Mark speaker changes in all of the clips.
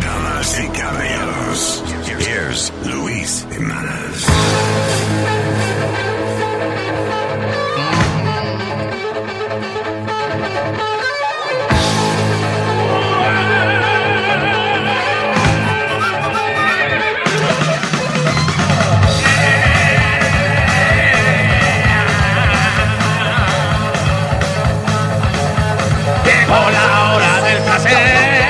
Speaker 1: Damas y caballeros, here's Luis Jimenez.
Speaker 2: Llegó la hora del placer.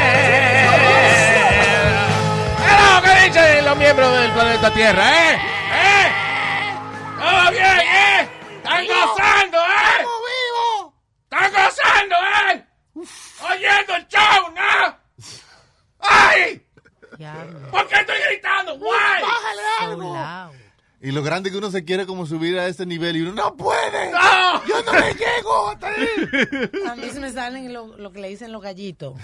Speaker 2: ¡Hello! ¿Qué dicen los miembros del planeta Tierra, eh? ¿Eh? ¿Todo bien, eh? ¡Están gozando, eh! ¡Están gozando, eh! ¡Oyendo el show, no! ¡Ay! ¿Por qué estoy gritando? ¡Guay!
Speaker 3: Y lo grande que uno se quiere como subir a este nivel y uno no puede.
Speaker 2: ¡No!
Speaker 3: Yo no me llego hasta ahí.
Speaker 4: A mí se me salen lo, lo que le dicen los gallitos.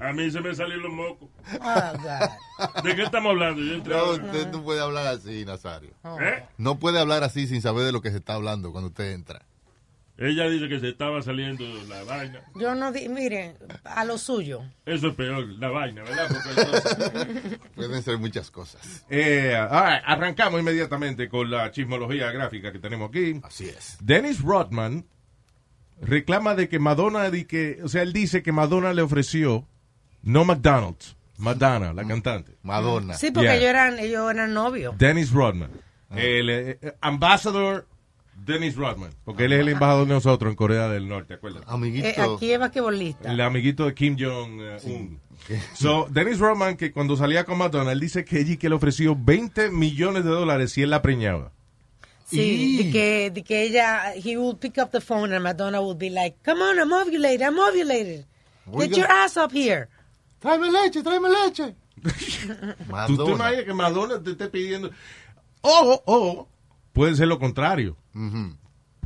Speaker 5: A mí se me salieron los mocos.
Speaker 3: Ah.
Speaker 4: Oh, God.
Speaker 5: ¿De qué estamos hablando? Yo entré
Speaker 3: No,
Speaker 5: ahora.
Speaker 3: usted no puede hablar así, Nazario.
Speaker 4: Oh.
Speaker 5: ¿Eh?
Speaker 3: No puede hablar así sin saber de lo que se está hablando cuando usted entra.
Speaker 5: Ella dice que se estaba saliendo la vaina.
Speaker 4: Yo no, di- mire, a lo suyo.
Speaker 5: Eso es peor, la vaina, ¿verdad? Porque entonces-
Speaker 3: Pueden ser muchas cosas.
Speaker 6: Eh, all right, arrancamos inmediatamente con la chismología gráfica que tenemos aquí.
Speaker 3: Así es.
Speaker 6: Dennis Rodman reclama de que Madonna, di que, o sea, él dice que Madonna le ofreció, no McDonald's, Madonna, la cantante.
Speaker 3: Madonna.
Speaker 4: Sí, porque
Speaker 6: Yeah.
Speaker 4: ellos, eran, ellos eran novios.
Speaker 6: Dennis Rodman,
Speaker 3: Ah.
Speaker 6: el eh, eh, ambassador Dennis Rodman, porque él es el embajador de nosotros en Corea del Norte, acuérdate.
Speaker 4: Eh,
Speaker 3: Amiguito.
Speaker 4: aquí es basquetbolista.
Speaker 6: El amiguito de Kim Jong-un. So, Dennis Rodman, que cuando salía con Madonna, él dice que ella que le ofreció 20 millones de dólares si él la preñaba.
Speaker 4: Sí, de que, de que ella, he would pick up the phone and Madonna would be like, come on, I'm ovulated, I'm ovulated. Get
Speaker 3: Oiga.
Speaker 4: your ass up here.
Speaker 3: Tráeme leche, tráeme leche.
Speaker 6: ¿Tú te
Speaker 3: Madonna.
Speaker 6: imaginas que Madonna te esté pidiendo? O, o, puede ser lo contrario.
Speaker 3: Ujú.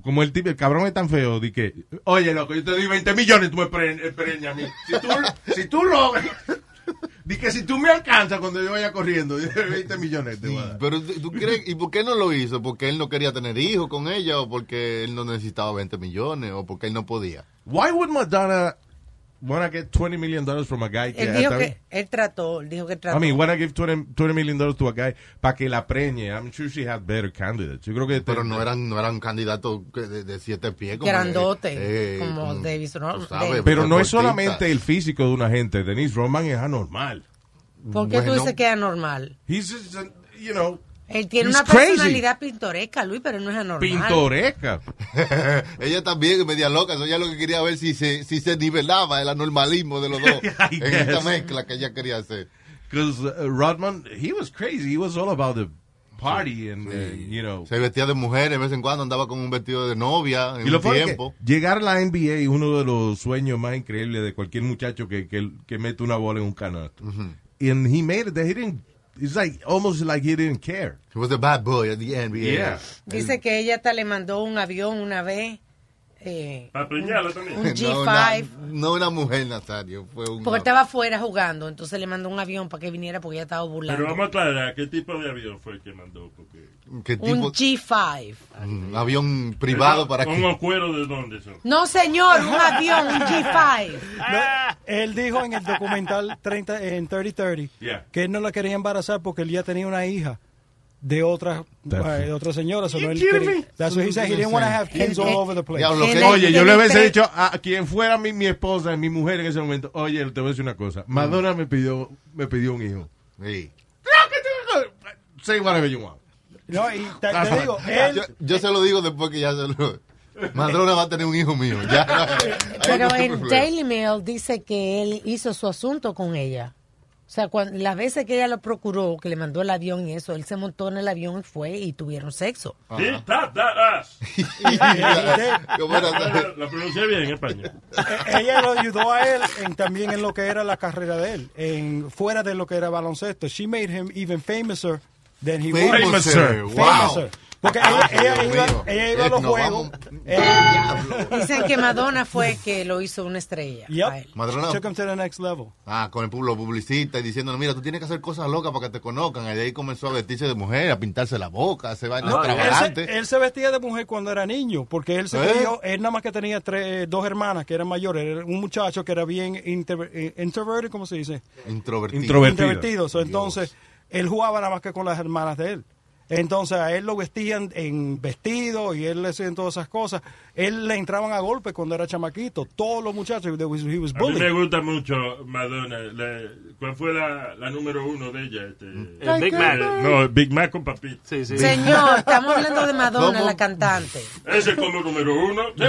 Speaker 6: Como el tipo, el cabrón es tan feo, de que, oye, loco, yo te doy 20 millones, tú me pre- eh, preñas a mí. Si tú, si tú logras, di que si tú me alcanzas cuando yo vaya corriendo, 20 millones te voy a
Speaker 3: Sí,
Speaker 6: dar.
Speaker 3: pero ¿tú tú crees, ¿y por qué no lo hizo? ¿Porque él no quería tener hijos con ella? ¿O porque él no necesitaba 20 millones? ¿O porque él no podía?
Speaker 6: Why would Madonna wanna get 20 million dollars from a guy que
Speaker 4: Él
Speaker 6: ya
Speaker 4: dijo
Speaker 6: está-
Speaker 4: que, él trató, él dijo que trató.
Speaker 6: I mean, wanna give 20, 20 million dollars to a guy para que la preñe. I'm sure she had better candidates. Yo creo que
Speaker 3: Pero no eran, no eran candidatos que de, de siete pies. Como Eh,
Speaker 4: Grandote, como Davis Ro-
Speaker 3: tú sabes,
Speaker 4: Davis.
Speaker 6: Pero no es
Speaker 3: deportista.
Speaker 6: solamente el físico de una gente. Denise Roman es anormal.
Speaker 4: ¿Por qué tú
Speaker 3: bueno.
Speaker 4: dices que es anormal?
Speaker 6: He's just, uh, you know,
Speaker 4: Él tiene
Speaker 6: He's
Speaker 4: una
Speaker 6: crazy.
Speaker 4: personalidad pintoresca, Luis, pero no es anormal.
Speaker 6: pintoresca.
Speaker 3: Ella también, media loca. Eso ya lo que quería ver si se, si se nivelaba el anormalismo de los dos
Speaker 6: I
Speaker 3: en esta
Speaker 6: guess.
Speaker 3: mezcla que ella quería hacer.
Speaker 6: Because uh, Rodman, he was crazy. He was all about the party and, uh, you know.
Speaker 3: Se vestía de mujer de vez en cuando, andaba con un vestido de novia en
Speaker 6: Y lo
Speaker 3: un
Speaker 6: peor es que
Speaker 3: tiempo.
Speaker 6: llegar a la NBA es uno de los sueños más increíbles de cualquier muchacho que, que, que mete una bola en un canasto. And he made it that he didn't, it's like, almost like he didn't care.
Speaker 3: He was a bad boy at the NBA.
Speaker 6: Yeah.
Speaker 4: Dice que ella hasta le mandó un avión una vez, eh,
Speaker 5: Para preñarla
Speaker 4: un
Speaker 5: también.
Speaker 4: G5,
Speaker 3: No, una, no una mujer, Nazario. Fue un
Speaker 4: porque estaba afuera jugando, entonces le mandó un avión para que viniera porque ella estaba
Speaker 5: Pero
Speaker 4: burlando.
Speaker 5: vamos a aclarar, ¿qué tipo de avión fue el que mandó? Porque...
Speaker 3: ¿qué
Speaker 4: Un
Speaker 3: tipo,
Speaker 4: G5.
Speaker 3: un avión privado para
Speaker 5: ¿Un
Speaker 3: que...
Speaker 5: cuero de dónde son?
Speaker 4: No, señor, un avión, un G5.
Speaker 6: Ah.
Speaker 7: Él dijo en el documental 30, en 3030
Speaker 5: Yeah.
Speaker 7: que él no la quería embarazar porque él ya tenía una hija de otra,
Speaker 6: That's-
Speaker 7: eh, de otra señora. So
Speaker 6: You
Speaker 7: no, él
Speaker 6: kidding
Speaker 7: quería-
Speaker 6: me?
Speaker 7: That's what he said. He didn't want to have kids all over the place.
Speaker 3: Diablo,
Speaker 4: Él-
Speaker 3: ¿qué?
Speaker 6: Oye, yo le hubiese
Speaker 4: Entre-
Speaker 6: dicho a quien fuera mi, mi esposa, mi mujer en ese momento, oye, te voy a decir una cosa. Madonna me pidió me pidió un hijo.
Speaker 3: Sí.
Speaker 6: Say whatever you want.
Speaker 7: No, y te, te digo, él,
Speaker 3: Yo, yo se lo digo después que ya se lo... Madrona va a tener un hijo mío. Ya. Ahí
Speaker 4: Pero
Speaker 3: no hay
Speaker 4: en
Speaker 3: problema.
Speaker 4: Daily Mail dice que él hizo su asunto con ella. O sea, cuan- las veces que ella lo procuró, que le mandó el avión y eso, él se montó en el avión y fue y tuvieron sexo.
Speaker 5: He tapped that ass.
Speaker 3: ¿Cómo era?
Speaker 5: La, la pronuncié bien en español.
Speaker 7: Eh, Ella lo ayudó a él en, también en lo que era la carrera de él, en, fuera de lo que era baloncesto. She made him even famouser than he was.
Speaker 3: Famous, sir. Wow.
Speaker 7: Famouser. Porque ella, ella
Speaker 3: Dios
Speaker 7: iba,
Speaker 3: mío.
Speaker 7: ella iba a
Speaker 3: Eh,
Speaker 7: los
Speaker 3: nos
Speaker 7: juegos.
Speaker 3: vamos-
Speaker 7: eh,
Speaker 4: Dicen que Madonna fue que lo hizo una estrella. a
Speaker 7: Yep.
Speaker 4: él.
Speaker 3: Madrona.
Speaker 7: Took him to the next level.
Speaker 3: Ah, con el pueblo publicista y diciéndole, mira, tú tienes que hacer cosas locas para que te conozcan. Y de ahí comenzó a vestirse de mujer, a pintarse la boca, a hacer vainas
Speaker 7: No, Ah, él,
Speaker 3: extravagantes.
Speaker 7: se, él se vestía de mujer cuando era niño, porque él se
Speaker 3: ¿Eh?
Speaker 7: crió, él nada más que tenía tres, eh, dos hermanas que eran mayores, era un muchacho que era bien inter- eh, introvertido, ¿cómo se dice?
Speaker 3: Introvertido.
Speaker 6: Introver- Introvertido.
Speaker 7: Introvertido. So, entonces, él jugaba nada más que con las hermanas de él. Entonces, a él lo vestían en vestido y él le hacían todas esas cosas. Él le entraban a golpes cuando era chamaquito. Todos los muchachos, they was- he was
Speaker 5: A mí me
Speaker 7: bullied.
Speaker 5: gusta mucho Madonna. La- ¿Cuál fue la, la número uno de ella? Este,
Speaker 8: El Big
Speaker 5: Eh,
Speaker 8: Man.
Speaker 5: no, Big Mac con papita.
Speaker 8: Sí, sí.
Speaker 4: Señor, estamos hablando de Madonna,
Speaker 3: ¿Cómo?
Speaker 4: la cantante.
Speaker 5: Ese como número uno. No,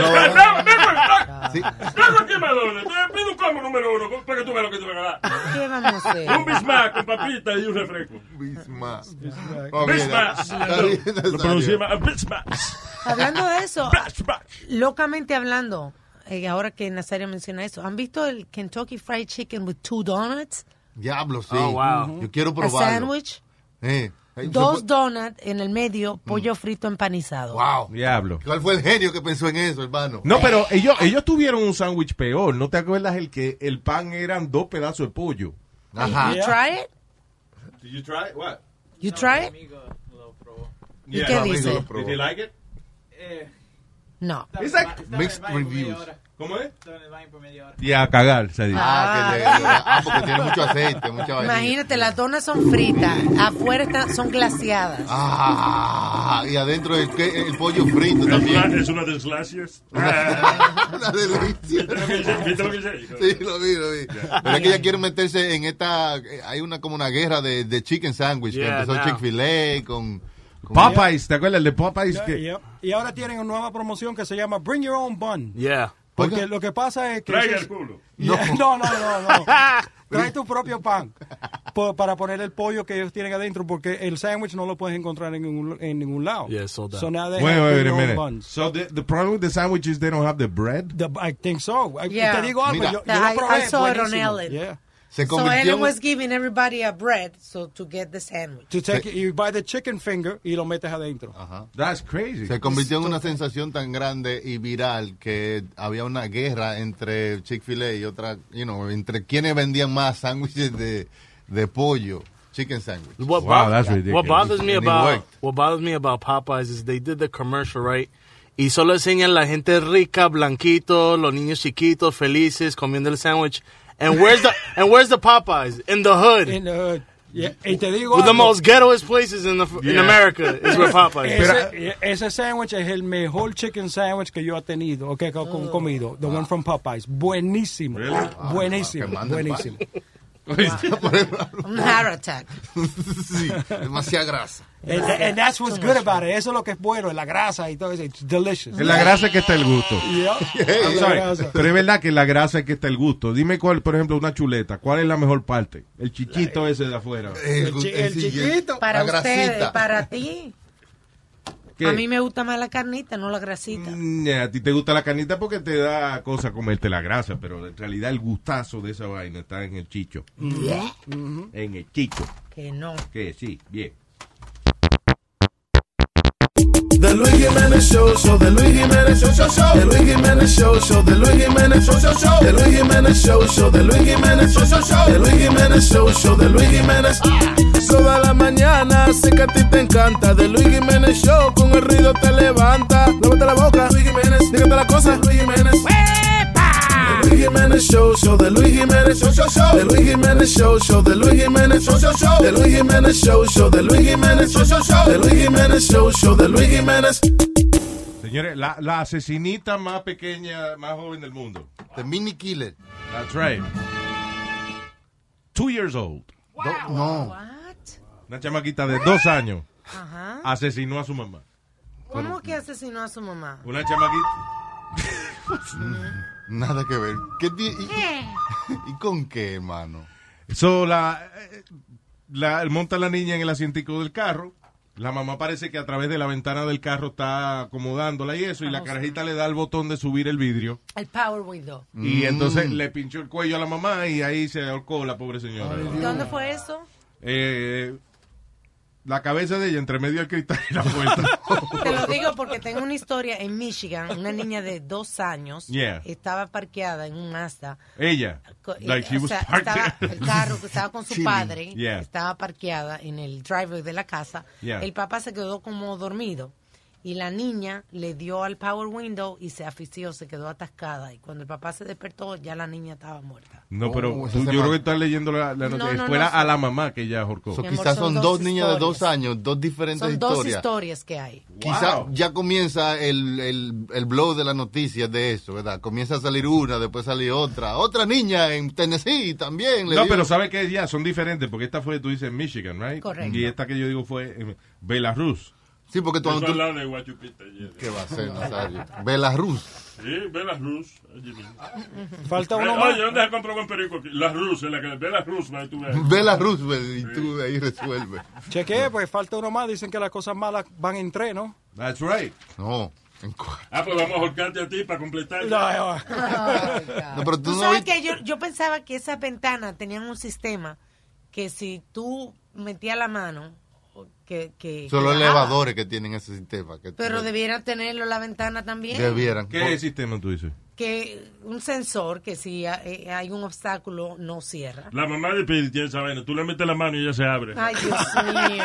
Speaker 3: Sí.
Speaker 5: aquí, Madonna. Te pido un combo número uno para que tú veas lo que te van a dar.
Speaker 4: ¿Qué vamos a
Speaker 5: Un
Speaker 4: hacer?
Speaker 5: bismac con papita y un refresco.
Speaker 3: Bismarck.
Speaker 5: Bismac. Lo pronuncié mal. Bismac.
Speaker 4: Hablando de eso,
Speaker 5: Bismac.
Speaker 4: locamente hablando, eh, ahora que Nazario menciona eso, ¿han visto el Kentucky Fried Chicken with two donuts?
Speaker 3: Diablo, sí.
Speaker 8: Oh, wow.
Speaker 3: Yo quiero
Speaker 4: A
Speaker 3: probarlo.
Speaker 4: sandwich,
Speaker 3: Eh. Ay,
Speaker 4: dos
Speaker 3: se- Mm.
Speaker 4: donuts en el medio, pollo frito empanizado.
Speaker 3: Wow.
Speaker 6: Diablo.
Speaker 3: ¿Cuál fue el genio que pensó en eso, hermano?
Speaker 6: No, pero eh, ellos, ellos tuvieron un sándwich peor. ¿No te acuerdas el que el pan eran dos pedazos de pollo?
Speaker 3: Ajá.
Speaker 4: You try it?
Speaker 5: Did you try it? What?
Speaker 4: You try it? ¿Y
Speaker 5: Yeah.
Speaker 4: qué
Speaker 3: Amigo,
Speaker 4: dice? Eh,
Speaker 3: lo probó.
Speaker 5: like it?
Speaker 4: No.
Speaker 6: It's like-
Speaker 3: Mixed reviews.
Speaker 5: ¿Cómo es?
Speaker 6: Y a cagar, se dice.
Speaker 3: Ah, que le- ah, porque tiene mucho aceite, mucha vainilla.
Speaker 4: Imagínate, las donas son fritas, afuera están, son glaciadas.
Speaker 3: Ah, y adentro el, que- el pollo frito
Speaker 5: Es
Speaker 3: también.
Speaker 5: una- Es una de las slashers.
Speaker 3: Una delicia.
Speaker 5: ¿Viste lo que hice?
Speaker 3: Sí, lo vi, lo vi. Pero es que ya quieren meterse en esta. eh, Hay una como una guerra de, de chicken sandwich.
Speaker 8: Yeah,
Speaker 3: que empezó
Speaker 8: now.
Speaker 3: Chick-fil-A con. con-
Speaker 6: Popeyes, ¿te acuerdas el de Popeyes?
Speaker 7: Yeah,
Speaker 6: que,
Speaker 7: yeah. Y ahora tienen una nueva promoción que se llama Bring Your Own Bun.
Speaker 8: Yeah.
Speaker 7: Porque
Speaker 3: Oiga.
Speaker 7: lo que pasa es que...
Speaker 5: Traiga el culo.
Speaker 7: No. no, no, no, no. Trae tu propio pan po- para poner el pollo que ellos tienen adentro porque el sándwich no lo puedes encontrar en ningún, en ningún lado.
Speaker 8: Yeah, sold out.
Speaker 7: So now they
Speaker 6: Wait,
Speaker 7: have
Speaker 6: wait, wait
Speaker 7: their
Speaker 6: a
Speaker 7: own
Speaker 6: minute.
Speaker 7: buns.
Speaker 6: So the, the problem with the sandwich is they don't have the bread.
Speaker 7: The- I think so. I-
Speaker 4: Yeah.
Speaker 7: Te digo algo,
Speaker 3: Mira.
Speaker 7: Ah, yo, yo lo
Speaker 4: I-
Speaker 7: probé.
Speaker 4: I saw it on
Speaker 7: buenísimo.
Speaker 4: Ellen.
Speaker 7: Yeah.
Speaker 3: Se
Speaker 4: So Ellen
Speaker 3: convirtió.
Speaker 4: was giving everybody a bread so to get the sandwich.
Speaker 7: To take it, you buy the chicken finger y lo metes adentro.
Speaker 6: That's crazy.
Speaker 3: Se convirtió en una sensación tan grande y viral que había una guerra entre Chick-fil-A y otra, you know, entre quienes vendían más sándwiches de, de pollo, chicken sandwich.
Speaker 8: What,
Speaker 6: Wow,
Speaker 8: bo-
Speaker 6: that's ridiculous.
Speaker 8: what bothers me
Speaker 3: And it
Speaker 8: about
Speaker 3: worked.
Speaker 8: what bothers me about Popeyes is they did the commercial right. Y solo enseñan la gente rica, blanquito, los niños chiquitos, felices, comiendo el sándwich. And where's the and where's the Popeyes in the hood?
Speaker 7: In the hood. Yeah. Y te digo
Speaker 8: With the
Speaker 7: algo,
Speaker 8: most ghettoest places in the in
Speaker 5: Yeah.
Speaker 8: America is where Popeyes. is.
Speaker 7: Ese, eh, ese sándwich es el mejor chicken sandwich que yo he tenido, o que he co-
Speaker 4: Oh.
Speaker 7: comido. The one from Popeyes. Buenísimo. Buenísimo.
Speaker 3: Wow, que manden
Speaker 7: buenísimo.
Speaker 4: Un heart attack.
Speaker 3: sí, demasiada grasa.
Speaker 7: And, and that's what's good about it. Eso es lo que es bueno, la grasa y todo eso. It's delicious.
Speaker 6: En la grasa que está el gusto.
Speaker 7: Yeah.
Speaker 6: I'm
Speaker 7: La
Speaker 6: sorry,
Speaker 7: grasa.
Speaker 6: pero es verdad que en la grasa es que está el gusto. Dime cuál, por ejemplo, una chuleta. ¿Cuál es la mejor parte? El chiquito ese de afuera.
Speaker 3: El,
Speaker 7: chi- el chiquito.
Speaker 4: Para
Speaker 3: la
Speaker 4: ustedes,
Speaker 3: grasita.
Speaker 4: para ti.
Speaker 6: ¿Qué?
Speaker 4: A mí me gusta más la carnita, no la grasita.
Speaker 6: Mm, A ti te gusta la canita porque te da cosa comerte la grasa, pero en realidad el gustazo de esa vaina está en el chicho. Mm. En el chicho.
Speaker 4: Que no.
Speaker 6: Que sí, bien.
Speaker 1: The Luis Jimenez Show, show, the Luis Jimenez Show, show, show, the Luis Jimenez Show, show, the Luis Jimenez Show, show, show, the Luis Jimenez Show, show, the Luis Jimenez Show, show, show, the Luis Jimenez Show, show, the Luis Jimenez. Toda la mañana, sé que a ti te encanta, de Luis Jimenez Show, con el ruido te levanta. Lávate la boca, Luis Jiménez, dígate la cosa, Luis Jiménez. The Luis Jimenez Show, show, the Luis Jimenez Show, show, show, the Luis Jimenez Show, show, the Luis Jimenez Show, show, show, the Luis Jimenez Show, show, the Luis Jimenez Show, show, show, the Luis Jimenez Show, show, the Luis Jimenez.
Speaker 6: Señores, la, la asesinita más pequeña, más joven del mundo.
Speaker 3: The mini killer.
Speaker 6: That's right. Two years old.
Speaker 3: Do- no.
Speaker 4: What?
Speaker 6: Una chamaquita de dos años
Speaker 4: Ajá.
Speaker 6: asesinó a su mamá.
Speaker 4: ¿Cómo que asesinó a su mamá?
Speaker 6: Una chamaquita.
Speaker 3: Nada que ver. ¿Qué ti- y, y- y con qué, hermano?
Speaker 6: So, la, eh, la- monta la niña en el asientico del carro. La mamá parece que a través de la ventana del carro está acomodándola y eso. Y la carajita le da el botón de subir el vidrio.
Speaker 4: El Power Window.
Speaker 3: Mm.
Speaker 6: Y entonces le pinchó el cuello a la mamá y ahí se ahorcó la pobre señora.
Speaker 4: ¿Dónde fue eso?
Speaker 6: Eh, la cabeza de ella entre medio del cristal y la puerta.
Speaker 4: Te lo digo porque tengo una historia en Michigan. Una niña de dos años
Speaker 6: Yeah.
Speaker 4: estaba parqueada en un Mazda.
Speaker 6: ella.
Speaker 4: Co-
Speaker 6: Like
Speaker 4: eh,
Speaker 6: she
Speaker 4: o
Speaker 6: was
Speaker 4: sea,
Speaker 6: parked
Speaker 4: estaba
Speaker 6: there.
Speaker 4: el carro que estaba con su
Speaker 6: Chilling.
Speaker 4: padre
Speaker 6: Yeah.
Speaker 4: estaba parqueada en el driveway de la casa
Speaker 6: Yeah.
Speaker 4: el papá se quedó como dormido y la niña le dio al power window y se asfixió se quedó atascada y cuando el papá se despertó ya la niña estaba muerta
Speaker 6: No, pero
Speaker 3: Oh, esa se
Speaker 6: tú- yo creo
Speaker 3: mató.
Speaker 6: que estás leyendo la, la
Speaker 4: No,
Speaker 6: noticia.
Speaker 4: no, no,
Speaker 6: Fuera a
Speaker 4: son-
Speaker 6: la mamá que ella ahorcó.
Speaker 3: So,
Speaker 4: Mi amor,
Speaker 3: quizás
Speaker 4: son
Speaker 3: son,
Speaker 4: dos
Speaker 3: dos niñas de
Speaker 4: historias.
Speaker 3: dos años, dos diferentes
Speaker 4: son dos
Speaker 3: historias.
Speaker 4: historias que hay
Speaker 3: Quizás
Speaker 6: Wow.
Speaker 3: ya comienza el, el, el blow de las noticias de eso, ¿verdad? Comienza a salir una, después sale otra. Otra niña en Tennessee también. le
Speaker 6: No,
Speaker 3: dio-
Speaker 6: pero ¿sabes qué? Ya, son diferentes, porque esta fue, tú dices, en Michigan, ¿right?
Speaker 4: Correcto.
Speaker 6: Y esta que yo digo fue en Belarus.
Speaker 3: Sí, porque tú...
Speaker 5: Eso
Speaker 3: tú-
Speaker 5: al lado de Guachupita. ayer.
Speaker 3: ¿Qué va a ser, Nazario? Belarus.
Speaker 5: Sí, ve las Rus. Allí mismo.
Speaker 7: Falta
Speaker 5: Ve-
Speaker 7: uno más.
Speaker 5: Oye, ¿dónde se compró buen periódico? aquí? Las Rus, en la que ve las Rus, va, tú ves.
Speaker 3: Belarus, y tú ahí resuelves.
Speaker 7: Chequeé, pues falta uno más. Dicen que las cosas malas van en tren, ¿no?
Speaker 6: That's right.
Speaker 3: No. en cu-
Speaker 5: Ah, pues vamos a ahorcarte a ti para completar.
Speaker 7: No, no.
Speaker 3: No, pero tú
Speaker 4: Tú
Speaker 3: no
Speaker 4: sabes
Speaker 3: viste-
Speaker 4: que yo, yo pensaba que esas ventanas tenían un sistema que si tú metías la mano, que... que
Speaker 3: Son
Speaker 4: que
Speaker 3: los
Speaker 4: bajaba.
Speaker 3: elevadores que tienen ese sistema. Que
Speaker 4: Pero debieran tenerlo la ventana también.
Speaker 3: debieran.
Speaker 6: ¿Qué sistema tú dices?
Speaker 4: Que un sensor que si ha- eh, hay un obstáculo no cierra.
Speaker 5: La mamá de Piri tiene esa vaina. Tú le metes la mano y ella se abre.
Speaker 4: Ay, Dios mío.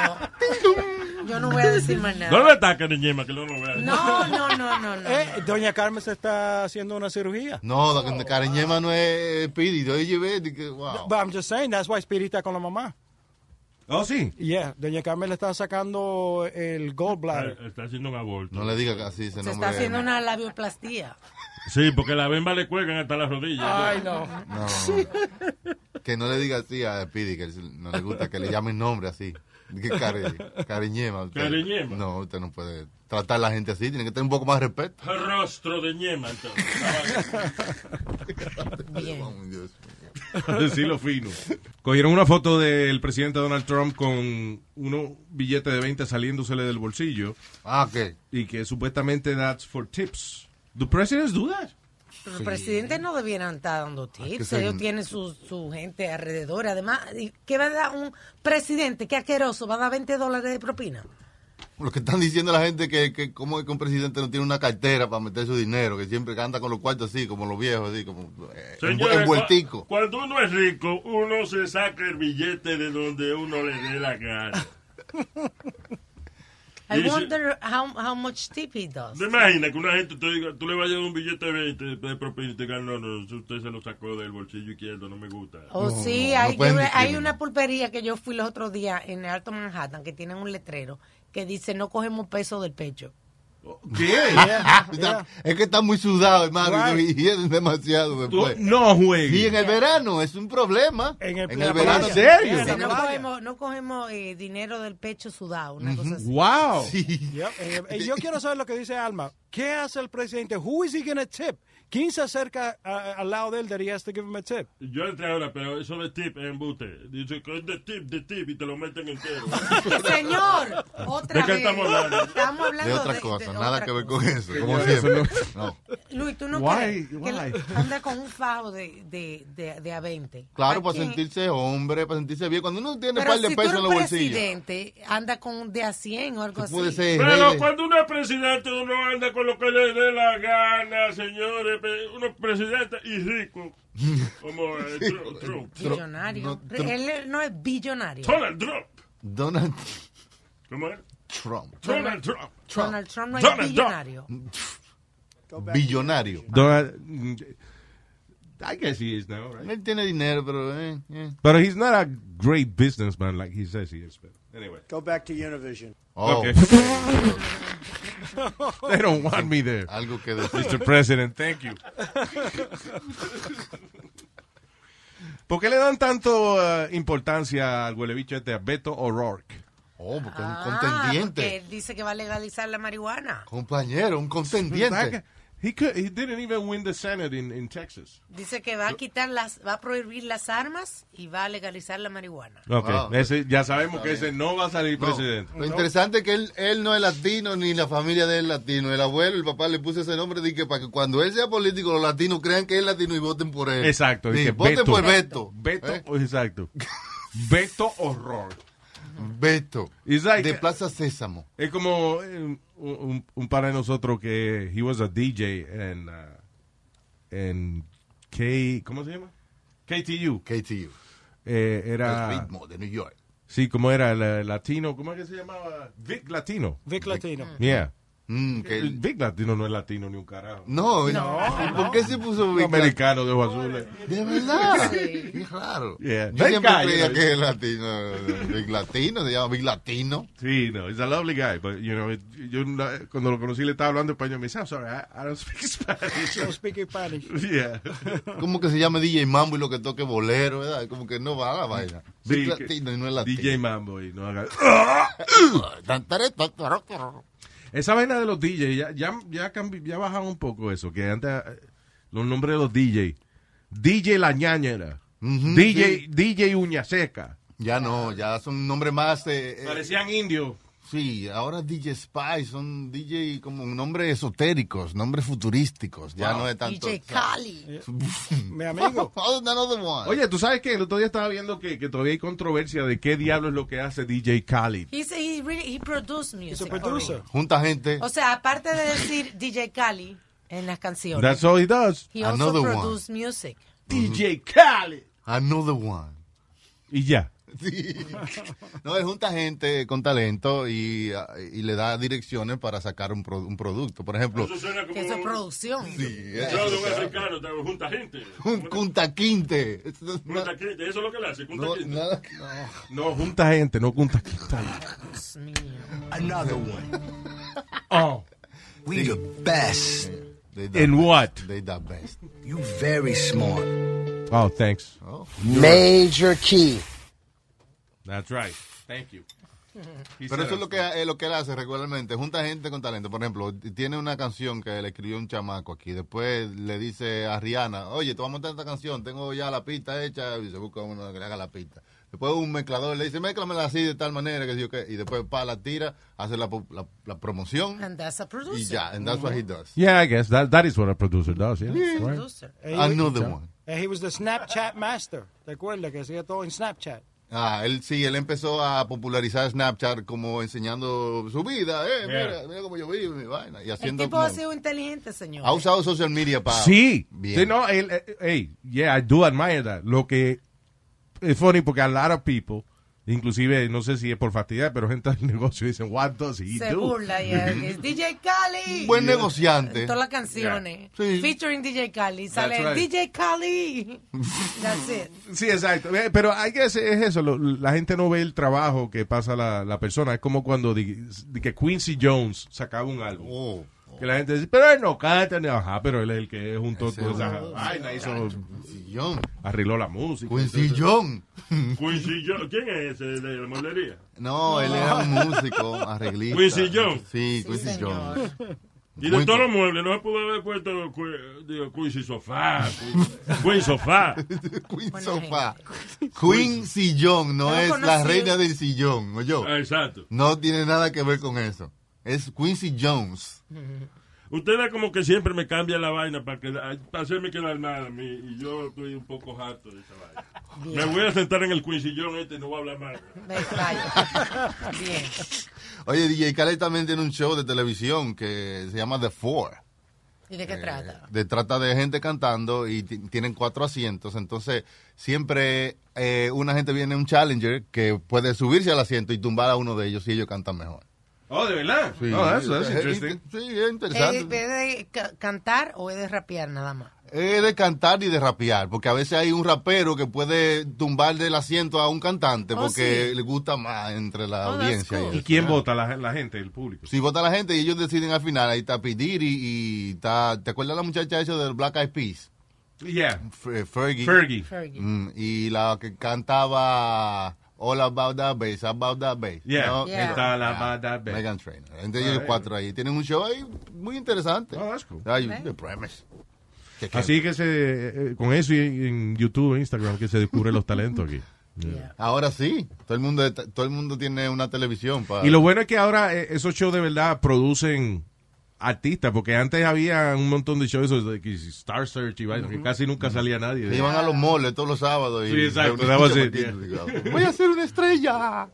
Speaker 4: Yo no voy a decir más
Speaker 5: No
Speaker 4: nada.
Speaker 5: le ataques, niñema, que no lo veas.
Speaker 4: No, no, no, no, no.
Speaker 7: Eh, Doña Carmen se está haciendo una cirugía.
Speaker 3: No, la que Karen Yema no es Pidi. Yo llevé, dije, wow.
Speaker 7: But I'm just saying, that's why Spirit está con la mamá.
Speaker 6: Oh, sí.
Speaker 7: Yeah, Doña Carmen le está sacando el
Speaker 5: Ah,
Speaker 7: gallbladder.
Speaker 5: Está haciendo un aborto.
Speaker 3: No le diga que así ese
Speaker 4: Se
Speaker 3: nombre.
Speaker 4: está haciendo una labioplastía.
Speaker 5: Sí, porque la bemba le cuelgan hasta las rodillas.
Speaker 7: Ay, no.
Speaker 3: No. Que no le diga así a Pidi, que no le gusta que le llamen nombre así. Dije, Karen, Karen Yema, usted-
Speaker 5: Karen Yema.
Speaker 3: No, usted no puede tratar a la gente así. Tiene que tener un poco más de respeto.
Speaker 5: Rostro de ñema, entonces. Ah,
Speaker 4: Bien.
Speaker 3: Ay, Dios mío.
Speaker 6: Decirlo fino. Cogieron una foto del presidente Donald Trump con unos billetes de 20 saliéndosele del bolsillo
Speaker 3: Ah, ¿qué?
Speaker 6: y que supuestamente that's for tips. ¿Do presidents do that?
Speaker 4: Los presidentes no debieran estar dando tips.
Speaker 3: se-
Speaker 4: Ellos tienen su, su gente alrededor. Además, ¿y ¿qué va a dar un presidente? Qué asqueroso. Va a dar 20 dólares de propina.
Speaker 3: Lo que están diciendo la gente que, que cómo es que un presidente no tiene una cartera para meter su dinero, que siempre anda con los cuartos así, como los viejos, así, como eh,
Speaker 5: Señores,
Speaker 3: envu- envueltico.
Speaker 5: cua- Cuando uno es rico, uno se saca el billete de donde uno le dé la gana.
Speaker 4: I
Speaker 5: Y si-
Speaker 4: wonder how, how much tip he does.
Speaker 5: ¿Te imaginas que una gente te diga, tú le vayas a dar un billete de 20 de propina y te digan, no, no, eso usted se lo sacó del bolsillo izquierdo, no me gusta?
Speaker 4: Oh,
Speaker 3: No,
Speaker 4: sí,
Speaker 3: no, no
Speaker 4: hay,
Speaker 3: pueden
Speaker 4: yo- hay
Speaker 3: discriminar.
Speaker 4: una pulpería que yo fui los otros días en el Alto Manhattan que tienen un letrero que dice no cogemos peso del pecho.
Speaker 6: ¿Qué?
Speaker 3: Está- Es que está muy sudado, hermano, y- y es demasiado
Speaker 6: Tú-
Speaker 3: después.
Speaker 6: No juegues.
Speaker 3: Y en el verano es un problema.
Speaker 7: En
Speaker 3: En
Speaker 7: el-
Speaker 3: el,
Speaker 7: la
Speaker 3: verano.
Speaker 7: playa.
Speaker 6: serio?
Speaker 7: En la
Speaker 4: no,
Speaker 7: playa.
Speaker 4: cogemos, no cogemos eh, dinero del pecho sudado, una cosa así.
Speaker 6: Wow.
Speaker 7: Yep, eh, eh, yo quiero saber lo que dice Alma. ¿Qué hace el presidente? Who is he gonna tip? ¿Quién se acerca a- al lado de él that he has to give him a tip?
Speaker 5: Yo entré ahora, pero eso de tip es embuste. Dice que es de tip, de tip, y te lo meten entero.
Speaker 4: Señor, otra
Speaker 5: ¿De qué
Speaker 4: vez.
Speaker 5: estamos hablando?
Speaker 4: Estamos hablando
Speaker 3: De otra
Speaker 4: de-
Speaker 3: cosa,
Speaker 4: de
Speaker 3: nada
Speaker 4: otra
Speaker 3: que ver
Speaker 4: cosa.
Speaker 3: con eso, como
Speaker 6: Eso
Speaker 3: siempre.
Speaker 6: no-
Speaker 3: No.
Speaker 4: Luis, tú no
Speaker 6: Why?
Speaker 4: crees que
Speaker 6: Why?
Speaker 4: la- anda con un fajo de, de, de, de a 20.
Speaker 3: Claro,
Speaker 4: ¿A
Speaker 3: para
Speaker 4: quién?
Speaker 3: sentirse hombre, para sentirse bien. Cuando uno tiene un
Speaker 4: Pero
Speaker 3: par
Speaker 4: si
Speaker 3: de
Speaker 4: tú
Speaker 3: pesos
Speaker 4: eres
Speaker 3: en los
Speaker 4: un
Speaker 3: bolsillos,
Speaker 4: presidente, anda con un de a 100 o algo
Speaker 3: tú
Speaker 4: así.
Speaker 3: puedes ser
Speaker 5: Pero
Speaker 3: rey de-
Speaker 5: cuando uno es presidente, uno anda con lo que le dé la gana, señores. Pe- Uno es presidente y rico, como eh, Tru- Trump.
Speaker 4: Billonario.
Speaker 3: No,
Speaker 4: Re-
Speaker 3: Trump.
Speaker 4: Él no es billonario.
Speaker 5: Donald Trump.
Speaker 3: Donald
Speaker 5: ¿Cómo es?
Speaker 3: Trump,
Speaker 5: Donald Trump.
Speaker 4: Donald Trump no es
Speaker 5: Donald Trump.
Speaker 3: billonario.
Speaker 4: billonario.
Speaker 6: Don't- I guess he is now, right?
Speaker 3: Él tiene dinero, pero... eh, eh.
Speaker 6: But he's not a great businessman like he says he is. But anyway.
Speaker 9: Go back to Univision.
Speaker 3: Oh,
Speaker 6: Okay. They don't want me there.
Speaker 3: Algo que decir.
Speaker 6: Mr. President, thank you. ¿Por qué le dan tanto eh, importancia al huelebicho este a Beto O'Rourke?
Speaker 3: Oh, porque es un
Speaker 4: Ah,
Speaker 3: contendiente.
Speaker 4: porque él dice que va a legalizar la marihuana.
Speaker 3: Compañero, un contendiente.
Speaker 6: He could. He didn't even win the Senate in, in Texas.
Speaker 4: Dice que va a quitar las, va a prohibir las armas y va a legalizar la marihuana.
Speaker 6: Okay.
Speaker 3: Wow.
Speaker 6: Ese- ya
Speaker 3: Ah,
Speaker 6: sabemos
Speaker 3: Está
Speaker 6: que ese
Speaker 3: bien.
Speaker 6: no va a salir
Speaker 3: No,
Speaker 6: presidente.
Speaker 3: Lo interesante es que él, él no es latino ni la familia de él es latino. El abuelo, el papá le puso ese nombre de que para que cuando él sea político los latinos crean que es latino y voten por él.
Speaker 6: Exacto.
Speaker 3: Dije,
Speaker 6: dije,
Speaker 3: voten por Beto.
Speaker 6: Beto,
Speaker 3: ¿Eh?
Speaker 6: exacto. Beto horror.
Speaker 3: Beto.
Speaker 6: It's like-
Speaker 3: de Plaza Sésamo.
Speaker 6: Es como eh, un, un par de nosotros que he was a DJ en uh, en K ¿cómo se llama? KTU.
Speaker 3: KTU.
Speaker 6: Eh,
Speaker 3: El
Speaker 6: era
Speaker 3: ritmo de New York.
Speaker 6: sí, como era el latino, ¿cómo es que se llamaba? Vic Latino.
Speaker 7: Vic Latino.
Speaker 6: Yeah.
Speaker 3: Mm, que
Speaker 6: El
Speaker 3: él-
Speaker 6: Vic Latino no es latino ni un carajo.
Speaker 3: no, ¿y ¿por qué se puso
Speaker 6: Un
Speaker 3: Vic Latino?
Speaker 6: americano de eh? ojos azules.
Speaker 3: De verdad. Es raro.
Speaker 6: Yeah.
Speaker 3: Yo
Speaker 6: That
Speaker 3: siempre
Speaker 6: guy,
Speaker 3: creía
Speaker 6: you know.
Speaker 3: que es latino. Big Latino, se llama Big Latino.
Speaker 6: Sí, no, it's a lovely guy, but you know, it- yo una- cuando lo conocí le estaba hablando español, me dice, I'm sorry, I, I don't speak Spanish.
Speaker 7: Don't speak Spanish.
Speaker 6: yeah.
Speaker 3: Como que se llama DJ Mambo y lo que toque bolero, ¿verdad? Como que no va a la vaina. Big
Speaker 6: Sí, que-
Speaker 3: Latino y no es latino.
Speaker 6: DJ Mambo y no haga ¡Ah!
Speaker 3: Tan, taré, tan, taró, taró.
Speaker 6: Esa vaina de los DJ, ya, ya, ya, cambi- ya bajaron un poco eso, que antes eh, los nombres de los DJ. DJ La Ñañera.
Speaker 3: Ujú,
Speaker 6: DJ,
Speaker 3: sí.
Speaker 6: DJ Uña Seca.
Speaker 3: Ya no, ya son nombres más. eh, eh,
Speaker 6: Parecían indios.
Speaker 3: sí, ahora DJ Spy son DJ como nombres esotéricos, nombres futurísticos. Ya no es tanto.
Speaker 4: DJ Cali.
Speaker 7: Mi amigo.
Speaker 3: Oh, another one.
Speaker 6: Oye, tú sabes que el otro día estaba viendo que, que todavía hay controversia de qué diablo es lo que hace DJ Khaled.
Speaker 4: He's, he really, he produced music.
Speaker 7: He's a producer.
Speaker 3: junta gente.
Speaker 4: O sea, aparte de decir DJ Cali en las canciones,
Speaker 6: That's all he does.
Speaker 4: he also
Speaker 3: Another one.
Speaker 4: produced music.
Speaker 6: DJ Khaled.
Speaker 3: Another one.
Speaker 6: Y ya.
Speaker 3: Sí. No, es junta gente con talento y, ah, y le da direcciones para sacar un, pro- un producto. Por ejemplo,
Speaker 5: Eso suena como
Speaker 4: Que eso es
Speaker 5: un
Speaker 4: producción.
Speaker 3: sí, eh,
Speaker 5: show de un africano, está junta gente.
Speaker 3: un junta quinte.
Speaker 5: Junta gente, eso es lo que le hace, junta
Speaker 3: No,
Speaker 5: gente.
Speaker 3: nada que-
Speaker 6: No, junta gente, no junta quinta.
Speaker 4: Dios mío.
Speaker 9: Another one.
Speaker 6: Oh.
Speaker 9: We the best.
Speaker 3: They the
Speaker 6: In
Speaker 3: best.
Speaker 6: what?
Speaker 3: They the best.
Speaker 9: You very smart.
Speaker 6: Oh, thanks.
Speaker 9: Major key.
Speaker 6: That's right. Thank you. He
Speaker 3: Pero
Speaker 6: said
Speaker 3: eso es lo
Speaker 6: that.
Speaker 3: que, es lo que él hace regularmente, junta gente con talento. Por ejemplo, tiene una canción que le escribió un chamaco aquí. Después le dice a Rihanna, oye, te vamos a montar esta canción, tengo ya la pista hecha. Y se busca uno que le haga la pista. Después un mezclador le dice, mezclamela así de tal manera que sí, ok. Y después pa, la tira, hace la, pu- la- la promoción
Speaker 4: And that's a producer.
Speaker 3: y ya. And that's what he does.
Speaker 6: Yeah, I guess that that is what a producer does. Yeah.
Speaker 4: He's a
Speaker 6: Right.
Speaker 4: producer.
Speaker 7: He,
Speaker 3: Another one.
Speaker 7: Eh, he was the Snapchat master. ¿Te acuerdas que hacía todo en Snapchat?
Speaker 3: Ah, él sí, él empezó a popularizar Snapchat como enseñando su vida. Eh, mira, mira cómo yo vivo, mi vaina. Y
Speaker 4: El
Speaker 3: haciendo
Speaker 4: tipo
Speaker 3: como- Ah,
Speaker 4: ha sido inteligente, señor.
Speaker 3: ha usado social media para...
Speaker 6: Sí.
Speaker 3: Bien.
Speaker 6: Sí, no, él, eh, hey, yeah, I do admire that. Lo que es funny porque a lot of people, inclusive, no sé si es por fastidiar, pero gente del negocio dicen, what does he
Speaker 4: Se
Speaker 6: do?
Speaker 4: burla y es DJ Cali.
Speaker 3: Un Buen negociante.
Speaker 4: Todas las canciones.
Speaker 3: Sí.
Speaker 4: Featuring DJ Cali. Sale
Speaker 6: right.
Speaker 4: DJ Cali. That's it.
Speaker 6: Sí, exacto. Eh, Pero hay que es eso, lo- la gente no ve el trabajo que pasa la, la persona. Es como cuando di- di que Quincy Jones sacaba un álbum.
Speaker 3: Oh.
Speaker 6: Que la gente dice, pero él no canta, ni- ajá, pero él es el que juntó
Speaker 3: Ese
Speaker 6: toda
Speaker 3: es
Speaker 6: esa
Speaker 3: un-
Speaker 6: vaina, hizo,
Speaker 3: Sillón.
Speaker 6: arregló la música.
Speaker 3: Un sillón.
Speaker 5: Quincy Jones, ¿quién es ese de la molería?
Speaker 3: No, él era un músico, arreglista.
Speaker 5: Quincy Jones.
Speaker 3: Sí, Quincy
Speaker 4: señor.
Speaker 3: Jones.
Speaker 5: Y
Speaker 3: Muy
Speaker 5: de todos los muebles, no se pudo haber puesto cu- digo, Quincy Sofá, Quincy- Queen Sofá.
Speaker 3: Queen
Speaker 4: Buena
Speaker 3: Sofá. Queen Sillón no
Speaker 4: Yo
Speaker 3: es la
Speaker 4: conocí-
Speaker 3: reina del sillón, yo.
Speaker 5: Ah, Exacto.
Speaker 3: No tiene nada que ver con eso. Es Quincy Jones.
Speaker 5: Ustedes como que siempre me cambian la vaina para, que, para hacerme quedar mal a mí. Y yo estoy un poco harto de esa vaina. Me voy a sentar en el Quincy Jones este y no voy a hablar más.
Speaker 4: Me vaya. Bien.
Speaker 3: Oye, DJ Khaled también tiene un show de televisión que se llama The Four.
Speaker 4: ¿Y
Speaker 3: Eh,
Speaker 4: de qué trata?
Speaker 3: de trata de gente cantando y ti- tienen cuatro asientos. Entonces, siempre eh, una gente viene, un challenger, que puede subirse al asiento y tumbar a uno de ellos si ellos cantan mejor.
Speaker 6: Oh, de verdad. oh, that's, that's
Speaker 3: Eh,
Speaker 6: interesting.
Speaker 3: eh, Sí, es
Speaker 4: ¿Es
Speaker 3: interesante.
Speaker 4: de ca- cantar o es de rapear nada más?
Speaker 3: Es de cantar y de rapear, porque a veces hay un rapero que puede tumbar del asiento a un cantante
Speaker 4: Oh,
Speaker 3: porque
Speaker 4: sí.
Speaker 3: le gusta más entre la
Speaker 4: Oh, that's
Speaker 3: audiencia. y
Speaker 4: cool.
Speaker 6: ¿Y
Speaker 3: eso.
Speaker 6: quién vota? La, la gente, el público.
Speaker 3: Si vota la gente y ellos deciden al final, ahí está Pidiri y está... ¿Te acuerdas la muchacha esa del Black Eyed Peas?
Speaker 6: Yeah.
Speaker 3: F- eh, Fergie.
Speaker 6: Fergie.
Speaker 4: Fergie.
Speaker 3: Mm, y la que cantaba All About That Bass, About That Bass.
Speaker 5: Yeah,
Speaker 3: No,
Speaker 5: Yeah.
Speaker 3: eso.
Speaker 5: it's all about that bass.
Speaker 3: Megan Trainor. Entonces ellos cuatro ahí. Tienen un show ahí muy interesante. Oh, that's cool. Ay,
Speaker 5: Okay.
Speaker 3: the premise. Que- que-
Speaker 6: Así que se, eh, con eso y en YouTube e Instagram que se descubre los talentos aquí.
Speaker 3: Ahora sí, todo el mundo está- todo el mundo tiene una televisión para
Speaker 6: Y lo bueno es que ahora eh, esos shows de verdad producen artistas, porque antes había un montón de shows esos de que Star Search y vaina, que casi nunca salía nadie.
Speaker 3: Y Iban a los moles todos los sábados. Y
Speaker 6: Sí, exacto,
Speaker 3: reunían
Speaker 6: daba así.
Speaker 3: chamaquitos.
Speaker 1: Voy a ser una estrella.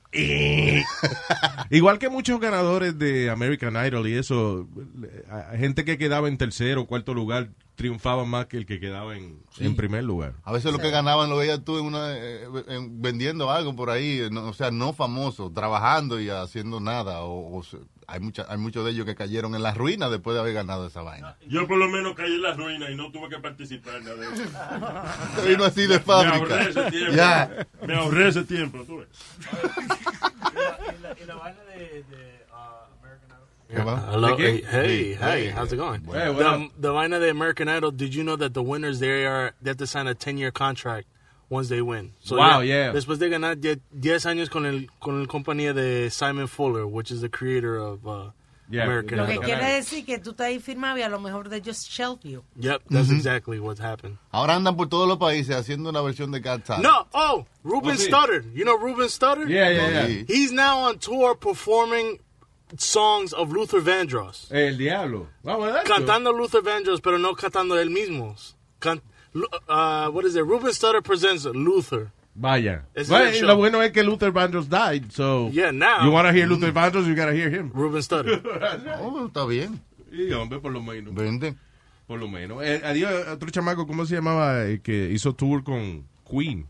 Speaker 6: Igual que muchos ganadores de American Idol y eso, le- a- a gente que quedaba en tercero o cuarto lugar triunfaba más que el que quedaba en, en primer lugar.
Speaker 3: A veces lo que ganaban lo veías tú en una, eh, en- vendiendo algo por ahí, no- o sea, no famoso, trabajando y haciendo nada. O, o se- hay mucha, hay muchos de ellos que cayeron en la ruina después de haber ganado esa vaina.
Speaker 6: Ah,
Speaker 5: Yo por lo menos caí en la ruina y no tuve que participar nada de eso.
Speaker 3: Te vino así de fábrica.
Speaker 5: Me ahorré ese tiempo.
Speaker 3: Ya.
Speaker 5: Me ahorré ese tiempo, tú ves.
Speaker 3: ¿Qué va? ¿De
Speaker 8: Hello. Hey,
Speaker 3: qué?
Speaker 8: hey,
Speaker 3: Sí.
Speaker 8: hey,
Speaker 3: Sí.
Speaker 8: how's it going?
Speaker 3: Bueno. Hey, what
Speaker 8: the, the line of the American Idol. Did you know that the winners they are they have to sign a ten year contract once they win?
Speaker 6: Wow, yeah.
Speaker 8: Después de ganar die- 10 años con el con el compañía de Simon Fuller, which is the creator of uh,
Speaker 6: Yeah.
Speaker 8: American
Speaker 4: Lo que
Speaker 8: Idol.
Speaker 4: quiere decir que tú estás ahí firmado y a lo mejor de just shelf you.
Speaker 8: Yep, that's
Speaker 3: Ujú.
Speaker 8: exactly what happened.
Speaker 3: Ahora andan por todos los países haciendo una versión de Cat Talent.
Speaker 8: No, oh, Ruben
Speaker 3: Oh, sí.
Speaker 8: Studdard. You know Ruben Studdard?
Speaker 3: Yeah, yeah, yeah. Sí.
Speaker 8: He's now on tour performing songs of Luther Vandross.
Speaker 6: El diablo. Vamos a darle.
Speaker 8: Cantando Luther Vandross, pero no cantando él mismo. Can- Lu- uh, what is it? Ruben Studdard presents Luther.
Speaker 6: Vaya.
Speaker 8: Ese es
Speaker 6: Bueno,
Speaker 8: el
Speaker 6: y
Speaker 8: show.
Speaker 6: lo bueno es que Luther Vandross died, so
Speaker 8: Yeah, now. Mm.
Speaker 6: you want to hear Luther Vandross, you gotta hear him.
Speaker 8: Ruben Studdard.
Speaker 3: Oh, está bien.
Speaker 6: Y hombre, por lo menos.
Speaker 3: Vende.
Speaker 6: Por lo menos. Eh, adiós, otro chamaco, ¿cómo se llamaba? El que hizo tour con Queen.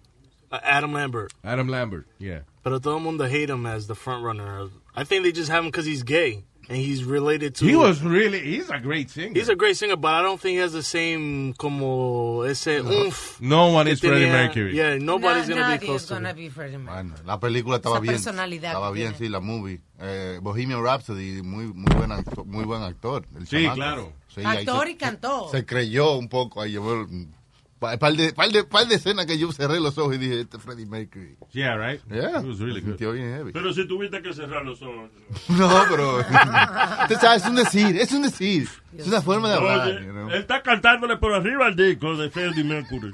Speaker 8: Uh, Adam Lambert.
Speaker 6: Adam Lambert, yeah.
Speaker 8: Pero todo el mundo hate him as the front runner. I think they just have him because he's gay and he's related to.
Speaker 6: He was really, he's a great singer.
Speaker 8: He's a great singer, but I don't think he has the same como ese oomph.
Speaker 6: No one
Speaker 8: que
Speaker 6: is Freddie
Speaker 8: tenía-
Speaker 6: Mercury.
Speaker 8: Yeah, nobody's
Speaker 4: Na-
Speaker 8: Eh, gonna
Speaker 4: nadie
Speaker 8: be close
Speaker 4: is
Speaker 8: to him.
Speaker 4: gonna be Freddie Mercury.
Speaker 3: Bueno, la película estaba
Speaker 4: Esa
Speaker 3: bien.
Speaker 4: personalidad
Speaker 3: Estaba
Speaker 4: que
Speaker 3: bien,
Speaker 4: tiene.
Speaker 3: sí, la movie. Eh, Bohemian Rhapsody, muy, muy, buen acto- muy buen actor. el
Speaker 6: Sí,
Speaker 3: chamaco.
Speaker 6: claro.
Speaker 3: Sí, ahí
Speaker 4: Actor
Speaker 3: se-
Speaker 4: y cantó.
Speaker 3: Se creyó un poco. Ahí llevó un pa- par de, par, de, par de escenas que yo cerré los ojos y dije, este es Freddie Mercury.
Speaker 6: Yeah, right?
Speaker 3: Yeah.
Speaker 6: He was really
Speaker 3: Me
Speaker 6: good.
Speaker 3: sintió bien heavy.
Speaker 5: Pero si tuviste que cerrar los ojos.
Speaker 3: No, pero... Usted sabe, es un decir, es un decir. Es una forma de hablar.
Speaker 5: Oye,
Speaker 3: you know.
Speaker 5: Él está cantándole por arriba al disco de Freddie Mercury.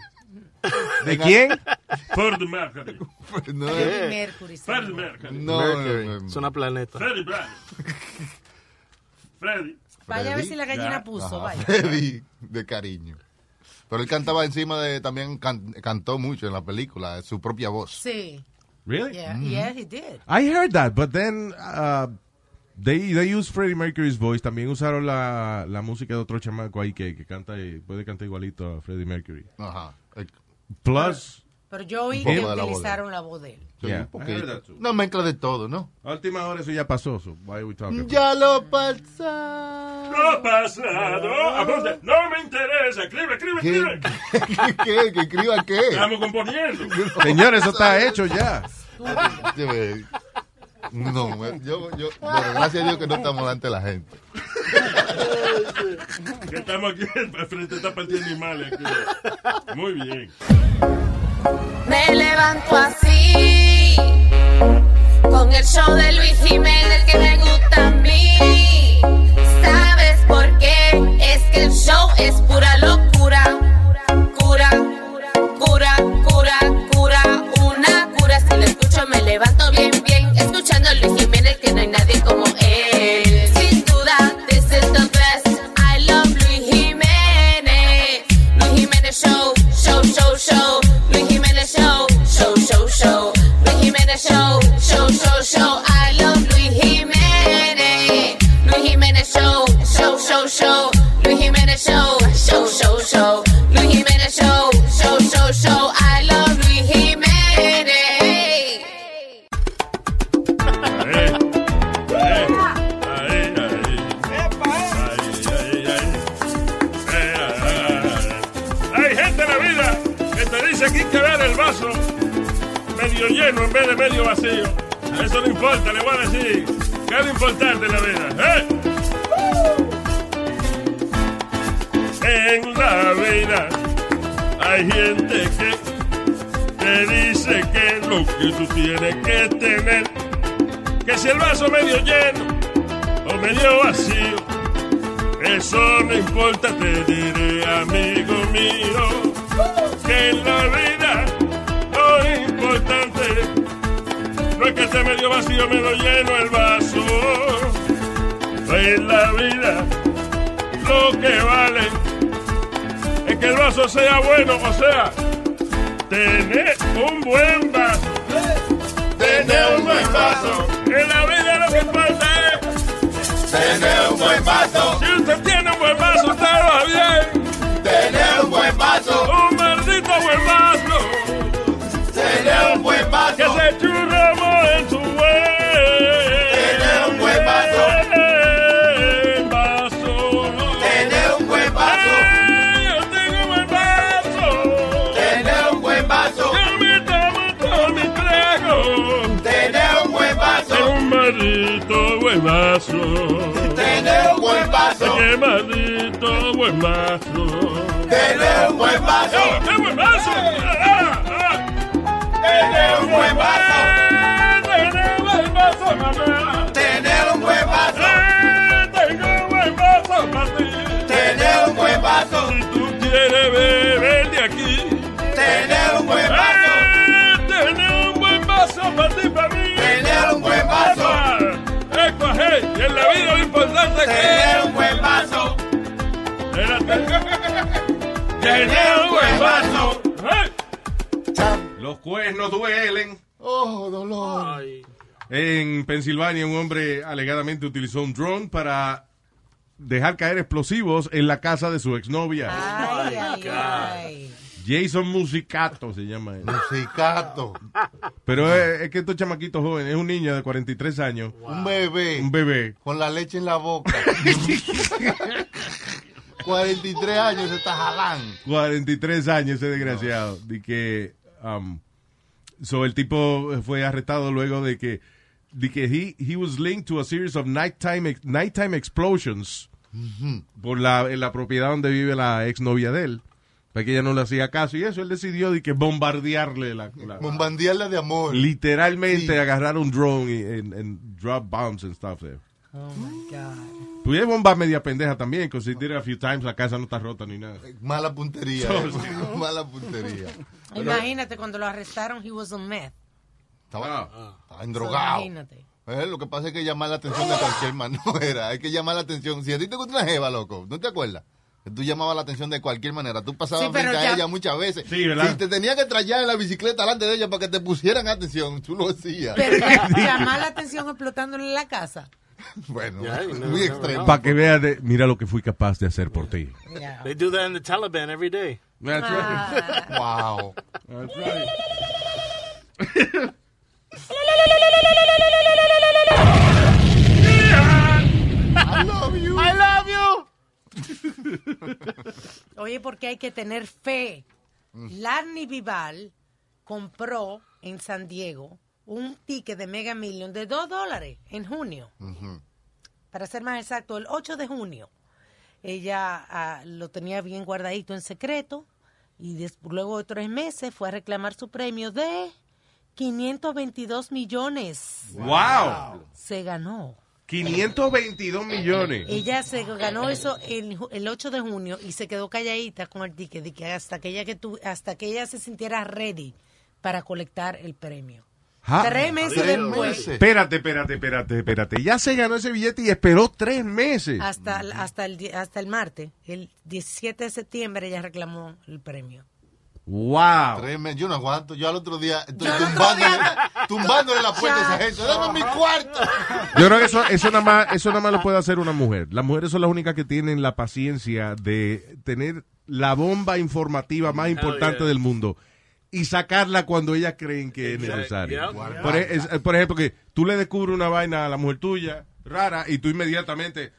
Speaker 6: ¿De quién?
Speaker 5: Freddie Mercury.
Speaker 3: No,
Speaker 8: Freddie
Speaker 4: Mercury.
Speaker 5: Freddie Mercury.
Speaker 3: No,
Speaker 8: Mercury.
Speaker 3: no, no.
Speaker 8: Suena planeta.
Speaker 5: Freddie Mercury. Freddie.
Speaker 4: Vaya a ver si la gallina
Speaker 5: Ya.
Speaker 4: puso.
Speaker 3: Ajá,
Speaker 4: Vaya.
Speaker 3: Freddie, de cariño. Pero él cantaba encima de... También can- cantó mucho en la película, su propia voz.
Speaker 4: Sí.
Speaker 6: Really? Mm-hmm.
Speaker 4: Yeah, yeah, he did.
Speaker 6: I heard that, but then uh, they they used Freddie Mercury's voice. También usaron la, la música de otro chamaco ahí que, que canta y puede cantar igualito a Freddie Mercury.
Speaker 3: Ajá. Eh,
Speaker 6: Plus,
Speaker 4: Pero yo oí
Speaker 6: Un
Speaker 4: que
Speaker 6: poco de la voz de
Speaker 4: utilizaron la voz de él.
Speaker 6: yeah,
Speaker 3: un poquito.
Speaker 6: I heard that too.
Speaker 3: Una mezcla de todo, ¿no? Mm.
Speaker 6: A última hora eso ya pasó. So why are we talking?
Speaker 3: Ya lo pasado.
Speaker 5: No pasado. Apunte. No me interesa. Escribe, escribe, escribe.
Speaker 3: ¿Qué? ¿Qué? ¿Que escriba qué?
Speaker 5: Estamos componiendo.
Speaker 6: Señores, eso está hecho ya.
Speaker 3: Este, No, me- yo, yo, bueno, gracias a Dios que no estamos delante de la gente.
Speaker 5: Que estamos aquí frente a esta partida de animales. aquí. Muy bien.
Speaker 10: Me levanto así, con el show de Luis Jiménez que me gusta a mí. ¿Sabes por qué? Es que el show es pura locura, cura, cura, cura, cura, una cura. Si lo escucho me levanto bien, bien, escuchando a Luis Jiménez que no hay nadie como él. Sin duda, this is the best. I love Luis Jiménez. Luis Jiménez Show, show, show, show. Luis Jiménez Show, show, show, show. Luis Jiménez Show, show, show, show. I love Luis Jiménez. Luis Jiménez Show, show, show, show. Luis Jiménez Show, show, show, show. Luis Jiménez Show, show, show, show. I love Luis Jiménez.
Speaker 5: Ahí. Ahí. Ahí, ahí. Ahí, ahí, ahí. Eh, ah, ah. Hay gente en la vida que te dice que hay que ver el vaso medio lleno en vez de medio vacío. Eso no importa, le voy a decir. ¿Qué es lo importante en la vida? ¿Eh? En la vida hay gente que te dice que no
Speaker 2: lo que tú tienes que tener. Que si el vaso medio lleno o medio vacío, eso no importa, te diré, amigo mío, que en la vida lo importante no es que esté medio vacío, medio lleno el vaso. En la vida lo que vale es que el vaso sea bueno, o sea, tener un buen vaso. Tener un buen vaso. En la vida lo que falta es tener un buen vaso. Si usted tiene un buen vaso, usted lo va bien. Tener un buen vaso. Un maldito buen vaso. Tener un buen vaso. Que se churramos en su buen. Tener un buen vaso. Tener un buen vaso. Yo tengo un buen vaso. Tener un buen vaso. Yo me tomo todo mi trago. Tener un buen vaso. un maldito buen vaso. Tener un buen vaso. Qué maldito buen vaso. Tener un buen vaso. ¡Qué buen vaso! ¡Ah, ah! Tener un buen vaso. Tener un buen vaso, mamá. Tener un buen vaso. Tengo un buen vaso para ti. Tener un buen vaso. Si tú quieres beber de aquí. Tener un buen vaso. Tener un buen vaso para ti, para mí. Tener un buen vaso. Epa, hey, y en la vida lo importante es que... Tener un buen vaso. Tener un buen vaso.
Speaker 6: Los cuernos duelen.
Speaker 3: Oh, dolor.
Speaker 6: En Pensilvania, un hombre alegadamente utilizó un drone para dejar caer explosivos en la casa de su exnovia.
Speaker 4: Ay, ay, ay.
Speaker 6: Jason Musicato se llama él.
Speaker 3: Musicato.
Speaker 6: Pero es, es que estos chamaquitos jóvenes, es un niño de 43 años.
Speaker 3: Un bebé.
Speaker 6: Un bebé.
Speaker 3: Con la leche en la boca. 43 años se está jalando.
Speaker 6: 43 años ese desgraciado. De que, um, so el tipo fue arrestado luego de que, de que he, he was linked to a series of nighttime, ex- nighttime explosions por la, en la propiedad donde vive la exnovia de él. Para que ella no le hacía caso y eso, él decidió de que bombardearle la... la-
Speaker 3: Bombardearla de amor.
Speaker 6: literalmente
Speaker 3: Sí.
Speaker 6: agarrar un drone y and- and drop bombs and stuff there.
Speaker 4: Oh, my God.
Speaker 6: Tuve bomba media pendeja también, considera a few times la casa no está rota ni nada.
Speaker 3: Eh, Mala puntería.
Speaker 6: So,
Speaker 3: eh. Mala puntería.
Speaker 4: Imagínate, cuando lo arrestaron, he was on meth. Ah.
Speaker 3: Estaba, estaba
Speaker 4: So,
Speaker 3: endrogado.
Speaker 4: imagínate.
Speaker 3: Eh, lo que pasa es que llamar la atención de cualquier manera. Hay que llamar la atención. Si a ti te gusta una jeva, loco, ¿no te acuerdas? Que Tú llamabas la atención de cualquier manera. Tú pasabas
Speaker 4: Sí, pero
Speaker 3: frente a
Speaker 4: ya-
Speaker 3: ella muchas veces.
Speaker 6: Sí, ¿verdad?
Speaker 3: Si te tenía que trayar en la bicicleta delante de ella para que te pusieran atención, tú lo hacías.
Speaker 4: Pero ya- llamar la atención explotándole la casa.
Speaker 3: bueno,
Speaker 8: Yeah, you
Speaker 3: muy
Speaker 8: never
Speaker 3: extremo.
Speaker 8: know.
Speaker 6: Para que veas, de- mira lo que fui capaz de hacer por ti.
Speaker 8: They do that in the Taliban every day.
Speaker 6: That's right.
Speaker 4: Ah.
Speaker 3: Wow.
Speaker 6: That's right.
Speaker 3: I love you.
Speaker 8: I love you.
Speaker 4: Oye, porque hay que tener fe. Larny Vival compró en San Diego un ticket de Mega Million de 2 dólares en junio. Para ser más exacto, el 8 de junio. Ella ah, lo tenía bien guardadito en secreto y des- luego de tres meses fue a reclamar su premio de 522 millones.
Speaker 6: Wow.
Speaker 4: Se ganó.
Speaker 6: 522 millones.
Speaker 4: Ella se ganó eso el, ju- el 8 de junio y se quedó calladita con el ticket de que hasta que ella que tu- hasta que ella se sintiera ready para colectar el premio.
Speaker 6: Ja-
Speaker 4: tres meses
Speaker 3: Tres
Speaker 4: después,
Speaker 3: meses.
Speaker 6: Espérate, espérate, espérate, espérate. Ya se ganó ese billete y esperó tres meses.
Speaker 4: hasta el- hasta el di- hasta el martes, el 17 de septiembre ella reclamó el premio.
Speaker 6: Wow.
Speaker 3: Tres meses. Yo no aguanto. Yo al otro día estoy
Speaker 4: Yo al otro
Speaker 3: tumbándole, tumbándole la puerta a esa
Speaker 4: Ya.
Speaker 3: gente. Dame mi cuarto.
Speaker 6: Yo creo que eso, eso nada más, eso nada más lo puede hacer una mujer. Las mujeres son las únicas que tienen la paciencia de tener la bomba informativa más importante
Speaker 8: yeah.
Speaker 6: del mundo y sacarla cuando ellas creen que es
Speaker 8: Exact-
Speaker 6: necesario.
Speaker 8: yeah.
Speaker 6: Por, e- es- por ejemplo, que tú le descubres una vaina a la mujer tuya rara y tú inmediatamente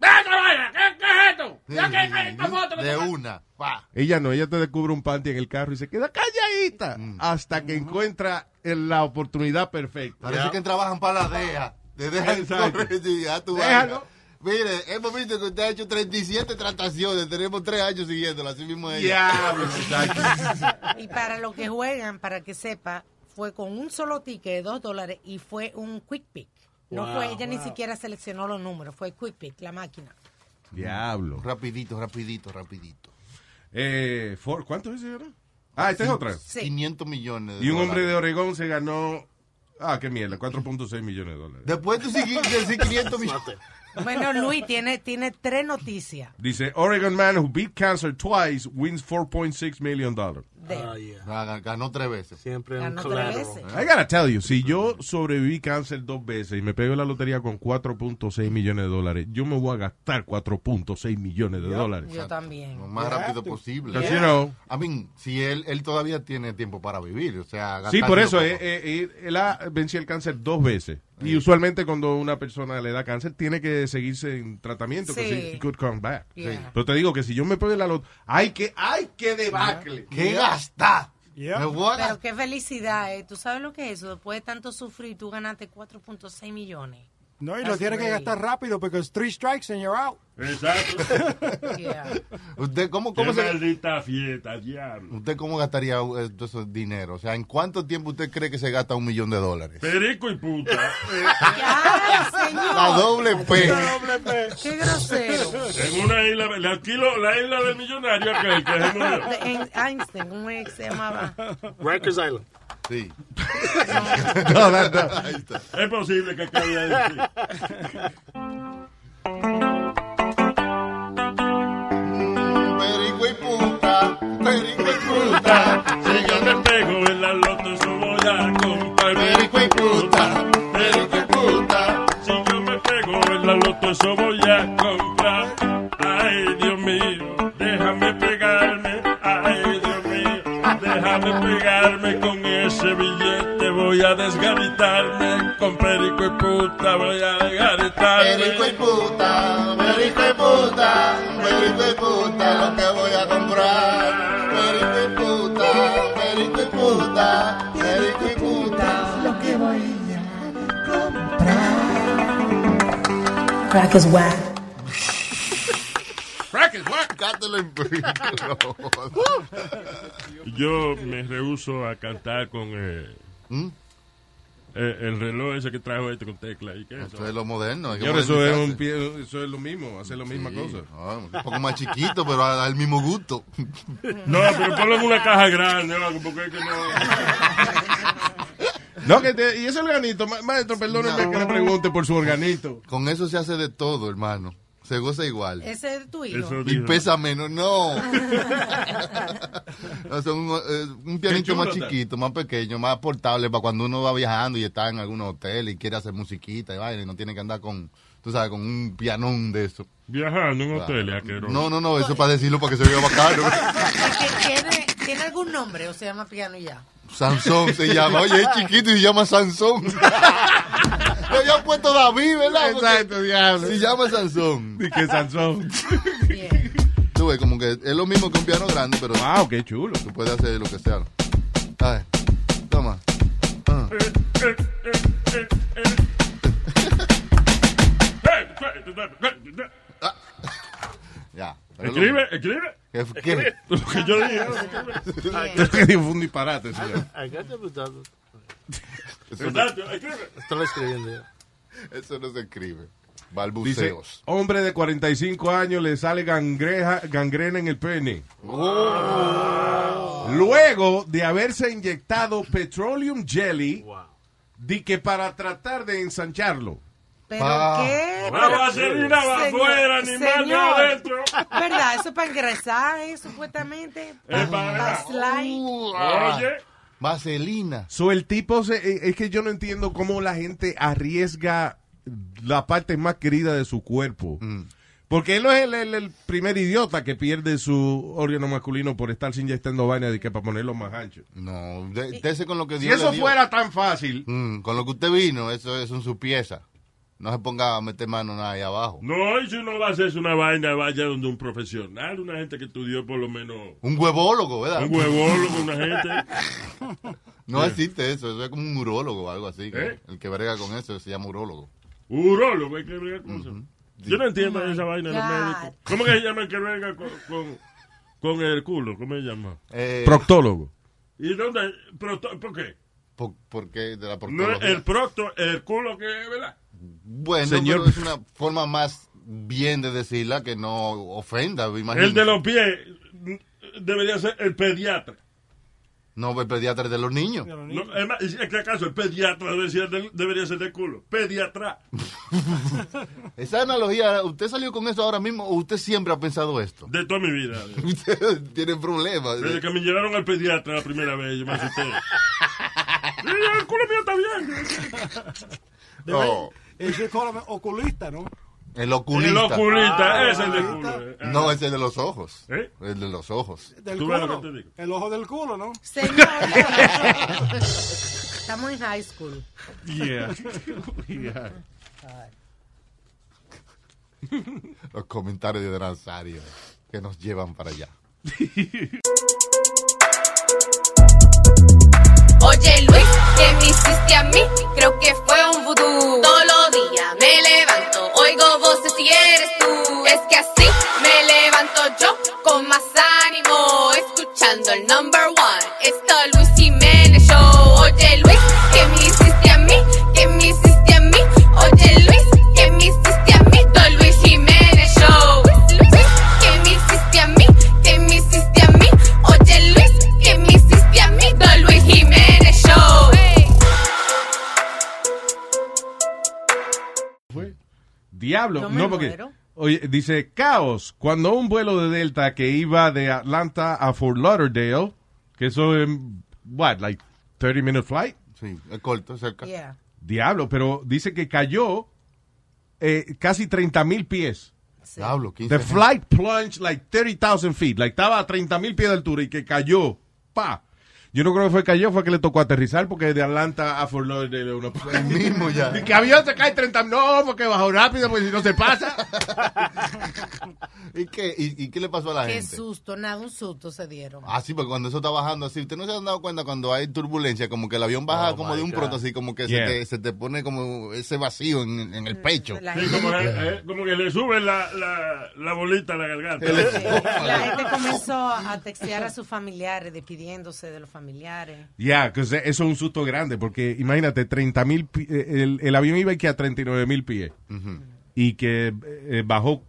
Speaker 11: ¡Vete, vaya! ¿Qué, qué es esto? ¿Ya qué qué es esta foto? que
Speaker 3: De
Speaker 11: tú-
Speaker 3: una. Pa.
Speaker 6: ella no, ella te descubre un panty en el carro y se queda calladita
Speaker 3: Mm.
Speaker 6: hasta que encuentra el- la oportunidad perfecta.
Speaker 3: Parece que trabajan para la DEA. Te dejan
Speaker 6: Exacto.
Speaker 3: corregir a tu
Speaker 6: Déjalo.
Speaker 3: vaina. Mire, hemos visto que usted ha hecho 37 trataciones. Tenemos tres años siguiéndola. Así mismo ella.
Speaker 6: Diablo, muchacho.
Speaker 4: Y para los que juegan, para que sepa, fue fue con un solo ticket de dos dólares y fue un quick pick. No
Speaker 3: Wow,
Speaker 4: fue, ella ni
Speaker 3: wow.
Speaker 4: siquiera seleccionó los números, fue quick pick, la máquina.
Speaker 6: Diablo.
Speaker 3: Rapidito, rapidito, rapidito.
Speaker 6: Eh, Ford, ¿Cuánto es ahora? Ah, esta es otra.
Speaker 3: 500 millones. de
Speaker 6: Y un hombre
Speaker 3: dólares.
Speaker 6: de Oregón se ganó. Ah, qué mierda, 4.6 millones de dólares.
Speaker 3: Después tú sigues decir 500 millones.
Speaker 4: Bueno, Luis tiene, tiene tres noticias.
Speaker 6: Dice: Oregon man who beat cancer twice wins 4.6 million dollars.
Speaker 3: Ganó tres veces.
Speaker 8: Siempre
Speaker 4: un Ganó tres collateral. veces.
Speaker 6: I gotta tell you, si yo sobreviví cáncer dos veces y me pego la lotería con 4.6 millones de dólares, yo me voy a gastar 4.6 millones de dólares.
Speaker 4: Yo también.
Speaker 3: Lo más rápido posible.
Speaker 6: Because, you know-
Speaker 3: I mean, si él, él todavía tiene tiempo para vivir, o sea...
Speaker 6: Sí, por eso,
Speaker 3: gastándolo
Speaker 6: eh, eh, eh, él ha vencido el cáncer dos veces. Y usualmente cuando una persona le da cáncer, tiene que seguirse en tratamiento,
Speaker 3: Sí.
Speaker 6: que sí, it could come back.
Speaker 3: Yeah.
Speaker 6: Pero te digo que si yo me pego la lotería, hay que, hay que debacle.
Speaker 3: ¿Qué gasta? Me voy a gastar.
Speaker 4: Pero qué felicidad, ¿eh? ¿Tú sabes lo que es eso? Después de tanto sufrir, tú ganaste 4.6 millones.
Speaker 7: No, y lo
Speaker 4: That's
Speaker 7: tiene que
Speaker 4: great.
Speaker 7: gastar rápido porque es three strikes and you're out.
Speaker 5: Exacto.
Speaker 3: ¿Usted cómo,
Speaker 5: Qué
Speaker 3: cómo se-
Speaker 5: maldita fiesta, diablo.
Speaker 3: ¿Usted cómo gastaría eh, todo ese dinero? O sea, ¿en cuánto tiempo usted cree que se gasta un millón de dólares?
Speaker 5: Perico y puta.
Speaker 3: La doble P.
Speaker 4: Qué grosero.
Speaker 5: En una isla, le alquilo la isla del millonario aquel que se murió.
Speaker 4: De- en Einstein, un ex se llamaba.
Speaker 8: Rikers Island.
Speaker 3: Sí.
Speaker 5: No, no, no. Es posible que acabe ahí.
Speaker 3: Perico y puta, perico y
Speaker 5: puta. Si yo me pego en la loto, eso voy a comprar. Perico y puta, perico y puta. Si yo me pego en la loto, eso voy a comprar. Ay, Dios mío, déjame pegarme. Ay, Dios mío, déjame pegarme con ese billete. Voy a desgaritarme. Con perico y puta voy a desgaritarme.
Speaker 3: Perico y puta, perico y puta, perico y puta, lo que voy a comprar. Perico y puta, perico y puta, perico y puta, lo que voy
Speaker 4: Crack is whack.
Speaker 3: Crack is whack. Cátelo en perico.
Speaker 5: Yo me rehuso a cantar con eh,
Speaker 3: ¿Mm?
Speaker 5: eh, el reloj ese que trajo este con tecla. ¿Y qué es eso?
Speaker 3: Esto es lo moderno. hay que
Speaker 6: Señor, eso es, un
Speaker 3: modernizarse.
Speaker 6: pie- eso es lo mismo, hacer la misma cosa.
Speaker 3: Un poco más chiquito, pero da el mismo gusto.
Speaker 5: No, pero ponlo en una caja grande o algo, porque es que no.
Speaker 6: No, que te- y ese organito, ma- maestro, perdóneme que le pregunte por su organito.
Speaker 3: Con eso se hace de todo, hermano. Se goza igual.
Speaker 4: Ese es tu hijo.
Speaker 3: y pesa menos, no. O sea, un, eh, un pianito
Speaker 6: chulo
Speaker 3: más
Speaker 6: está.
Speaker 3: chiquito, más pequeño, más portable para cuando uno va viajando y está en algún hotel y quiere hacer musiquita y vaina y no tiene que andar con, tú sabes, con un pianón de eso.
Speaker 5: Viajando en
Speaker 3: Claro.
Speaker 5: hoteles, aqueroso.
Speaker 3: No, no, no, eso es para decirlo para que se vea bacano.
Speaker 4: ¿Tiene, ¿Tiene algún nombre o se llama piano y ya?
Speaker 3: Sansón se llama, oye, es chiquito y se llama Sansón. Le habían puesto David, ¿verdad? Exacto, diablo. Se llama Sansón.
Speaker 6: ¿Y qué Sansón?
Speaker 3: Tú ves, como que es lo mismo que un piano grande, pero.
Speaker 6: ¡Wow, qué chulo!
Speaker 3: Tú puedes hacer lo que sea. A ver, toma. Ah. Ya. pero lo-
Speaker 5: Escribe, escribe.
Speaker 3: ¿Qué- qué?
Speaker 5: Escribe. Lo que yo dije.
Speaker 3: Ε,
Speaker 6: Creo que dijo un disparate, señor.
Speaker 8: I got the resultado. Ε,
Speaker 5: Exacto, escribe.
Speaker 8: Estaba escribiendo ya.
Speaker 3: Eso no se escribe.
Speaker 6: Dice,
Speaker 3: Balbuceos.
Speaker 6: hombre de 45 años le sale gangreja- gangrena en el pene. Luego de haberse inyectado petroleum jelly, di que para tratar de ensancharlo. Ah.
Speaker 4: ¿Pero
Speaker 6: Pa.
Speaker 4: qué?
Speaker 6: Vamos
Speaker 4: Pero-
Speaker 6: a hacer una va
Speaker 4: Señor-
Speaker 6: afuera, animal, no
Speaker 4: señor.
Speaker 6: adentro.
Speaker 4: ¿Verdad? Eso es para ingresar, ¿eh? supuestamente. Para, Uh, para slide.
Speaker 3: Vaselina.
Speaker 6: So, el tipo se- eh, es que yo no entiendo cómo la gente arriesga la parte más querida de su cuerpo.
Speaker 3: Mm.
Speaker 6: Porque él no es el, el- el primer idiota que pierde su órgano masculino por estar inyectando vaina de que para ponerlo más ancho.
Speaker 3: No, de- dese con lo que
Speaker 6: Si
Speaker 3: Dios le
Speaker 6: eso
Speaker 3: dio.
Speaker 6: fuera tan fácil.
Speaker 3: Mm, con lo que usted vino, eso es un su pieza. No se ponga a meter mano nada ahí abajo.
Speaker 5: No, y si uno va a hacerse una vaina, vaya donde un profesional, una gente que estudió por lo menos.
Speaker 3: Un huevólogo, ¿verdad?
Speaker 5: Un huevólogo, una gente.
Speaker 3: No
Speaker 5: Sí.
Speaker 3: existe eso, eso es como un urólogo o algo así. que
Speaker 5: ¿Eh?
Speaker 3: El que brega con eso se llama urólogo.
Speaker 5: Urólogo, hay que ver cómo se llama. Yo no entiendo esa vaina de los
Speaker 2: God.
Speaker 5: médicos. ¿Cómo que se llama el que venga con, con, con el culo? ¿Cómo se llama?
Speaker 3: Eh,
Speaker 6: Proctólogo.
Speaker 5: ¿Y dónde? Procto- ¿Por qué?
Speaker 3: por- porque de la
Speaker 5: No,
Speaker 3: proctología.
Speaker 5: el procto, el culo que, ¿verdad?
Speaker 3: Bueno,
Speaker 5: Señor-
Speaker 3: pero es una forma más bien de decirla que no ofenda, imagínate.
Speaker 5: El de los pies debería ser el pediatra.
Speaker 3: No, el pediatra es de los niños.
Speaker 5: No, es más, es que acaso el pediatra debería ser del, debería ser del culo. Pediatra.
Speaker 3: Esa analogía, ¿usted salió con eso ahora mismo o usted siempre ha pensado esto?
Speaker 5: De toda mi vida.
Speaker 3: Usted tiene problemas.
Speaker 5: Desde que me llevaron al pediatra la primera vez, yo me asusté.
Speaker 7: ¡Eh,
Speaker 5: Sí, el culo mío está bien.
Speaker 3: No.
Speaker 7: Ese es como oculista, ¿no?
Speaker 3: El oculista.
Speaker 5: El oculista,
Speaker 7: Ah,
Speaker 5: ese es el de
Speaker 7: oculista.
Speaker 5: culo. eh.
Speaker 3: No, ese es de los ojos.
Speaker 5: ¿Eh?
Speaker 3: El de los ojos.
Speaker 7: Del
Speaker 5: Tú ves lo
Speaker 7: culo.
Speaker 5: que te digo.
Speaker 7: El ojo del culo, ¿no?
Speaker 4: Estamos en high school.
Speaker 5: Yeah. Yeah.
Speaker 3: Los comentarios de Nazario que nos llevan para allá.
Speaker 10: Oye Luis, que me hiciste a mí, creo que fue un vudú. Todos los días me levanto, oigo voces y eres tú. Es que así me levanto yo con más ánimo, escuchando el number one. Esto Luis Jiménez Show. Oye Luis, que me hiciste a mí, que me hiciste a mí. Oye Luis, que me hiciste a mí, todo Luis Jiménez Show. Luis, Luis, que me hiciste a mí, que me hiciste a mí. Oye Luis, que me hiciste a mí, todo Luis Jiménez Show.
Speaker 6: Diablo,
Speaker 4: Yo me
Speaker 6: no, porque.
Speaker 4: muero.
Speaker 6: Oye, dice caos. Cuando un vuelo de Delta que iba de Atlanta a Fort Lauderdale, que eso es, what, like 30 minute flight?
Speaker 3: Sí, es corto, cerca.
Speaker 4: Yeah.
Speaker 6: Diablo, pero dice que cayó eh, casi 30 mil pies.
Speaker 3: Diablo, 15
Speaker 6: The
Speaker 3: gente.
Speaker 6: flight plunged like 30,000 feet. Like estaba a 30 mil pies de altura y que cayó. Pa. Yo no creo que fue cayó, fue que le tocó aterrizar porque de Atlanta a Fort Lauderdale una
Speaker 3: mismo ya.
Speaker 6: Y que avión se cae 30 No, porque bajó rápido, porque si no se pasa.
Speaker 3: ¿Y qué, y, y qué le pasó a la
Speaker 4: Qué
Speaker 3: gente?
Speaker 4: susto, nada, un susto se dieron.
Speaker 3: Ah, sí, porque cuando eso está bajando así, usted no se han dado cuenta cuando hay turbulencia, como que el avión baja
Speaker 8: Oh,
Speaker 3: como de
Speaker 8: my
Speaker 3: un
Speaker 8: God.
Speaker 3: pronto, así como que
Speaker 6: Yeah.
Speaker 3: se, te, se te pone como ese vacío en, en
Speaker 7: Mm,
Speaker 3: el pecho.
Speaker 4: La
Speaker 5: Sí,
Speaker 4: gente,
Speaker 5: como, que, eh, como que le sube la, la, la bolita a la garganta.
Speaker 4: la gente comenzó a a textear a sus familiares, despidiéndose de los familiares.
Speaker 6: Ya, que eso es un susto grande, porque imagínate, 30 mil, eh, el, el avión iba que a 39 mil pies, y que eh, bajó,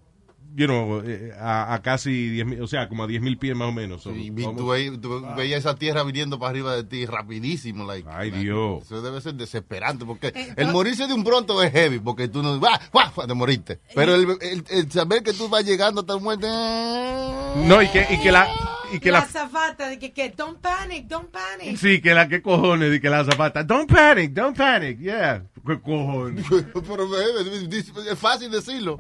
Speaker 6: you know, eh, a, a casi 10 mil, o sea, como a 10 mil pies más o menos. So,
Speaker 3: Y vi-
Speaker 6: vamos-
Speaker 3: tú, ve- tú veías esa tierra viniendo para arriba de ti rapidísimo. Like,
Speaker 6: Ay,
Speaker 3: like,
Speaker 6: Dios.
Speaker 3: Eso debe ser desesperante, porque
Speaker 4: Eh,
Speaker 3: el morirse de un pronto es heavy, porque tú no... ¡Ah! ¡Ah! Te moriste. Pero el, el- el saber que tú vas llegando hasta muerte... eh,
Speaker 6: No, y que, y que la... Y que
Speaker 4: la
Speaker 6: la
Speaker 4: azafata de que, que don't panic, don't panic.
Speaker 6: Sí, que la que cojones, y que la zapata. Don't panic, don't panic, yeah. ¿Qué cojones?
Speaker 3: Pero eh, es fácil decirlo.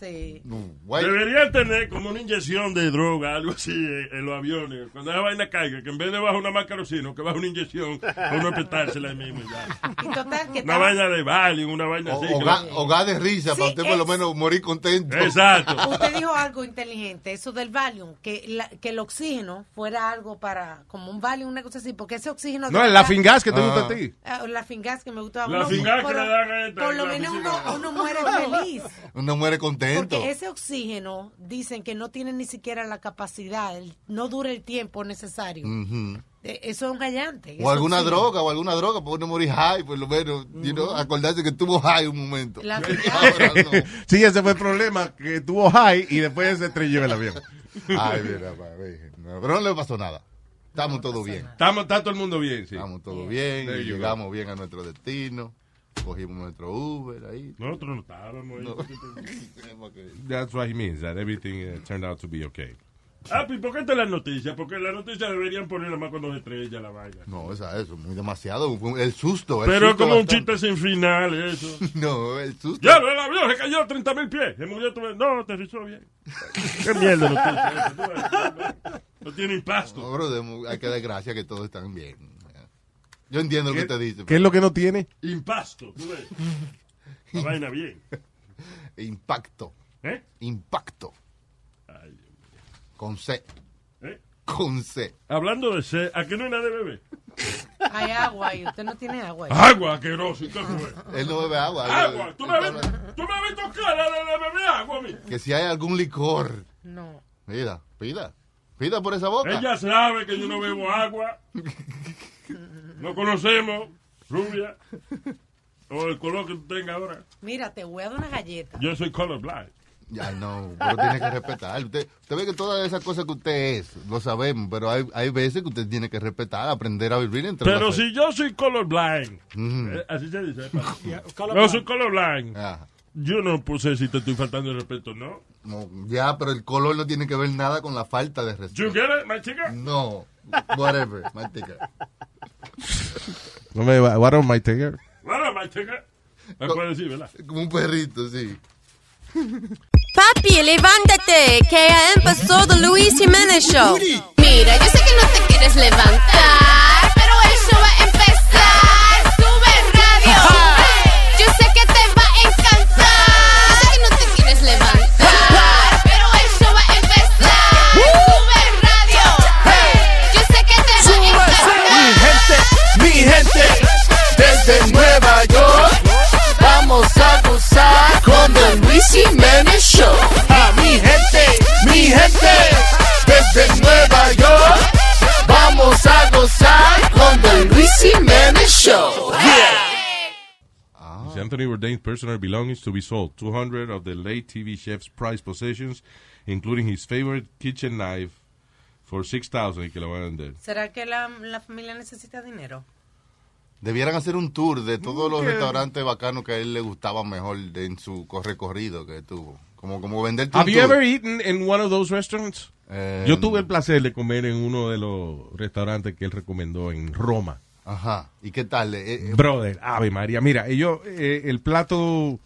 Speaker 4: Sí.
Speaker 3: Guay.
Speaker 5: Deberían tener como una inyección de droga, algo así, eh, en los aviones. Cuando esa vaina caiga, que en vez de bajar una más carosino, que baja una inyección, a uno petársela ahí mismo. y ya.
Speaker 4: Y total
Speaker 5: Una
Speaker 4: que estaba-
Speaker 5: vaina de Valium, una vaina
Speaker 3: O,
Speaker 5: así.
Speaker 3: o
Speaker 5: que-
Speaker 3: ga- o ga de risa,
Speaker 4: Sí,
Speaker 3: para usted por lo
Speaker 4: es-
Speaker 3: menos morir contento.
Speaker 5: Exacto.
Speaker 4: usted dijo algo inteligente, eso del Valium, que, la- que el oxígeno fuera algo para, como un Valium, una cosa así, porque ese oxígeno...
Speaker 6: No, es la fingas que te
Speaker 3: Ah.
Speaker 6: gusta a ti.
Speaker 4: Ah, la fingas que me gustaba.
Speaker 5: La
Speaker 4: Uno-
Speaker 5: fingas
Speaker 4: por
Speaker 5: que
Speaker 4: lo-
Speaker 5: le dan a esta,
Speaker 4: Por
Speaker 5: en
Speaker 4: lo
Speaker 5: la
Speaker 4: menos uno,
Speaker 5: oficina.
Speaker 4: uno muere feliz.
Speaker 3: Uno muere contento.
Speaker 4: Porque ese oxígeno, dicen que no tiene ni siquiera la capacidad, el- no dura el tiempo necesario.
Speaker 6: Mm.
Speaker 3: Ujú.
Speaker 4: Eh, Eso es un gallante.
Speaker 3: O alguna droga, o alguna droga, para uno morir high, por lo menos, you know, acordarse que estuvo high un momento.
Speaker 4: La
Speaker 3: Ahora no.
Speaker 6: Sí, ese fue el problema, que tuvo high y después se estrelló el avión.
Speaker 3: Ay, mira, pa, ve. No, pero no le pasó nada. Estamos todo bien.
Speaker 6: Estamos, está todo el mundo bien, sí.
Speaker 3: Estamos todo bien,
Speaker 6: There you
Speaker 3: llegamos bien a nuestro destino, cogimos nuestro Uber ahí.
Speaker 5: Nosotros no estábamos. ahí.
Speaker 6: That's what he means, that everything uh, turned out to be okay.
Speaker 5: Ah, ¿y por qué te las noticias? Porque las noticias deberían ponerla más cuando se estrella la vaina.
Speaker 3: No, esa, eso, muy demasiado. fue El susto. el
Speaker 5: Pero es
Speaker 3: susto
Speaker 5: como un
Speaker 3: bastante.
Speaker 5: chiste sin final, eso.
Speaker 3: No, el susto.
Speaker 5: Ya, el avión se cayó a 30 mil pies. Se murió tu No, aterrizó bien. Qué mierda noticia. esa, tú ves, no, no. No tiene
Speaker 3: No,
Speaker 5: impasto.
Speaker 3: bro, de- hay que dar gracias que todos están bien. Yo entiendo lo que te dice.
Speaker 6: ¿Qué es lo que no tiene?
Speaker 5: Impasto, tú ves. La vaina bien.
Speaker 3: Impacto,
Speaker 5: ¿Eh?
Speaker 3: impacto.
Speaker 5: Ay, Dios mío.
Speaker 3: Con C,
Speaker 5: ¿Eh?
Speaker 3: con C.
Speaker 5: Hablando de sed, aquí no hay nada de beber.
Speaker 4: Hay agua y usted no tiene
Speaker 2: Pues.
Speaker 4: agua.
Speaker 5: Agua, asqueroso. ¿y ¿Qué fue?
Speaker 3: Él no bebe agua.
Speaker 5: Agua. ¿Tú me,
Speaker 3: Él
Speaker 5: ves,
Speaker 3: habla
Speaker 5: tú me ves tocar a la de beber agua a mí.
Speaker 3: Que si hay algún licor,
Speaker 4: No.
Speaker 3: mira, pida, Pida por esa boca.
Speaker 5: Ella sabe que yo no bebo agua. No conocemos, rubia. O el color que tú tengas ahora.
Speaker 4: Mira, te voy a dar una galleta.
Speaker 5: Yo soy colorblind.
Speaker 3: Ya no, pero tiene que respetar. Usted, usted ve que todas esas cosas que usted es, lo sabemos, pero hay, hay veces que usted tiene que respetar, aprender a Mm. vivir entre
Speaker 5: Pero
Speaker 3: las-
Speaker 5: si yo soy colorblind,
Speaker 3: Ujú.
Speaker 5: eh, así se dice. pa-
Speaker 3: colorblind.
Speaker 5: No soy colorblind. Yo no puse si te estoy faltando el respeto, ¿no?
Speaker 3: No, ya, pero el color no tiene que ver nada con la falta de respeto.
Speaker 5: You get it, my chica?
Speaker 3: No, whatever, my chica.
Speaker 6: No me va, what am I taking?
Speaker 5: Bueno, my chica. Me puede decir, ¿verdad?
Speaker 3: Como un perrito, sí.
Speaker 12: Papi, levántate, que ha empezado Luis Jiménez Show.
Speaker 10: Mira, yo sé que no te quieres levantar, pero el show va a empezar. Sube radio. Hey, Yo sé que te va a encantar. Yo sé que no te quieres levantar, pero el show va a empezar. Sube radio. Hey, Yo sé que te va a encantar.
Speaker 1: Mi gente, desde Nueva York, vamos a gozar con The Luis Jiménez Show. A mi gente, mi gente, desde Nueva York, vamos a gozar con The Luis Jiménez Show.
Speaker 3: Ah.
Speaker 6: Is Anthony Bourdain's personal belongings to be sold. 200 of the late TV chef's prized possessions, including his favorite kitchen knife, for 6,000 y que lo van a vender.
Speaker 4: ¿Será que la, la familia necesita dinero?
Speaker 3: Debieran hacer un tour de todos los
Speaker 4: ¿Qué?
Speaker 3: restaurantes bacanos que a él le gustaban mejor de- en su co- recorrido que tuvo. Como, como venderte
Speaker 6: Have
Speaker 3: un
Speaker 6: you
Speaker 3: tour.
Speaker 6: ever eaten in one of those restaurants?
Speaker 3: Eh,
Speaker 6: Yo tuve el placer de comer en uno de los restaurantes que él recomendó en Roma.
Speaker 3: Ajá. ¿Y qué tal? Eh, eh,
Speaker 6: Brother, Ave María. Mira, ellos, eh, el plato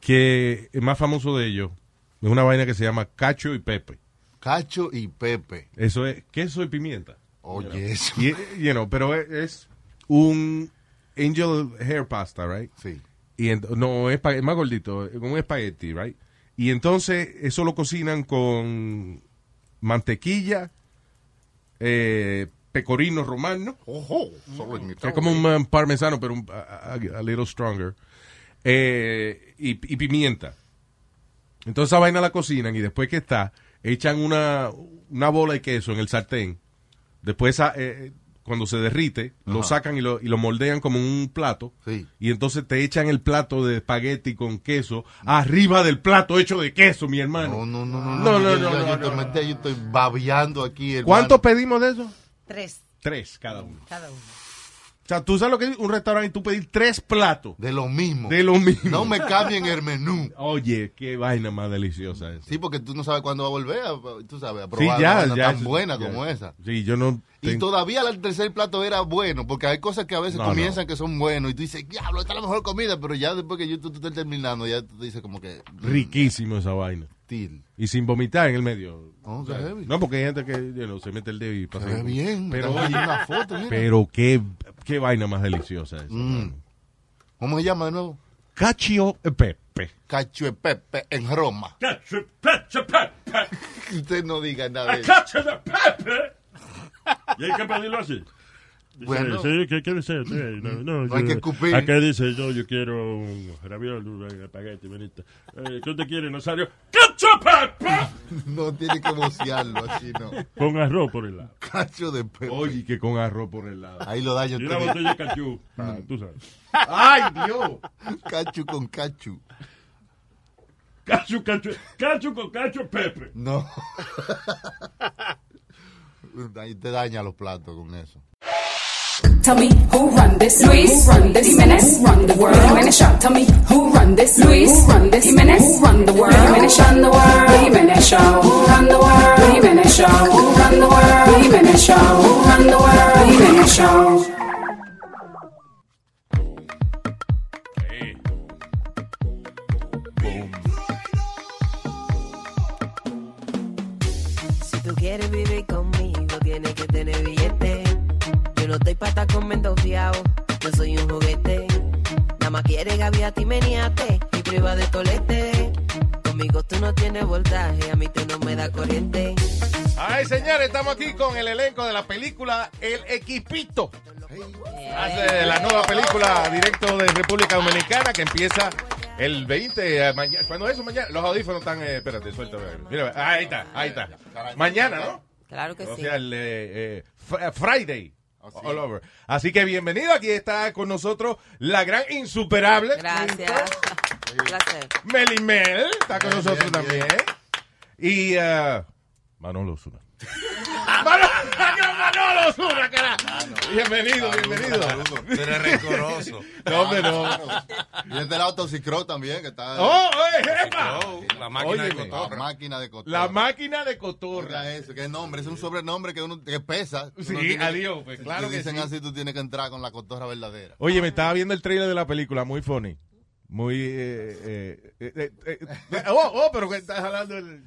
Speaker 6: que es más famoso de ellos es una vaina que se llama cacho y pepe.
Speaker 3: Cacho y pepe.
Speaker 6: Eso es queso y pimienta.
Speaker 3: Oye,
Speaker 6: You know.
Speaker 3: eso.
Speaker 6: Y- you know, pero es, es un angel hair pasta, right?
Speaker 3: Sí.
Speaker 6: Y ent- no, es, pa- es más gordito, es como un espagueti, right? Y entonces eso lo cocinan con mantequilla, eh, pecorino romano.
Speaker 3: Ojo, solo en mi
Speaker 6: Es como un um, parmesano, pero un, a, a- a little stronger. Eh, y, y pimienta. Entonces esa vaina la cocinan y después que está, echan una, una bola de queso en el sartén. Después, esa, eh, cuando se derrite, lo
Speaker 3: Ajá.
Speaker 6: sacan y lo, y lo moldean como un plato. Y entonces te echan el plato de espagueti con queso arriba del plato hecho de queso, mi
Speaker 3: No,
Speaker 6: hermano.
Speaker 3: no, no.
Speaker 6: No, no,
Speaker 3: yo-
Speaker 6: no,
Speaker 3: yo-
Speaker 6: no,
Speaker 3: yo te metí, yo estoy babeando aquí. hermano.
Speaker 6: ¿Cuántos pedimos de eso?
Speaker 4: Tres,
Speaker 6: Tres cada uno.
Speaker 4: cada uno.
Speaker 6: O sea, tú sabes lo que es un restaurante y tú pedís tres platos.
Speaker 3: De lo mismo.
Speaker 6: De lo mismo.
Speaker 3: No me cambien el menú.
Speaker 6: Oye, qué vaina más deliciosa esa.
Speaker 3: Sí, porque tú no sabes cuándo va a volver, a- tú sabes, a
Speaker 6: Sí,
Speaker 3: probar
Speaker 6: ya,
Speaker 3: una vaina
Speaker 6: ya.
Speaker 3: tan buena
Speaker 6: ya.
Speaker 3: como esa.
Speaker 6: Sí, yo no.
Speaker 3: Y
Speaker 6: tengo-
Speaker 3: todavía el tercer plato era bueno, porque hay cosas que a veces
Speaker 6: No,
Speaker 3: comienzan que son buenos y tú dices, diablo, esta es la mejor comida, pero ya después que yo, tú, tú estás terminando, ya tú dices como que...
Speaker 6: Riquísimo esa vaina. Y sin vomitar en el medio.
Speaker 3: Oh, qué
Speaker 6: O sea,
Speaker 3: heavy.
Speaker 6: no, porque hay gente que you know, se mete el dedo y pasa.
Speaker 3: Se ve bien,
Speaker 6: Pero,
Speaker 3: me están
Speaker 6: oye,
Speaker 3: mandando una foto, mira. Mm.
Speaker 6: pero qué, qué vaina más deliciosa esa.
Speaker 3: ¿Cómo se llama de nuevo?
Speaker 6: Cacio e Pepe.
Speaker 3: Cacho e Pepe en Roma.
Speaker 5: Cacho e Pepe.
Speaker 3: Usted no diga nada de
Speaker 5: A
Speaker 3: eso.
Speaker 5: catch of the pepper. Y hay que pedirlo así. Dice,
Speaker 3: Bueno.
Speaker 5: sí, ¿qué quiere ser? Sí, No, no,
Speaker 3: No hay
Speaker 5: yo-
Speaker 3: que escupir.
Speaker 5: Acá dice, yo, yo quiero un raviol, un espagueti, bonito. Eh, ¿Qué te quiere, Nazario? ¡Cacho pepper!
Speaker 3: No tiene que bocearlo así, no.
Speaker 5: Con arroz por el lado.
Speaker 3: Cacho de Pepe.
Speaker 6: Oye, que con arroz por el lado.
Speaker 3: Ahí lo da yo.
Speaker 5: Y una
Speaker 3: te digo.
Speaker 5: botella de cachú. Ah, tú sabes.
Speaker 6: ¡Ay, Dios!
Speaker 3: Cacho con cacho.
Speaker 5: Cacho, cacho, cacho con cacho pepe.
Speaker 3: No. Ahí te daña los platos con eso.
Speaker 13: Tell me who run this Luis who run this Jimenez who run the world Jimenez show Tell me who run this Luis who run this Jimenez who run the world Jimenez show run the world Jimenez show who run the world Jimenez show who run the world Jimenez show who run the world Jimenez show
Speaker 14: Si tú quieres vivir conmigo, tienes que tener billete. Yo no estoy pa' estar comiendo fiao, yo soy un juguete. Nada más quiere gaviate y meniate y priva de tolete. Conmigo tú no tienes voltaje, a mí tú no me das corriente.
Speaker 6: Ay, señores, estamos aquí con el elenco de la película El Equipito. Hace la nueva película directo de República Dominicana que empieza el 20 de eh, mañana. ¿Cuándo es eso? Mañana. Los audífonos están. eh, espérate, suéltame. Mira, ahí está, ahí está. Mañana, ¿no?
Speaker 15: Claro que
Speaker 6: o
Speaker 15: sí.
Speaker 6: sea, el eh, eh, fr- Friday. All over. Así que bienvenido. Aquí está con nosotros la gran insuperable.
Speaker 15: Gracias. Un placer.
Speaker 6: Melimel está con nosotros también. Y eh, Manolo Zuna.
Speaker 2: Manolo, Manolo Zuna, cara.
Speaker 6: Bienvenido, bienvenido.
Speaker 3: Tú eres rencoroso.
Speaker 6: No, hombre, no.
Speaker 3: Y desde el auto Cicro también, que está.
Speaker 6: ¡Oh, eh, jefa!
Speaker 3: La
Speaker 6: máquina de
Speaker 3: La
Speaker 6: cotorra.
Speaker 3: máquina de cotorra.
Speaker 6: La máquina de cotorra.
Speaker 3: Oiga eso, qué nombre, es un sobrenombre que uno que pesa.
Speaker 6: Sí,
Speaker 3: Uno tiene-
Speaker 6: adiós, pues,
Speaker 3: si
Speaker 6: claro
Speaker 3: te
Speaker 6: que
Speaker 3: dicen
Speaker 6: sí.
Speaker 3: así, tú tienes que entrar con la cotorra verdadera.
Speaker 6: Oye, me estaba viendo el trailer de la película, muy funny. Muy. eh, eh, eh, eh, eh, eh, oh, oh, pero que estás hablando el-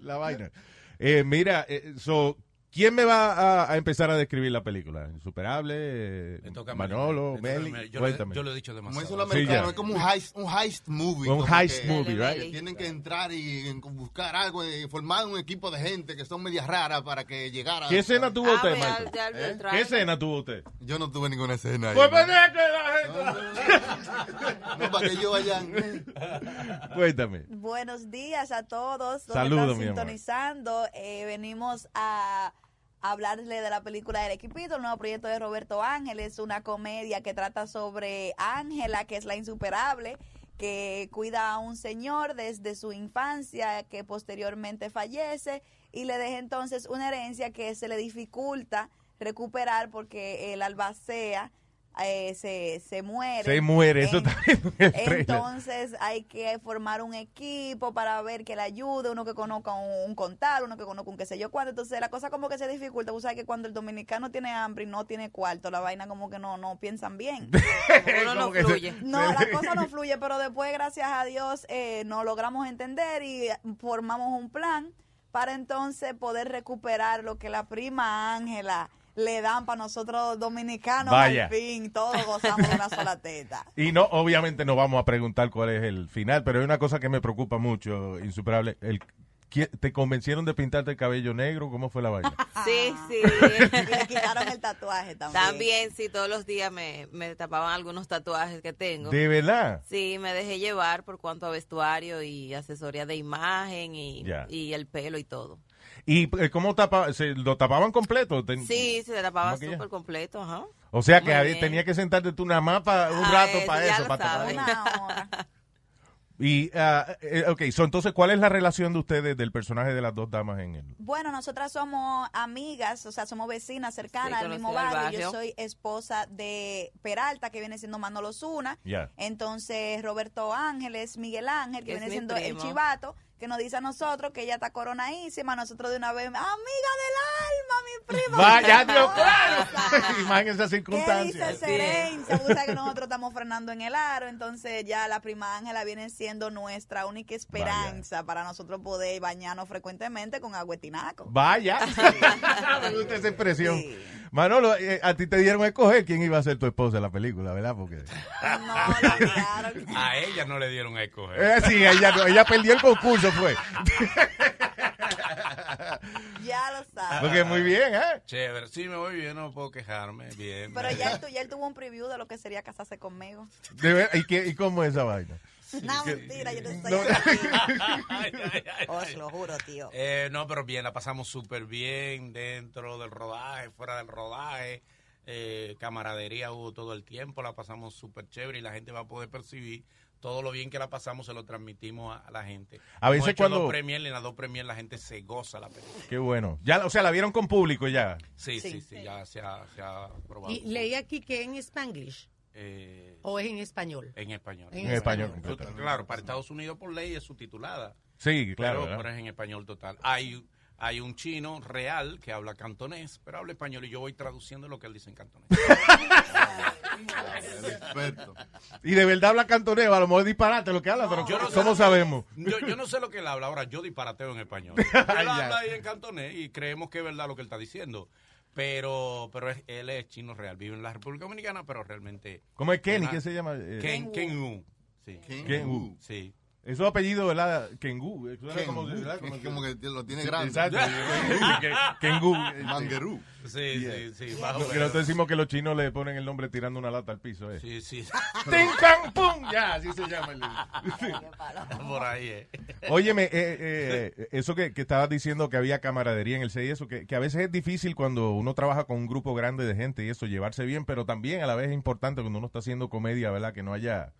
Speaker 6: la vaina. Eh, mira, eh, so, ¿quién me va a, a empezar a describir la película? ¿Insuperable? eh,
Speaker 16: toca a Meli. Le
Speaker 6: Manolo,
Speaker 16: toca a
Speaker 6: Meli.
Speaker 16: Meli. Yo lo-
Speaker 6: Cuéntame.
Speaker 16: yo lo he dicho
Speaker 3: Como
Speaker 16: demasiado.
Speaker 3: es lo
Speaker 6: Sí,
Speaker 3: americano,
Speaker 6: ya.
Speaker 3: es como un heist, un heist movie.
Speaker 6: Un
Speaker 3: como
Speaker 6: heist
Speaker 3: que
Speaker 6: movie, right.
Speaker 3: que Tienen que entrar y en- buscar algo, eh, formar un equipo de gente que son medias raras para que llegara.
Speaker 6: ¿Qué escena
Speaker 3: Ah,
Speaker 6: tuvo usted, Michael?
Speaker 3: Marco?
Speaker 6: ¿Eh? ¿Qué escena tuvo usted?
Speaker 3: Yo no tuve ninguna escena. ahí.
Speaker 6: Pues,
Speaker 3: No,
Speaker 17: No,
Speaker 3: para que yo vaya.
Speaker 6: Cuéntame.
Speaker 17: Buenos días a todos. los que
Speaker 6: Saludos,
Speaker 17: están
Speaker 6: mi amor.
Speaker 17: sintonizando. Eh, venimos a hablarle de la película del equipito, el nuevo proyecto de Roberto Ángel. Es una comedia que trata sobre Ángela, que es la insuperable, que cuida a un señor desde su infancia, que posteriormente fallece y le deja entonces una herencia que se le dificulta recuperar porque el albacea eh, se, se muere.
Speaker 6: Se muere, eso está viendo en el trailer.
Speaker 17: Entonces hay que formar un equipo para ver que le ayude, uno que conozca un, un contable, uno que conozca un qué sé yo cuánto. Entonces la cosa como que se dificulta. Tú sabes que cuando el dominicano tiene hambre y no tiene cuarto, la vaina como que no, no piensan bien.
Speaker 15: no fluye.
Speaker 17: No, la cosa no fluye, pero después, gracias a Dios, eh, nos logramos entender y formamos un plan para entonces poder recuperar lo que la prima Ángela le dan para nosotros dominicanos.
Speaker 6: Vaya.
Speaker 17: Al fin, todos gozamos de una sola teta.
Speaker 6: Y no, obviamente no vamos a preguntar cuál es el final, pero hay una cosa que me preocupa mucho, insuperable. El, ¿qué- ¿Te convencieron de pintarte el cabello negro? ¿Cómo fue la vaina?
Speaker 15: Sí, sí.
Speaker 17: le quitaron el tatuaje también.
Speaker 15: También, sí, todos los días me, me tapaban algunos tatuajes que tengo.
Speaker 6: ¿De verdad?
Speaker 15: Sí, me dejé llevar por cuanto a vestuario y asesoría de imagen y,
Speaker 6: Ya.
Speaker 15: y el pelo y todo.
Speaker 6: ¿Y eh, cómo tapa, se, lo tapaban completo? Ten-
Speaker 15: Sí, se tapaba
Speaker 6: maquillaje?
Speaker 15: súper completo, ajá.
Speaker 6: O sea que
Speaker 15: Muy
Speaker 6: había-
Speaker 15: bien.
Speaker 6: tenía que sentarte tú nada más pa- un
Speaker 15: Ah,
Speaker 6: rato
Speaker 15: eso
Speaker 6: para
Speaker 15: ya
Speaker 6: eso.
Speaker 15: lo
Speaker 6: para tapar.
Speaker 15: sabes.
Speaker 6: Y, ah, eh, ok, so, entonces, ¿cuál es la relación de ustedes del personaje de las dos damas en el...?
Speaker 17: Bueno, nosotras somos amigas, o sea, somos vecinas cercanas
Speaker 15: Sí,
Speaker 17: al mismo
Speaker 15: conocidas del
Speaker 17: barrio. Yo
Speaker 15: barrio.
Speaker 17: soy esposa de Peralta, que viene siendo Manolo Zuna.
Speaker 15: Ya.
Speaker 17: Entonces, Roberto Ángeles, Miguel Ángel, que
Speaker 15: Que es
Speaker 17: viene
Speaker 15: mi
Speaker 17: siendo el
Speaker 15: primo.
Speaker 17: chivato, que nos dice a nosotros que ella está coronadísima. Nosotros de una vez, "Ah, amiga del alma, mi prima.
Speaker 6: ¡Vaya,
Speaker 17: mi
Speaker 6: Dios,
Speaker 17: amor".
Speaker 6: claro! Y más en esas
Speaker 17: ¿Qué dice
Speaker 6: circunstancias.
Speaker 17: Serencia? Usted sabe que nosotros estamos frenando en el aro, entonces ya la prima Ángela viene siendo nuestra única esperanza para nosotros poder bañarnos frecuentemente con agüetinaco.
Speaker 6: Vaya. Me gusta esa expresión. Manolo, eh, a ti te dieron a escoger quién iba a ser tu esposa en la película, ¿verdad? Porque...
Speaker 16: A ella no le dieron a escoger.
Speaker 6: Eh, sí, ella, no, ella perdió el concurso, fue.
Speaker 17: Ya lo sabes.
Speaker 6: Porque muy bien, ¿eh?
Speaker 16: Chévere. Sí, me voy bien, no puedo quejarme. Bien.
Speaker 17: Pero
Speaker 16: bien.
Speaker 17: ya él, tu- ya él tuvo un preview de lo que sería casarse conmigo.
Speaker 6: De ver- ¿y, qué- ¿Y cómo es esa vaina?
Speaker 17: no, mentira, yo no estoy
Speaker 6: No.
Speaker 16: Oh,
Speaker 17: Os lo juro, tío.
Speaker 16: Eh, no, pero bien, la pasamos súper bien dentro del rodaje, fuera del rodaje. Eh, camaradería hubo todo el tiempo, la pasamos súper chévere y la gente va a poder percibir todo lo bien que la pasamos, se lo transmitimos a, a la gente.
Speaker 6: A
Speaker 16: Hemos
Speaker 6: veces
Speaker 16: hecho
Speaker 6: cuando-
Speaker 16: Dos premier, y en las dos premier la gente se goza la película.
Speaker 6: Qué bueno. Ya, o sea, la vieron con público ya.
Speaker 16: Sí, sí, sí, ya se ha, se ha probado.
Speaker 4: Y leí aquí que en Spanglish
Speaker 16: Eh,
Speaker 4: o es en español.
Speaker 16: en español.
Speaker 4: En
Speaker 6: En español.
Speaker 16: Su- Claro, para Estados Unidos por ley es subtitulada.
Speaker 6: Sí, claro,
Speaker 16: Pero,
Speaker 6: ¿verdad?
Speaker 16: pero es en español total. Hay, hay un chino real que habla cantonés, pero habla español y yo voy traduciendo lo que él dice en cantonés.
Speaker 6: Y de verdad habla cantonés, a lo mejor es disparate lo que habla, pero
Speaker 16: Yo no sé
Speaker 6: ¿cómo
Speaker 16: lo que-
Speaker 6: sabemos?
Speaker 16: Yo, yo no sé lo que él habla, ahora yo disparateo en español. Él
Speaker 6: Ya.
Speaker 16: habla ahí en cantonés y creemos que es verdad lo que él está diciendo. Pero, pero es- él es chino real, vive en la República Dominicana, pero realmente...
Speaker 6: ¿Cómo es Kenny?
Speaker 16: Una-
Speaker 6: ¿Qué se llama? Eh,
Speaker 16: Ken,
Speaker 6: Ken
Speaker 16: Ken
Speaker 6: Wu.
Speaker 16: Wu. Sí.
Speaker 6: Ken Wu.
Speaker 16: Sí.
Speaker 6: Es su apellido, ¿verdad? Kengu. Suena
Speaker 3: Kengu,
Speaker 6: Como, ¿verdad?
Speaker 3: que es como que lo tiene grande.
Speaker 6: Exacto. Kengu, que- Kengu. este.
Speaker 3: Manguerú.
Speaker 16: Sí,
Speaker 6: Yeah.
Speaker 16: sí, sí,
Speaker 6: No,
Speaker 16: más o
Speaker 6: Que
Speaker 16: menos.
Speaker 6: nosotros decimos que los chinos le ponen el nombre tirando una lata al piso, ¿eh?
Speaker 16: Sí, sí.
Speaker 6: ¡Ting, can, pum! Ya, así se llama el
Speaker 16: Por ahí, eh.
Speaker 6: Óyeme, eh, eh, eso que, que estabas diciendo que había camaradería en el set y eso, que, que a veces es difícil cuando uno trabaja con un grupo grande de gente y eso, llevarse bien, pero también a la vez es importante cuando uno está haciendo comedia, ¿verdad? Que no haya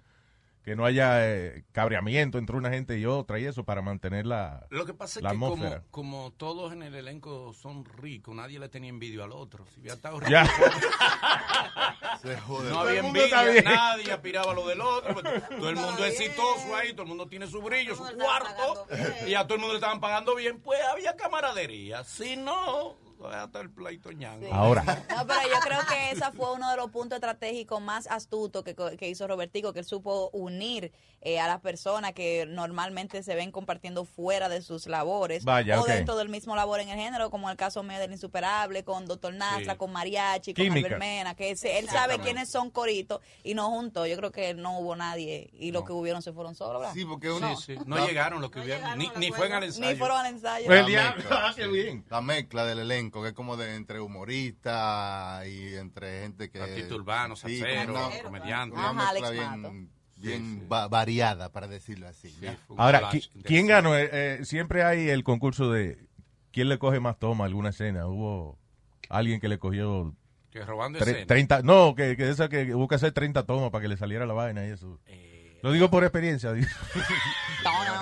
Speaker 6: que no haya eh, cabreamiento entre una gente y otra y eso para mantener la
Speaker 16: Lo que pasa es
Speaker 6: la
Speaker 16: que
Speaker 6: atmósfera.
Speaker 16: como, como todos en el elenco son ricos, nadie le tenía envidia al otro. Si hubiera estado rico,
Speaker 6: Ya.
Speaker 3: Se
Speaker 6: jode.
Speaker 16: No
Speaker 6: Todo el
Speaker 16: había
Speaker 6: mundo está
Speaker 16: envidia,
Speaker 6: bien.
Speaker 16: nadie aspiraba a lo del otro. porque Todo el mundo es exitoso ahí, todo el mundo tiene su brillo, su cuarto, y a todo el mundo le estaban pagando bien. Pues había camaradería. Si no, hasta el pleito ñango.
Speaker 6: Ahora.
Speaker 17: No, pero yo creo que ese fue uno de los puntos estratégicos más astutos que, co- que hizo Robertico, que él supo unir eh, a las personas que normalmente se ven compartiendo fuera de sus labores
Speaker 6: Vaya,
Speaker 17: o
Speaker 6: ok.
Speaker 17: dentro del mismo labor en el género, como en el caso mío del Insuperable, con Doctor Nasra,
Speaker 6: Sí.
Speaker 17: con Mariachi,
Speaker 6: Química.
Speaker 17: con Albert Mena, que ese- él sabe
Speaker 3: Exactamente.
Speaker 17: quiénes son coritos y no juntos. Yo creo que no hubo nadie y los que hubieron se fueron solos, ¿verdad?
Speaker 3: Sí, porque
Speaker 16: uno- Sí, sí. No llegaron los que hubieron, ni- ni fueron al ensayo.
Speaker 17: Ni fueron al ensayo.
Speaker 3: La mezcla,
Speaker 6: mezcla, bien.
Speaker 3: La mezcla del elenco, que es como de entre humoristas y entre gente que.
Speaker 16: Artista urbano,
Speaker 3: Sí,
Speaker 16: salsero,
Speaker 3: como una-
Speaker 16: comediante.
Speaker 3: Una
Speaker 16: Ajá,
Speaker 3: mezcla
Speaker 16: Alex
Speaker 3: bien, bien va- variada, para decirlo así. ¿ya?
Speaker 6: Ahora, ¿qui- ¿quién ganó? Eh, eh, siempre hay el concurso de quién le coge más toma a alguna escena. Hubo alguien que le cogió
Speaker 16: Que robando
Speaker 6: tre-
Speaker 16: escena.
Speaker 6: 30, no, que, que esa que busca hacer 30 tomas para que le saliera la vaina y eso.
Speaker 16: Eh,
Speaker 6: Lo digo por experiencia. digo.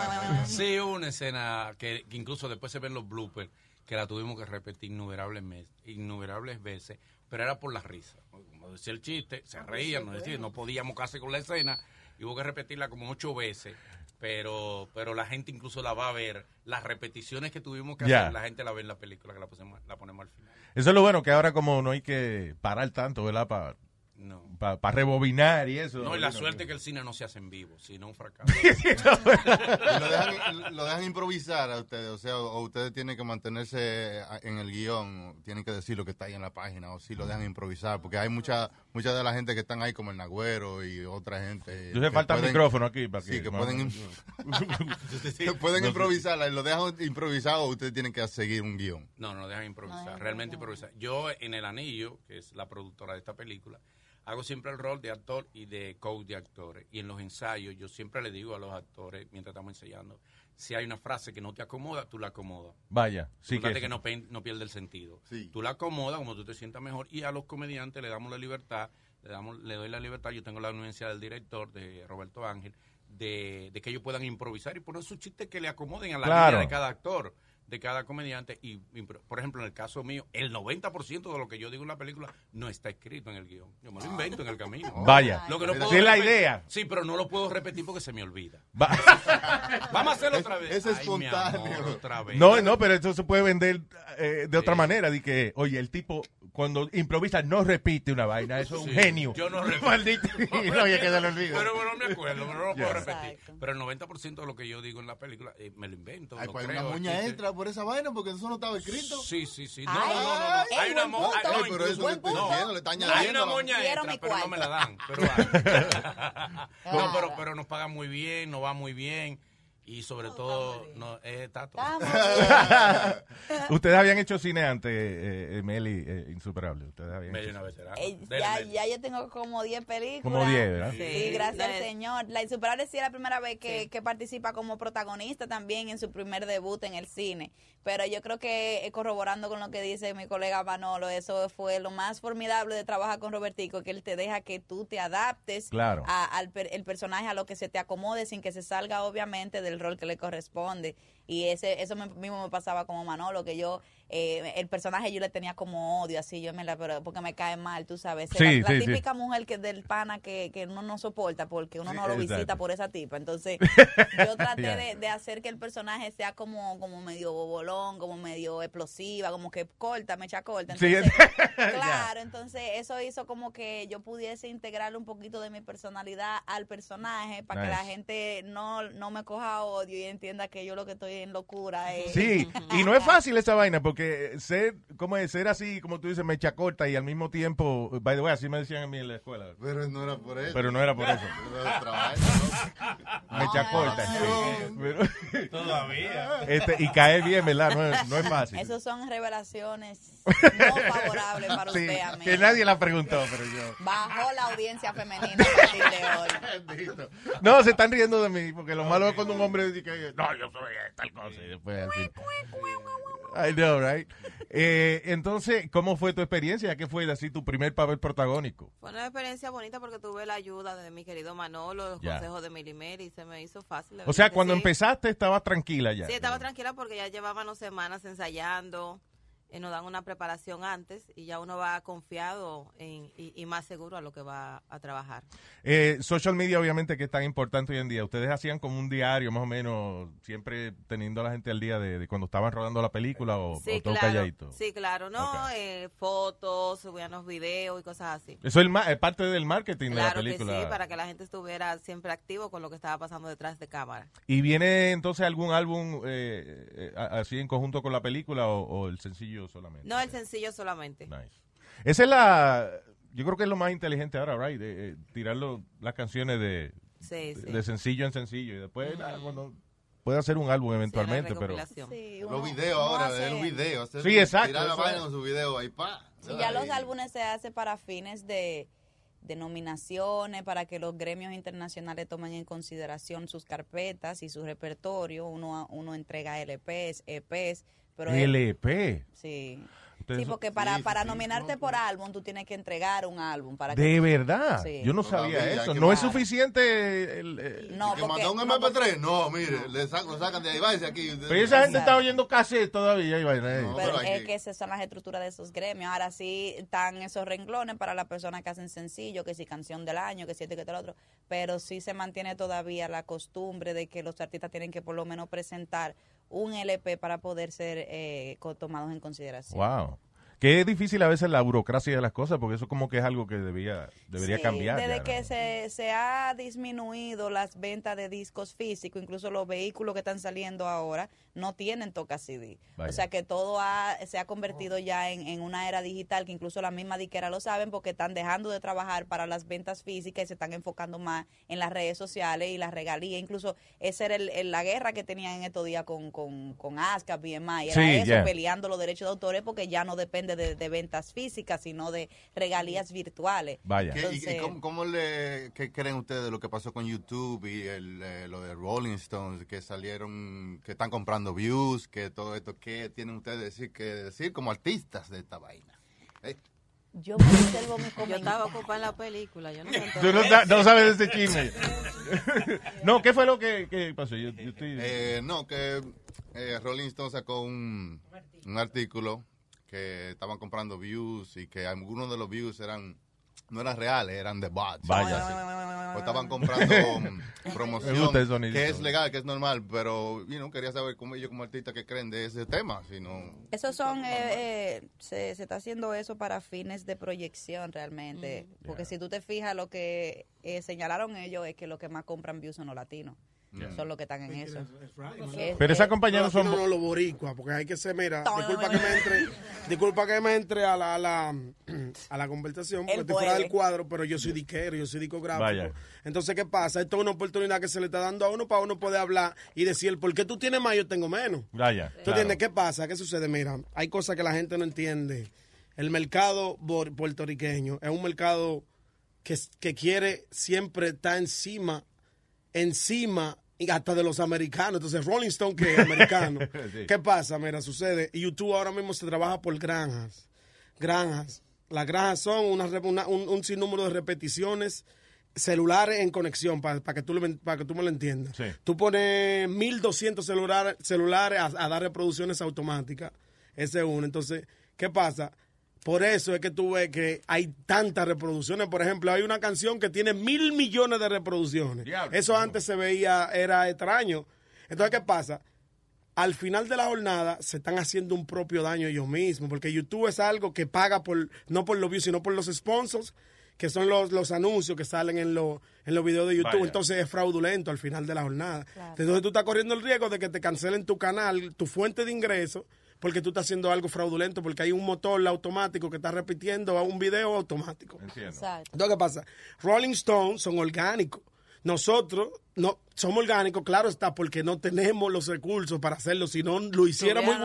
Speaker 16: Sí, hubo una escena que, que incluso después se ven los bloopers, que la tuvimos que repetir innumerables, mes- innumerables veces, pero era por la risa. Como decía el chiste,
Speaker 3: Ah,
Speaker 16: se reían, nos decían, no podíamos casi con la escena, y hubo que repetirla como ocho veces, pero pero la gente incluso la va a ver. Las repeticiones que tuvimos que
Speaker 6: Ya.
Speaker 16: hacer, la gente la ve en la película, que la, pusemos- la ponemos al final.
Speaker 6: Eso es lo bueno, que ahora como no hay que parar tanto, ¿verdad? Para
Speaker 16: No.
Speaker 6: rebobinar y eso.
Speaker 16: No, y la
Speaker 6: Bueno,
Speaker 16: suerte es que el cine no se hace en vivo, sino un fracaso.
Speaker 3: Y lo, dejan, lo dejan improvisar a ustedes, o sea, o ustedes tienen que mantenerse a- en el guión, o tienen que decir lo que está ahí en la página, o si lo dejan improvisar, porque hay mucha mucha de la gente que están ahí, como el Nagüero y otra gente.
Speaker 6: Entonces
Speaker 3: que
Speaker 6: falta
Speaker 3: pueden-
Speaker 6: micrófono aquí para
Speaker 3: Sí, que
Speaker 6: no-
Speaker 3: pueden, que pueden improvisar, lo dejan improvisado, o ustedes tienen que seguir un guión.
Speaker 16: No, no dejan improvisar, realmente improvisar. Yo en El Anillo, que es la productora de esta película, hago siempre el rol de actor y de coach de actores. Y en los ensayos yo siempre le digo a los actores, mientras estamos ensayando, si hay una frase que no te acomoda, tú la acomodas.
Speaker 6: Vaya, sí
Speaker 16: Importante
Speaker 6: que-
Speaker 16: que, no, pe- no pierde el sentido. Tú la acomodas como tú te sientas mejor y a los comediantes le damos la libertad, le, damos, le doy la libertad, yo tengo la anuencia del director, de Roberto Ángel, de, de que ellos puedan improvisar y poner sus chistes que le acomoden a la
Speaker 6: Claro.
Speaker 16: línea de cada actor, de cada comediante. Y, y, por ejemplo, en el caso mío, el 90% de lo que yo digo en la película no está escrito en el guión. Yo me lo invento en el camino.
Speaker 6: Vaya.
Speaker 16: Lo que no
Speaker 6: Esa
Speaker 16: puedo
Speaker 6: es la
Speaker 16: repetir-
Speaker 6: idea.
Speaker 16: Sí, pero no lo puedo repetir porque se me olvida.
Speaker 6: Va-
Speaker 16: Vamos a hacerlo otra vez.
Speaker 3: Es- ese es
Speaker 16: Ay, mi amor, otra vez.
Speaker 6: No, no, pero esto se puede vender eh, de otra manera. De que, oye, el tipo cuando improvisa no repite una vaina, eso es un
Speaker 16: Sí,
Speaker 6: genio.
Speaker 16: Yo no repito.
Speaker 6: Maldito. No, oye, que se lo olvido.
Speaker 16: Pero bueno, me acuerdo, pero no lo puedo
Speaker 6: Ya.
Speaker 16: repetir. Pero el 90% de lo que yo digo en la película eh, me lo invento.
Speaker 3: Ay,
Speaker 16: lo
Speaker 3: pues
Speaker 16: creo,
Speaker 3: una
Speaker 16: el
Speaker 3: muña
Speaker 16: chiste.
Speaker 3: entra por esa vaina, porque eso no estaba escrito.
Speaker 16: Sí, sí, sí. No, no, no, no, no.
Speaker 3: Ay,
Speaker 16: Hay una
Speaker 3: buen
Speaker 16: moña.
Speaker 3: punto. Ay, pero eso le estoy diciendo, le está
Speaker 16: Hay
Speaker 3: añadiendo
Speaker 16: una
Speaker 3: la-
Speaker 16: moña
Speaker 3: Quiero
Speaker 16: extra,
Speaker 3: mi
Speaker 16: pero no
Speaker 3: cuarto.
Speaker 16: me la dan. Pero, hay. no, pero, pero nos pagan muy bien, nos va muy bien. Y sobre todo, no, eh, Tato.
Speaker 6: Ustedes habían hecho cine antes, eh, eh, Meli, eh, insuperable. Ustedes habían
Speaker 16: Meli,
Speaker 6: hecho
Speaker 16: una
Speaker 6: cine.
Speaker 16: veterana.
Speaker 17: Eh,
Speaker 16: Dele,
Speaker 17: ya,
Speaker 16: dele.
Speaker 17: ya yo tengo como 10 películas.
Speaker 6: Como 10, ¿verdad?
Speaker 17: Sí,
Speaker 6: Sí.
Speaker 17: gracias
Speaker 6: La-
Speaker 17: al Señor. La Insuperable sí es la primera vez que, que participa como protagonista también en su primer debut en el cine. Pero yo creo que eh, corroborando con lo que dice mi colega Manolo, eso fue lo más formidable de trabajar con Robertico, que él te deja que tú te adaptes
Speaker 11: Claro.
Speaker 17: a- al per- el personaje, a lo que se te acomode sin que se salga obviamente del rol que le corresponde. Y ese eso me- mismo me pasaba como Manolo, que yo, eh, el personaje yo le tenía como odio, así, yo me la, pero porque me cae mal, tú sabes.
Speaker 6: Sí,
Speaker 17: la, la
Speaker 6: sí, sí.
Speaker 17: típica mujer que del pana que, que uno no soporta porque uno
Speaker 6: Sí,
Speaker 17: no lo visita
Speaker 6: exacto.
Speaker 17: por esa tipa. Entonces, yo traté
Speaker 6: Ya.
Speaker 17: de, de hacer que el personaje sea como, como medio bobolón, como medio explosiva, como que corta, mecha corta.
Speaker 6: Sí,
Speaker 17: Entonces,
Speaker 6: ya.
Speaker 17: claro, entonces eso hizo como que yo pudiese integrarle un poquito de mi personalidad al personaje para que
Speaker 6: Nice.
Speaker 17: la gente no, no me coja odio y entienda que yo lo que estoy en locura es...
Speaker 6: Sí, y no es fácil esa vaina, porque porque ser, ¿cómo es? Ser así, como tú dices, mecha corta y al mismo tiempo, by the way, así me decían a mí en la escuela.
Speaker 3: Pero no era por eso.
Speaker 6: Pero no era por eso.
Speaker 3: Era de trabajo, ¿no? Ah,
Speaker 6: Mecha corta.
Speaker 3: Sí.
Speaker 6: Pero-
Speaker 3: Todavía.
Speaker 6: Este, y caer bien, ¿verdad? No es, no es fácil.
Speaker 17: Esas son revelaciones no favorables para
Speaker 6: Sí,
Speaker 17: usted, amigo.
Speaker 6: que nadie la preguntó, pero yo.
Speaker 17: Bajó la audiencia femenina a partir de hoy.
Speaker 6: No, se están riendo de mí, porque lo malo es cuando un hombre dice que no, yo soy tal cosa. Y después así. I know, right? Eh, entonces, ¿cómo fue tu experiencia? ¿Qué fue así tu primer papel protagónico?
Speaker 15: Fue una experiencia bonita porque tuve la ayuda de mi querido Manolo, los
Speaker 6: Ya.
Speaker 15: consejos de Milimer y se me hizo fácil. de
Speaker 6: O
Speaker 15: verdad
Speaker 6: sea,
Speaker 15: que
Speaker 6: cuando
Speaker 15: sí.
Speaker 6: empezaste estabas tranquila ya.
Speaker 15: Sí, estaba tranquila porque ya llevábamos semanas ensayando, eh, nos dan una preparación antes y ya uno va confiado en- y, y más seguro a lo que va a trabajar.
Speaker 6: Eh, social media, obviamente, que es tan importante hoy en día. Ustedes hacían como un diario, más o menos, siempre teniendo a la gente al día de, de cuando estaban rodando la película o,
Speaker 15: Sí,
Speaker 6: o todo
Speaker 15: claro.
Speaker 6: calladito.
Speaker 15: Sí, claro, ¿no? Eh, fotos, subíamos videos y cosas así.
Speaker 6: Eso es, el ma- es parte del marketing de la
Speaker 15: Claro que
Speaker 6: película.
Speaker 15: sí, para que la gente estuviera siempre activo con lo que estaba pasando detrás de cámara.
Speaker 6: ¿Y viene entonces algún álbum eh, eh, a- así en conjunto con la película o, o el sencillo solamente?
Speaker 15: No el sencillo solamente.
Speaker 6: Esa es la... Yo creo que es lo más inteligente ahora, right? Eh, eh, tirar lo- las canciones de,
Speaker 15: Sí, sí.
Speaker 6: de sencillo en sencillo y después ah, cuando- puede hacer un álbum eventualmente, pero...
Speaker 3: Los videos
Speaker 17: uno
Speaker 3: ahora,
Speaker 17: hace-
Speaker 3: es un video. hacer-
Speaker 6: Sí, exacto,
Speaker 3: Tirar la
Speaker 6: eso
Speaker 3: vaina
Speaker 6: es.
Speaker 3: con su video ahí, pa.
Speaker 17: Y ya los álbumes se hacen para fines de, de nominaciones, para que los gremios internacionales tomen en consideración sus carpetas y su repertorio. Uno, uno entrega LPs, EPs, pero...
Speaker 6: E LP.
Speaker 17: Sí.
Speaker 6: Ustedes
Speaker 17: sí,
Speaker 6: son-
Speaker 17: porque para,
Speaker 6: Sí,
Speaker 17: para
Speaker 6: sí, sí.
Speaker 17: nominarte por
Speaker 3: pues.
Speaker 17: álbum, tú tienes que entregar un álbum. para que-
Speaker 6: De verdad,
Speaker 17: Sí.
Speaker 6: yo no
Speaker 3: Todavía
Speaker 6: sabía
Speaker 3: hay
Speaker 6: eso.
Speaker 3: que
Speaker 6: No es
Speaker 3: pagar.
Speaker 6: suficiente. El, eh,
Speaker 17: No,
Speaker 3: que
Speaker 17: porque-
Speaker 3: mandó un
Speaker 17: no,
Speaker 3: MP3. No, mire, le sac- lo sacan de ahí, váyase aquí.
Speaker 6: Pero esa gente está oyendo cassette todavía. y vaina, eh.
Speaker 17: Pero es que esas son las estructuras de esos gremios. Ahora sí están esos renglones para las personas que hacen sencillo, que si canción del año, que si esto y que tal otro. Pero sí se mantiene todavía la costumbre de que los artistas tienen que por lo menos presentar un LP para poder ser eh, co- tomados en consideración.
Speaker 6: Wow. Que es difícil a veces la burocracia de las cosas, porque eso como que es algo que debía, debería
Speaker 17: Sí,
Speaker 6: cambiar.
Speaker 17: Desde
Speaker 6: ya, ¿no?
Speaker 17: que se, se ha disminuido las ventas de discos físicos, incluso los vehículos que están saliendo ahora no tienen toca CD.
Speaker 6: Vaya.
Speaker 17: O sea que todo ha- se ha convertido ya en, en una era digital, que incluso las mismas disqueras lo saben porque están dejando de trabajar para las ventas físicas y se están enfocando más en las redes sociales y las regalías. Incluso esa era el- el- la guerra que tenían en estos días con, con, con ASCAP, BMI, era
Speaker 6: Sí,
Speaker 17: eso,
Speaker 6: ya.
Speaker 17: peleando los derechos de autores porque ya no depende de, de ventas físicas, sino de
Speaker 6: Mm.
Speaker 17: regalías virtuales.
Speaker 6: Vaya.
Speaker 3: ¿Qué- y- y,
Speaker 17: Entonces-
Speaker 3: cómo, cómo le, qué creen ustedes de lo que pasó con YouTube y el, eh, lo de Rolling Stones, que salieron, que están comprando views, que todo esto? ¿Qué tienen ustedes decir, que decir como artistas de esta vaina? Eh.
Speaker 17: Yo me reservo mi
Speaker 15: Yo estaba ocupada en la película, yo no me
Speaker 6: Tú no,
Speaker 15: enteré.
Speaker 6: sa- no sabes de ese chisme. no, ¿qué fue lo que, que pasó? Yo- yo estoy-
Speaker 3: Eh, no, que eh, Rolling Stone sacó un, un artículo que estaban comprando views y que algunos de los views eran no eran reales, eran de bots.
Speaker 6: Vaya.
Speaker 3: Sí. O estaban comprando mm,
Speaker 6: Me gusta el
Speaker 3: promoción,
Speaker 6: sonidito.
Speaker 3: que es legal, que es normal, pero you know, quería saber cómo ellos como artistas que creen de ese tema, si no...
Speaker 17: Esos son, eh, eh, se, se está haciendo eso para fines de proyección realmente, porque si tú te fijas lo que eh, señalaron ellos es que lo que más compran views son los latinos,
Speaker 6: Yeah.
Speaker 17: son los que están en eso. Es-
Speaker 6: Pero esa
Speaker 17: es-
Speaker 6: compañía no son-
Speaker 18: No, los boricuas, porque hay que ser, mira, disculpa que me entre, disculpa que me entre a la, a la, a la conversación, porque
Speaker 17: Él
Speaker 18: estoy fuera
Speaker 17: puede.
Speaker 18: del cuadro, pero yo soy disquero, yo soy discográfico.
Speaker 6: Vaya.
Speaker 18: Entonces, ¿qué pasa? Esto es una oportunidad que se le está dando a uno para uno poder hablar y decir, ¿por qué tú tienes más, yo tengo menos?
Speaker 6: Vaya.
Speaker 18: ¿Tú
Speaker 6: claro.
Speaker 18: entiendes? ¿Qué pasa? ¿Qué sucede? Mira, hay cosas que la gente no entiende. El mercado bor- puertorriqueño es un mercado que, s- que quiere siempre estar encima, encima y hasta de los americanos. Entonces, Rolling Stone, que es americano.
Speaker 11: Sí.
Speaker 18: ¿Qué pasa? Mira, sucede. Y YouTube ahora mismo se trabaja por granjas. Granjas. Las granjas son una re- una- un, un sinnúmero de repeticiones celulares en conexión, para que, tú lo- pa que tú me lo entiendas.
Speaker 6: Sí.
Speaker 18: Tú pones 1200 celulares, celulares a, a dar reproducciones automáticas. Ese es uno. Entonces, ¿qué pasa? Por eso es que tú ves que hay tantas reproducciones. Por ejemplo, hay una canción que tiene mil millones de reproducciones. Eso antes se veía, era extraño. Entonces, ¿qué pasa? al final de la jornada se están haciendo un propio daño ellos mismos, porque YouTube es algo que paga por, no por los views, sino por los sponsors, que son los, los anuncios que salen en, los- en los videos de YouTube.
Speaker 11: Vaya.
Speaker 18: Entonces es fraudulento al final de la jornada.
Speaker 11: Claro.
Speaker 18: Entonces tú estás corriendo el riesgo de que te cancelen tu canal, tu fuente de ingreso, porque tú estás haciendo algo fraudulento, porque hay un motor automático que está repitiendo a un video automático.
Speaker 17: Exacto.
Speaker 18: Entonces, ¿qué pasa? Rolling Stones son orgánicos. Nosotros no somos orgánicos, claro está, porque no tenemos los recursos para hacerlo, si no lo hiciéramos
Speaker 11: Tuviéramos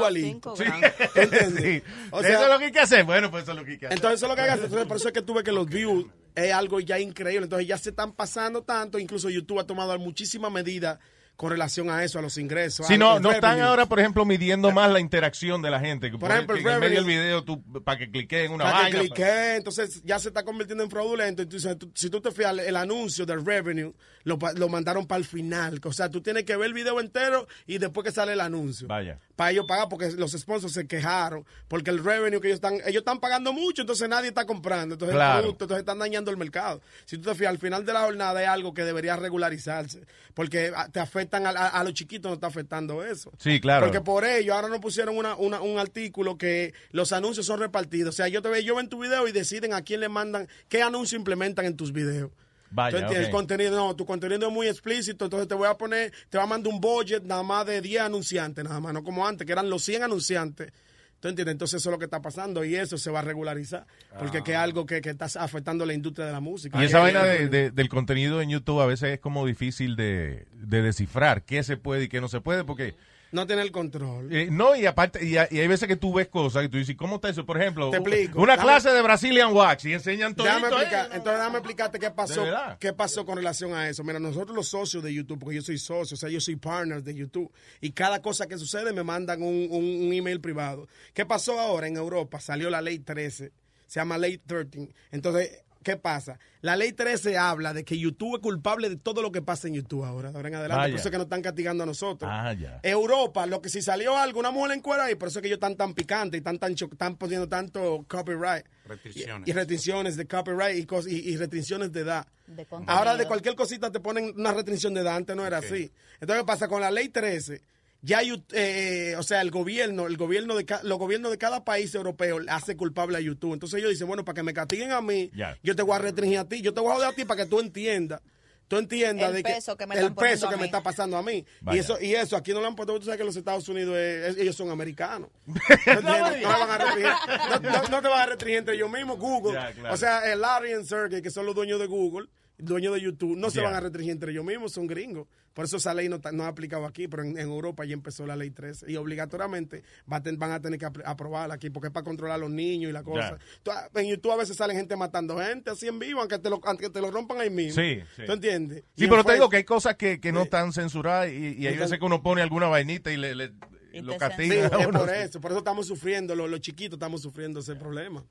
Speaker 11: cinco
Speaker 18: igualito.
Speaker 11: gramos.
Speaker 18: ¿Entiendes?
Speaker 11: Sí.
Speaker 18: O
Speaker 11: Eso
Speaker 18: sea,
Speaker 11: es lo que hay que hacer. Bueno, pues eso es lo que hay que hacer.
Speaker 18: entonces, eso es lo que hagas. Entonces, por eso es que tuve que los views es algo ya increíble. Entonces, ya se están pasando tanto. Incluso YouTube ha tomado muchísimas medidas con relación a eso, a los ingresos.
Speaker 11: Si
Speaker 18: a
Speaker 11: no,
Speaker 18: los
Speaker 11: no están
Speaker 18: revenues.
Speaker 11: ahora, por ejemplo, midiendo más la interacción de la gente. Que
Speaker 18: Por ejemplo,
Speaker 11: que en el medio del
Speaker 18: revenue.
Speaker 11: video, tú, para que clique en una
Speaker 18: Para que
Speaker 11: vaina.
Speaker 18: clique, eh, entonces ya se está convirtiendo en fraudulento. Entonces, tú- si tú te fijas, el anuncio del revenue lo, pa- lo mandaron para el final. O sea, tú tienes que ver el video entero y después que sale el anuncio.
Speaker 11: Vaya.
Speaker 18: Para ellos pagar, porque los sponsors se quejaron, porque el revenue que ellos están, ellos están pagando mucho, entonces nadie está comprando. Entonces,
Speaker 11: Claro.
Speaker 18: el producto, entonces están dañando el mercado. Si tú te fijas, al final de la jornada es algo que debería regularizarse, porque ah, te afectan a, a- a los chiquitos, no está afectando eso.
Speaker 11: Sí, claro.
Speaker 18: Porque por ello ahora no pusieron una, una- un artículo que los anuncios son repartidos. O sea, yo te veo, yo ven tu video y deciden a quién le mandan, qué anuncio implementan en tus videos.
Speaker 11: Vaya,
Speaker 18: Tú entiendes,
Speaker 11: ok.
Speaker 18: contenido, no, tu contenido es muy explícito, entonces te voy a poner, te va a mandar un budget nada más de 10 anunciantes, nada más, no como antes, que eran los 100 anunciantes. ¿Tú entiendes? Entonces eso es lo que está pasando y eso se va a regularizar, porque
Speaker 11: Ah.
Speaker 18: que es algo que, que está afectando la industria de la música.
Speaker 11: Y esa
Speaker 18: Ahí-
Speaker 11: vaina de- de- del contenido en YouTube a veces es como difícil de, de descifrar qué se puede y qué no se puede, porque...
Speaker 18: No tiene el control.
Speaker 11: Eh, no, y aparte, y, ha- y hay veces que tú ves cosas y tú dices, ¿cómo está eso? Por ejemplo,
Speaker 18: Te explico.
Speaker 11: una
Speaker 18: Dame-
Speaker 11: clase de Brazilian Wax y enseñan todo
Speaker 18: Déjame explicar. Entonces, déjame explicarte qué pasó,
Speaker 11: De verdad.
Speaker 18: qué pasó con relación a eso. Mira, nosotros los socios de YouTube, porque yo soy socio, o sea, yo soy partner de YouTube, y cada cosa que sucede me mandan un, un- un email privado. ¿Qué pasó ahora en Europa? Salió la ley 13, se llama ley 13. Entonces, ¿qué pasa? La ley 13 habla de que YouTube es culpable de todo lo que pasa en YouTube ahora, de ahora en adelante.
Speaker 11: Vaya.
Speaker 18: Por eso es que nos están castigando a nosotros.
Speaker 11: Ah, ya.
Speaker 18: Europa, lo que si salió algo, una mujer en cuera, y por eso es que ellos están tan picantes y están, tan cho- están poniendo tanto copyright.
Speaker 16: Restricciones.
Speaker 18: Y, y restricciones de copyright y, cos- y, y restricciones de edad.
Speaker 17: De contenido.
Speaker 18: Ahora de cualquier cosita te ponen una restricción de edad, antes no era así. Entonces, ¿qué pasa? Con la ley 13, ya Yu- eh, o sea, el gobierno, el gobierno de ca- los gobiernos de cada país europeo hace culpable a YouTube. Entonces ellos dicen, bueno, para que me castiguen a mí,
Speaker 11: Ya.
Speaker 18: yo te voy a restringir a ti, yo te voy a joder a ti para que tú entiendas. Tú entiendas
Speaker 17: El
Speaker 18: de
Speaker 17: peso que me
Speaker 18: el
Speaker 17: están poniendo
Speaker 18: peso
Speaker 17: a
Speaker 18: que me
Speaker 17: mí.
Speaker 18: está pasando a mí. Y
Speaker 11: Vaya.
Speaker 18: eso, y eso, aquí no lo han puesto, tú sabes que los Estados Unidos, es- es- ellos son americanos. ¿Tú entiendes? no, me van a restringir. No- no- no te vas a restringir entre ellos mismos, Google.
Speaker 11: Ya, claro.
Speaker 18: O sea, eh, Larry y Sergey, que son los dueños de Google, dueños de YouTube, no se
Speaker 11: Ya.
Speaker 18: van a restringir entre ellos mismos, son gringos. Por eso esa ley no, ta- no ha aplicado aquí, pero en, en Europa ya empezó la ley 13 y obligatoriamente va a ten- van a tener que apro- aprobarla aquí porque es para controlar a los niños y la cosa. Tú- ah, En YouTube a veces salen gente matando gente así en vivo, aunque te lo, aunque te lo rompan ahí mismo.
Speaker 11: Sí, sí.
Speaker 18: ¿Tú entiendes? Y
Speaker 11: Sí,
Speaker 18: en
Speaker 11: pero te digo
Speaker 18: Facebook-
Speaker 11: que hay cosas que, que no están censuradas y, y hay veces que uno pone alguna vainita y le, le- lo
Speaker 18: Sí,
Speaker 11: castiga. a
Speaker 18: es
Speaker 11: uno.
Speaker 18: por eso, por eso estamos sufriendo, los, los chiquitos estamos sufriendo ese problema.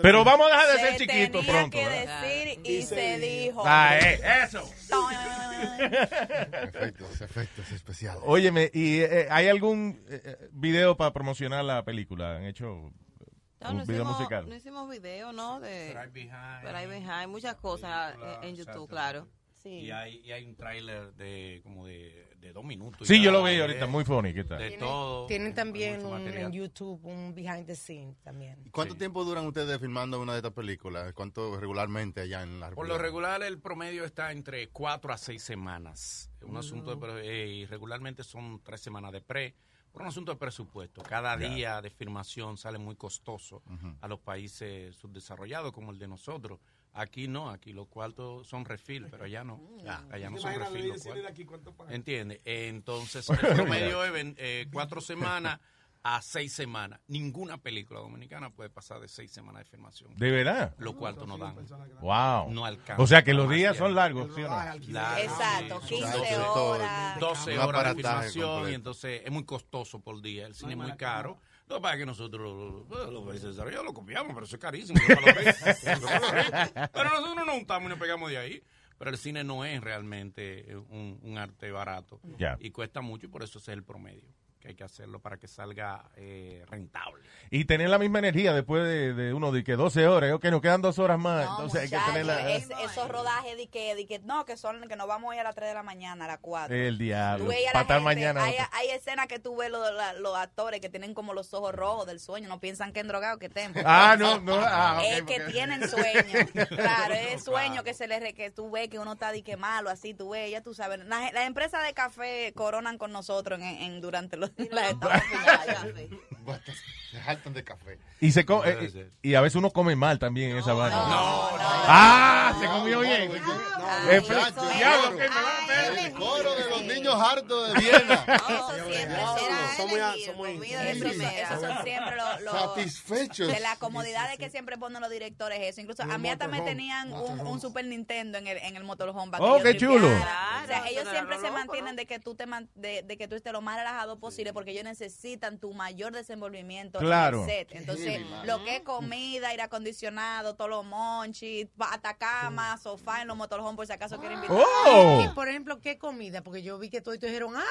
Speaker 11: Pero vamos a dejar de
Speaker 17: Se
Speaker 11: ser chiquitos
Speaker 17: tenía
Speaker 11: pronto.
Speaker 17: que
Speaker 11: ¿verdad?
Speaker 17: decir y, se dijo.
Speaker 11: Ah, eh, eso.
Speaker 3: Efectos, efectos especiales.
Speaker 11: Óyeme, ¿y eh, hay algún eh, eh, video para promocionar la película? ¿Han hecho eh,
Speaker 15: No,
Speaker 11: un
Speaker 15: no
Speaker 11: video
Speaker 15: hicimos,
Speaker 11: musical?
Speaker 15: no hicimos video, ¿no? De,
Speaker 16: Right Behind.
Speaker 15: Right Behind, muchas cosas eh, en YouTube, claro.
Speaker 16: Y hay, y hay un tráiler de como de, de dos minutos.
Speaker 11: Sí,
Speaker 16: ya,
Speaker 11: yo lo vi
Speaker 16: de-
Speaker 11: ahorita, muy funny, ¿qué tal?
Speaker 16: De
Speaker 11: Tiene-
Speaker 16: todo.
Speaker 4: Tienen también
Speaker 3: mucho
Speaker 4: un-
Speaker 3: material.
Speaker 4: en YouTube un behind the scene también.
Speaker 3: ¿Cuánto tiempo duran ustedes filmando una de estas películas? ¿Cuánto regularmente allá en la
Speaker 16: Por lo regular, el promedio está entre cuatro a seis semanas. Un asunto de. pre- eh, y regularmente son tres semanas de pre. Por un asunto de presupuesto. Cada
Speaker 11: Ya.
Speaker 16: día de filmación sale muy costoso
Speaker 11: Ujú.
Speaker 16: a los países subdesarrollados como el de nosotros. Aquí no, aquí los cuartos son refil, pero allá no. Allá no son refil. los cuartos. ¿Entiendes? Entonces, el promedio es ven- eh, cuatro semanas a seis semanas. Ninguna película dominicana puede pasar de seis semanas de filmación.
Speaker 11: ¿De verdad?
Speaker 16: Lo cual no dan.
Speaker 11: Wow.
Speaker 16: No alcanza.
Speaker 11: O sea que los
Speaker 16: Jamás
Speaker 11: días
Speaker 16: tiene.
Speaker 11: son largos, ¿sí o no?
Speaker 16: Largo,
Speaker 17: Exacto,
Speaker 16: sí,
Speaker 17: 15
Speaker 16: son 12
Speaker 17: horas.
Speaker 16: 12 horas
Speaker 11: Un
Speaker 16: de
Speaker 11: aparataje
Speaker 16: filmación
Speaker 11: completo.
Speaker 16: y entonces es muy costoso por día. El cine es muy caro. Lo que pasa es que nosotros, bueno, los países desarrollados lo copiamos, pero eso es carísimo. Yo para los países- yo para los países. pero nosotros no juntamos y nos pegamos de ahí. Pero el cine no es realmente eh, un, un arte barato.
Speaker 11: Ya.
Speaker 16: Y cuesta mucho y por eso ese es el promedio. Que hay que hacerlo para que salga eh, rentable.
Speaker 11: Y tener la misma energía después de, de uno, de que 12 horas, ok, nos quedan dos horas más, entonces hay que
Speaker 17: Muchacho,
Speaker 11: tener
Speaker 6: ¿eh?
Speaker 11: la...
Speaker 17: es- esos rodajes de que, de que no, que son que nos vamos a ir a las 3 de la mañana, a las 4.
Speaker 11: El diablo.
Speaker 17: Tú veías Ah, a la
Speaker 11: Para estar
Speaker 17: gente,
Speaker 11: mañana.
Speaker 17: Hay, hay escenas que tú ves los, la- los actores que tienen como los ojos rojos del sueño, no piensan que es drogado, que estén.
Speaker 11: Ah, no, no, ah, ok,
Speaker 17: es que
Speaker 11: porque-
Speaker 17: tienen sueño. Claro, es
Speaker 11: Claro.
Speaker 17: sueño que se les re- que tú ves que uno está de que malo, así tú ves, ya tú sabes. Las, las empresas de café coronan con nosotros en, en- durante los
Speaker 15: La
Speaker 3: Basta, se jaltan de café.
Speaker 6: Y, se co- eh, eh, y a veces uno come mal también en esa vaina.
Speaker 3: no, no.
Speaker 6: ah, se comió bien.
Speaker 17: Ah,
Speaker 3: Ay,
Speaker 6: Eh, fla-
Speaker 3: eso es.
Speaker 6: diablo, qué-
Speaker 3: El coro de los niños hartos de Viena.
Speaker 17: Ah, Son muy, son muy Esos son siempre los, los-
Speaker 3: Satisfechos.
Speaker 17: De las comodidades que siempre ponen los directores, eso. Incluso a mí hasta me tenían un, un Super Nintendo en el, en el motorhome. para que
Speaker 6: Oh,
Speaker 17: yo
Speaker 6: qué
Speaker 17: tripeara.
Speaker 6: chulo.
Speaker 17: O sea, ellos siempre se mantienen de que tú te man- de, de que tú estés lo más relajado posible porque ellos necesitan tu mayor desenvolvimiento
Speaker 6: Claro.
Speaker 17: en el set. Entonces,
Speaker 6: Sí, mi madre.
Speaker 17: lo que es comida, aire acondicionado, todos los monchis, patacama, sofá en los motorhome por si acaso quieren invitar.
Speaker 6: Oh.
Speaker 4: Y por ejemplo, ¿qué comida? Porque yo vi que todos dijeron, ¡ay,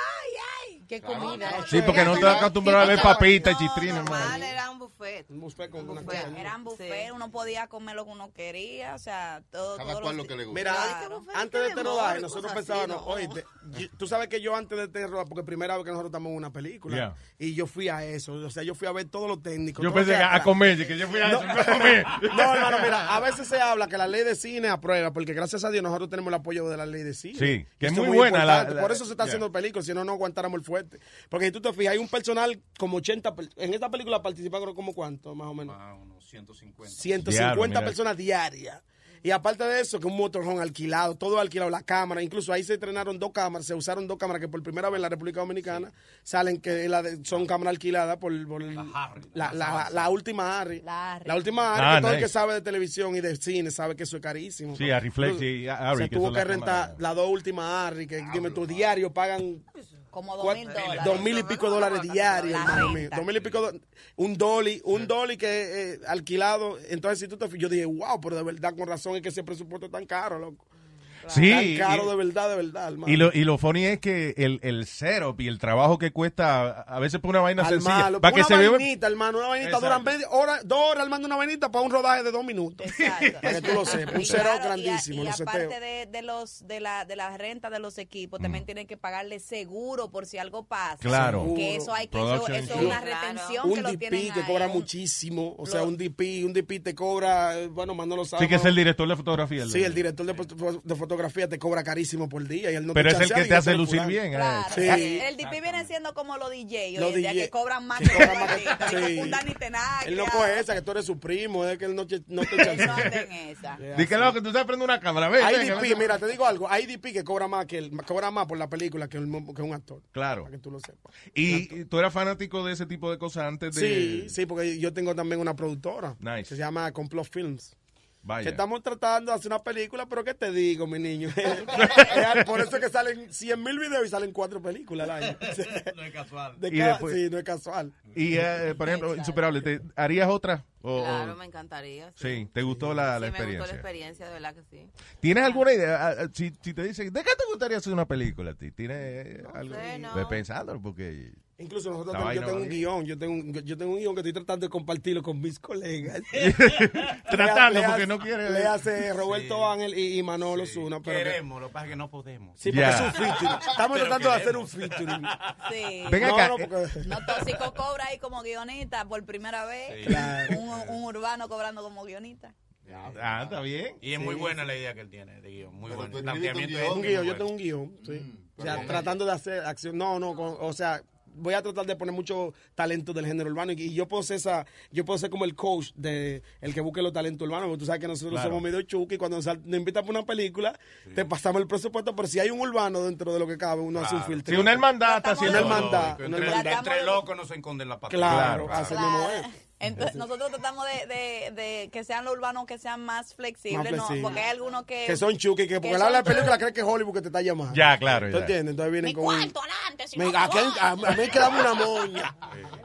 Speaker 4: ay! ¿Qué comida?
Speaker 6: Sí, porque no estás acostumbrado a ver papitas y chitrines, hermano.
Speaker 17: Era un buffet.
Speaker 6: Un buffet
Speaker 17: con una Eran buffet, uno podía comer lo que uno quería, o sea, todo.
Speaker 3: Cada
Speaker 17: todos
Speaker 3: cual
Speaker 17: los-
Speaker 3: lo que le gusta.
Speaker 18: Mira,
Speaker 17: Claro.
Speaker 18: antes de este rodaje, nosotros
Speaker 17: cosas así,
Speaker 18: pensábamos,
Speaker 17: ¿no?
Speaker 18: oye, te- yo- tú sabes que yo antes de este rodaje, porque primera vez que nosotros estamos en una película,
Speaker 6: Yeah.
Speaker 18: y yo fui a eso, o sea, yo fui a ver todos los técnicos.
Speaker 6: Yo
Speaker 18: todo lo
Speaker 6: pensé que a
Speaker 18: atrás.
Speaker 6: comer, que yo fui a eso, fui a comer.
Speaker 18: No, hermano, mira, a veces se habla que la ley de cine aprueba, porque gracias a Dios nosotros tenemos el apoyo de la ley de cine.
Speaker 6: Sí, que
Speaker 18: Y
Speaker 6: es
Speaker 18: eso
Speaker 6: muy buena la-
Speaker 18: importante,
Speaker 6: la-
Speaker 18: Por eso se está
Speaker 6: yeah.
Speaker 18: haciendo película, si no, no aguantáramos el fuerte. Porque si tú te fijas, hay un personal como 80, per- en esta película participaron como cuánto, más o menos.
Speaker 16: 150.
Speaker 18: 150
Speaker 16: Diablo, mira.
Speaker 18: personas diarias. Y aparte de eso, que un motorhome alquilado, todo alquilado, la cámara, incluso ahí se entrenaron dos cámaras, se usaron dos cámaras que por primera vez en la República Dominicana salen que la de- son cámaras alquiladas por, por la, la, la- la última Harry. La, última Harry,
Speaker 6: Ah,
Speaker 18: que todo el
Speaker 6: nice.
Speaker 18: que sabe de televisión y de cine sabe que eso es carísimo.
Speaker 6: Sí, Harry Flex y Ah, Harry,
Speaker 18: Se
Speaker 6: que
Speaker 18: tuvo
Speaker 6: son
Speaker 18: que
Speaker 6: las
Speaker 18: rentar las dos últimas Harry, que dime, tu diario pagan
Speaker 17: Como
Speaker 18: Cuat-
Speaker 17: dos mil dólares.
Speaker 18: Dos mil y pico dólares diarios. hermano mío. Dos mil y pico. do- Un dolly, un dolly que eh, alquilado. Entonces, si tú te fijas, yo dije, wow, pero de verdad, con razón es que ese presupuesto es tan caro, loco.
Speaker 6: Sí,
Speaker 18: Tan caro
Speaker 6: y-
Speaker 18: de verdad, de verdad, hermano.
Speaker 6: Y lo, y lo funny es que el, el setup y el trabajo que cuesta, a veces por una vaina
Speaker 18: Al
Speaker 6: sencilla,
Speaker 18: malo.
Speaker 6: para que
Speaker 18: una
Speaker 6: se vea...
Speaker 18: vainita, hermano, una vainita
Speaker 6: Exacto.
Speaker 18: dura media hora, dos horas armando una vainita para un rodaje de dos minutos. Para que tú lo sepas. Un
Speaker 17: Y
Speaker 18: cero
Speaker 17: claro, y a-
Speaker 18: grandísimo,
Speaker 17: Y,
Speaker 18: los seteos.
Speaker 17: aparte de, de los de la de las rentas de los equipos,
Speaker 18: Mm.
Speaker 17: también tienen que pagarle seguro por si algo pasa.
Speaker 18: Claro.
Speaker 17: Que eso hay que eso,
Speaker 18: Production
Speaker 17: eso es una
Speaker 18: insurance.
Speaker 17: retención que
Speaker 18: Un
Speaker 17: lo tienen
Speaker 18: DP que
Speaker 17: ahí.
Speaker 18: cobra muchísimo. O sea, un DP, un DP te cobra, eh, bueno, Manolo sabe.
Speaker 6: Sí, que es el director de fotografía.
Speaker 18: Sí, el director de, fo- de fotografía te cobra carísimo por día. Y él no
Speaker 6: Pero es el
Speaker 18: chancea
Speaker 6: que
Speaker 18: ni
Speaker 6: te hace
Speaker 18: fulano.
Speaker 6: lucir bien, ah,
Speaker 17: Claro,
Speaker 6: Sí.
Speaker 17: el- El DP viene siendo como los DJ,
Speaker 18: Los
Speaker 17: hoy en día,
Speaker 18: DJ.
Speaker 17: que cobran más
Speaker 18: Que
Speaker 17: que los
Speaker 18: cobran más que-
Speaker 17: artistas, que
Speaker 18: sí.
Speaker 17: un Dani Tenag,
Speaker 18: Él no
Speaker 17: ya.
Speaker 18: coge esa, que tú eres su primo, es que él no te, no te chancea.
Speaker 17: en esa.
Speaker 6: Dice que loco, tú estás prendiendo una cámara, ve.
Speaker 18: Hay
Speaker 6: ve, eh, que
Speaker 18: DP,
Speaker 6: no-
Speaker 18: mira, te digo algo, hay DP que cobra más que el- cobra más por la película que, un- que un actor.
Speaker 6: Claro.
Speaker 18: Para que tú lo sepas.
Speaker 6: Y tú eras fanático de ese tipo de cosas antes de...
Speaker 18: Sí, sí, porque yo tengo también una productora
Speaker 6: Nice.
Speaker 18: que se llama Complot Films.
Speaker 6: Vaya.
Speaker 18: Que estamos tratando de hacer una película, pero ¿qué te digo, mi niño? Es Por eso es que salen 100 mil videos y salen cuatro películas al año. no es casual.
Speaker 6: Y después-
Speaker 18: sí, no es casual.
Speaker 6: Y, eh, por ejemplo, Insuperable, ¿te ¿harías otra? O-
Speaker 15: Claro,
Speaker 6: o-
Speaker 15: me encantaría.
Speaker 6: Sí, ¿te gustó la, la
Speaker 15: Sí, me
Speaker 6: experiencia?
Speaker 15: gustó la experiencia, de verdad que sí.
Speaker 6: ¿Tienes alguna idea? Ah, ah, Si, si te dicen, ¿de qué te gustaría hacer una película a ti? ¿Tienes eh, algo?
Speaker 15: sé, no.
Speaker 6: Ve pensándolo, porque...
Speaker 18: Incluso nosotros
Speaker 6: La
Speaker 18: tenemos- yo
Speaker 6: vaina
Speaker 18: tengo
Speaker 6: va
Speaker 18: un
Speaker 6: bien.
Speaker 18: guión, yo tengo un, yo tengo un guión que estoy tratando de compartirlo con mis colegas.
Speaker 6: Tratando,
Speaker 18: Le hace-
Speaker 6: porque no quiere-
Speaker 18: Le hace Roberto Ángel y, y Manolo Zuna. pero que-
Speaker 16: Queremos, lo que pasa es que no podemos.
Speaker 18: Sí, porque es un featuring. Estamos tratando de hacer un featuring.
Speaker 17: Sí.
Speaker 18: Venga
Speaker 17: no,
Speaker 18: acá,
Speaker 17: No,
Speaker 18: eh.
Speaker 17: porque- no, Tóxico cobra ahí como guionista por primera vez.
Speaker 16: Claro.
Speaker 17: Un, un urbano cobrando como guionista.
Speaker 6: Ah, está bien.
Speaker 16: Y es
Speaker 18: Sí,
Speaker 16: muy buena
Speaker 18: sí.
Speaker 16: la idea que él tiene de guión. Muy buena. El
Speaker 18: un
Speaker 16: planteamiento
Speaker 18: guión,
Speaker 16: es muy
Speaker 18: yo
Speaker 16: bueno.
Speaker 18: tengo un guión, sí. o sea,
Speaker 16: pero-
Speaker 18: tratando de hacer acción. No, no, con- o sea, voy a tratar de poner mucho talento del género urbano y, y yo puedo ser esa, yo puedo ser como el coach de el que busque los talentos urbanos, porque tú sabes que nosotros
Speaker 6: Claro.
Speaker 18: somos medio chuki y cuando nos, sal- nos invitan para una película, te pasamos el presupuesto, pero si hay un urbano dentro de lo que cabe, uno hace un
Speaker 16: Claro.
Speaker 18: filtro.
Speaker 6: Sí, una hermandad está
Speaker 18: una
Speaker 6: haciendo-
Speaker 18: hermandad,
Speaker 16: Entre,
Speaker 18: una hermandad.
Speaker 16: entre locos no se esconden la patria.
Speaker 18: Claro, así mismo es.
Speaker 17: Entonces, nosotros tratamos de, de- de que sean los urbanos que sean más flexibles,
Speaker 18: Más
Speaker 17: ¿no?
Speaker 18: flexibles.
Speaker 17: porque hay algunos que...
Speaker 18: Que son chuki, que porque
Speaker 17: son
Speaker 18: la habla de
Speaker 17: chuki.
Speaker 18: película cree que es Hollywood que te está llamando.
Speaker 6: Ya, claro,
Speaker 18: ¿Tú
Speaker 6: ya.
Speaker 18: entiendes? Entonces vienen
Speaker 17: Mi
Speaker 18: con. un-
Speaker 17: cuarto adelante, si
Speaker 18: Me-
Speaker 17: no me
Speaker 18: aquí-
Speaker 17: voy.
Speaker 18: a, a mí que dame una moña.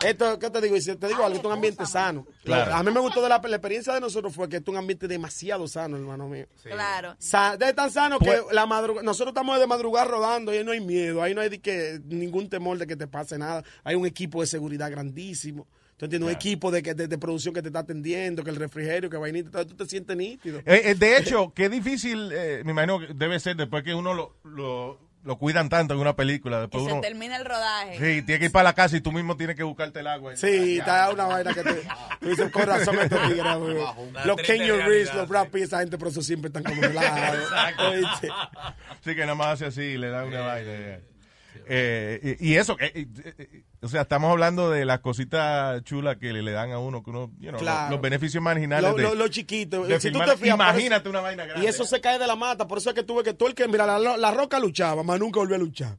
Speaker 18: Esto, ¿qué te digo? Y si te digo algo, esto es un ambiente sano.
Speaker 6: Claro.
Speaker 18: A mí me gustó de la, la experiencia de nosotros fue que esto es un ambiente demasiado sano, hermano mío.
Speaker 17: Claro.
Speaker 18: Sa- de tan sano
Speaker 17: Pues-
Speaker 18: que la madru- nosotros estamos de madrugada rodando y ahí no hay miedo, ahí no hay de que, ningún temor de que te pase nada. Hay un equipo de seguridad grandísimo. Tú entiendes, un
Speaker 6: Claro.
Speaker 18: equipo de, que, de, de producción que te está atendiendo, que el refrigerio, que vainita, todo, tú te sientes nítido.
Speaker 6: Eh, eh, de hecho, qué difícil, eh, me imagino que debe ser después que uno lo, lo, lo cuidan tanto en una película.
Speaker 17: Que
Speaker 6: Después
Speaker 17: se
Speaker 6: uno,
Speaker 17: termina el rodaje.
Speaker 6: sí, tiene que ir para la casa y tú mismo tienes que buscarte el agua.
Speaker 18: Sí, está una vaina que te. Tú dices, con razón estos tigres, güey.
Speaker 6: La
Speaker 18: Los
Speaker 6: triste
Speaker 18: Kenyon
Speaker 6: realidad,
Speaker 18: Reeves, los Brad Pitt, esa gente por eso siempre están como relajados.
Speaker 6: Exacto.
Speaker 18: Oíste. Eh,
Speaker 6: Sí, que nada más hace así y le da una vaina. ya.
Speaker 11: Eh, y, y eso, eh, eh, eh, o sea, estamos hablando de las cositas chulas que le, le dan a uno, que uno you know,
Speaker 18: Claro.
Speaker 11: los, los beneficios marginales.
Speaker 18: Lo,
Speaker 11: de-
Speaker 18: lo- lo chiquito.
Speaker 11: de
Speaker 18: Si tú
Speaker 11: firmar-
Speaker 18: te fijas, por
Speaker 11: imagínate
Speaker 18: eso-
Speaker 11: una vaina grande.
Speaker 18: Y eso se cae de la mata. Por eso es que tuve que todo el que. Mira, la, la roca luchaba, más nunca volvió a luchar.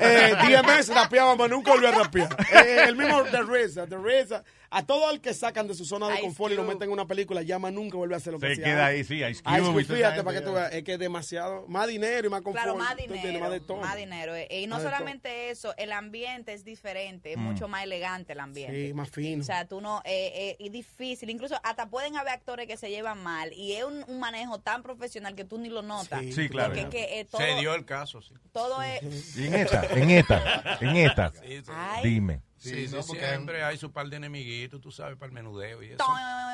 Speaker 18: Eh, DMS rapeaba, más nunca volvió a rapear. Eh, el mismo The Reza, The Reza. A todo el que sacan de su zona de
Speaker 11: Ice
Speaker 18: confort y lo meten en una película, ya más nunca vuelve a hacer lo que
Speaker 11: Se
Speaker 18: hacía
Speaker 11: queda ahí,
Speaker 18: antes.
Speaker 11: sí, Ice
Speaker 18: Ice
Speaker 11: Cube y
Speaker 18: Cube,
Speaker 11: toda esa
Speaker 18: fíjate,
Speaker 11: gente,
Speaker 18: para que tú
Speaker 11: ya.
Speaker 18: veas, es que es demasiado. Más dinero y más confort.
Speaker 17: Claro, más
Speaker 18: tú entiendes,
Speaker 17: dinero,
Speaker 18: más de todo.
Speaker 17: más dinero. eh, Y no
Speaker 18: Más de todo.
Speaker 17: solamente eso, el ambiente es diferente, es
Speaker 18: Mm.
Speaker 17: mucho más elegante el ambiente.
Speaker 18: Sí, más fino.
Speaker 17: O sea, tú no, eh, eh, y difícil, incluso hasta pueden haber actores que se llevan mal y es un, un manejo tan profesional que tú ni lo notas.
Speaker 11: Sí, Sí, claro.
Speaker 17: Porque es que, eh, todo,
Speaker 16: Se dio el caso, sí.
Speaker 17: todo es...
Speaker 11: Y en esta, en esta, en esta.
Speaker 16: Sí, sí.
Speaker 11: Dime.
Speaker 16: Sí,
Speaker 11: Sí,
Speaker 16: sí,
Speaker 11: no, porque-
Speaker 16: siempre hay su par de enemiguitos, tú sabes, para el menudeo y eso.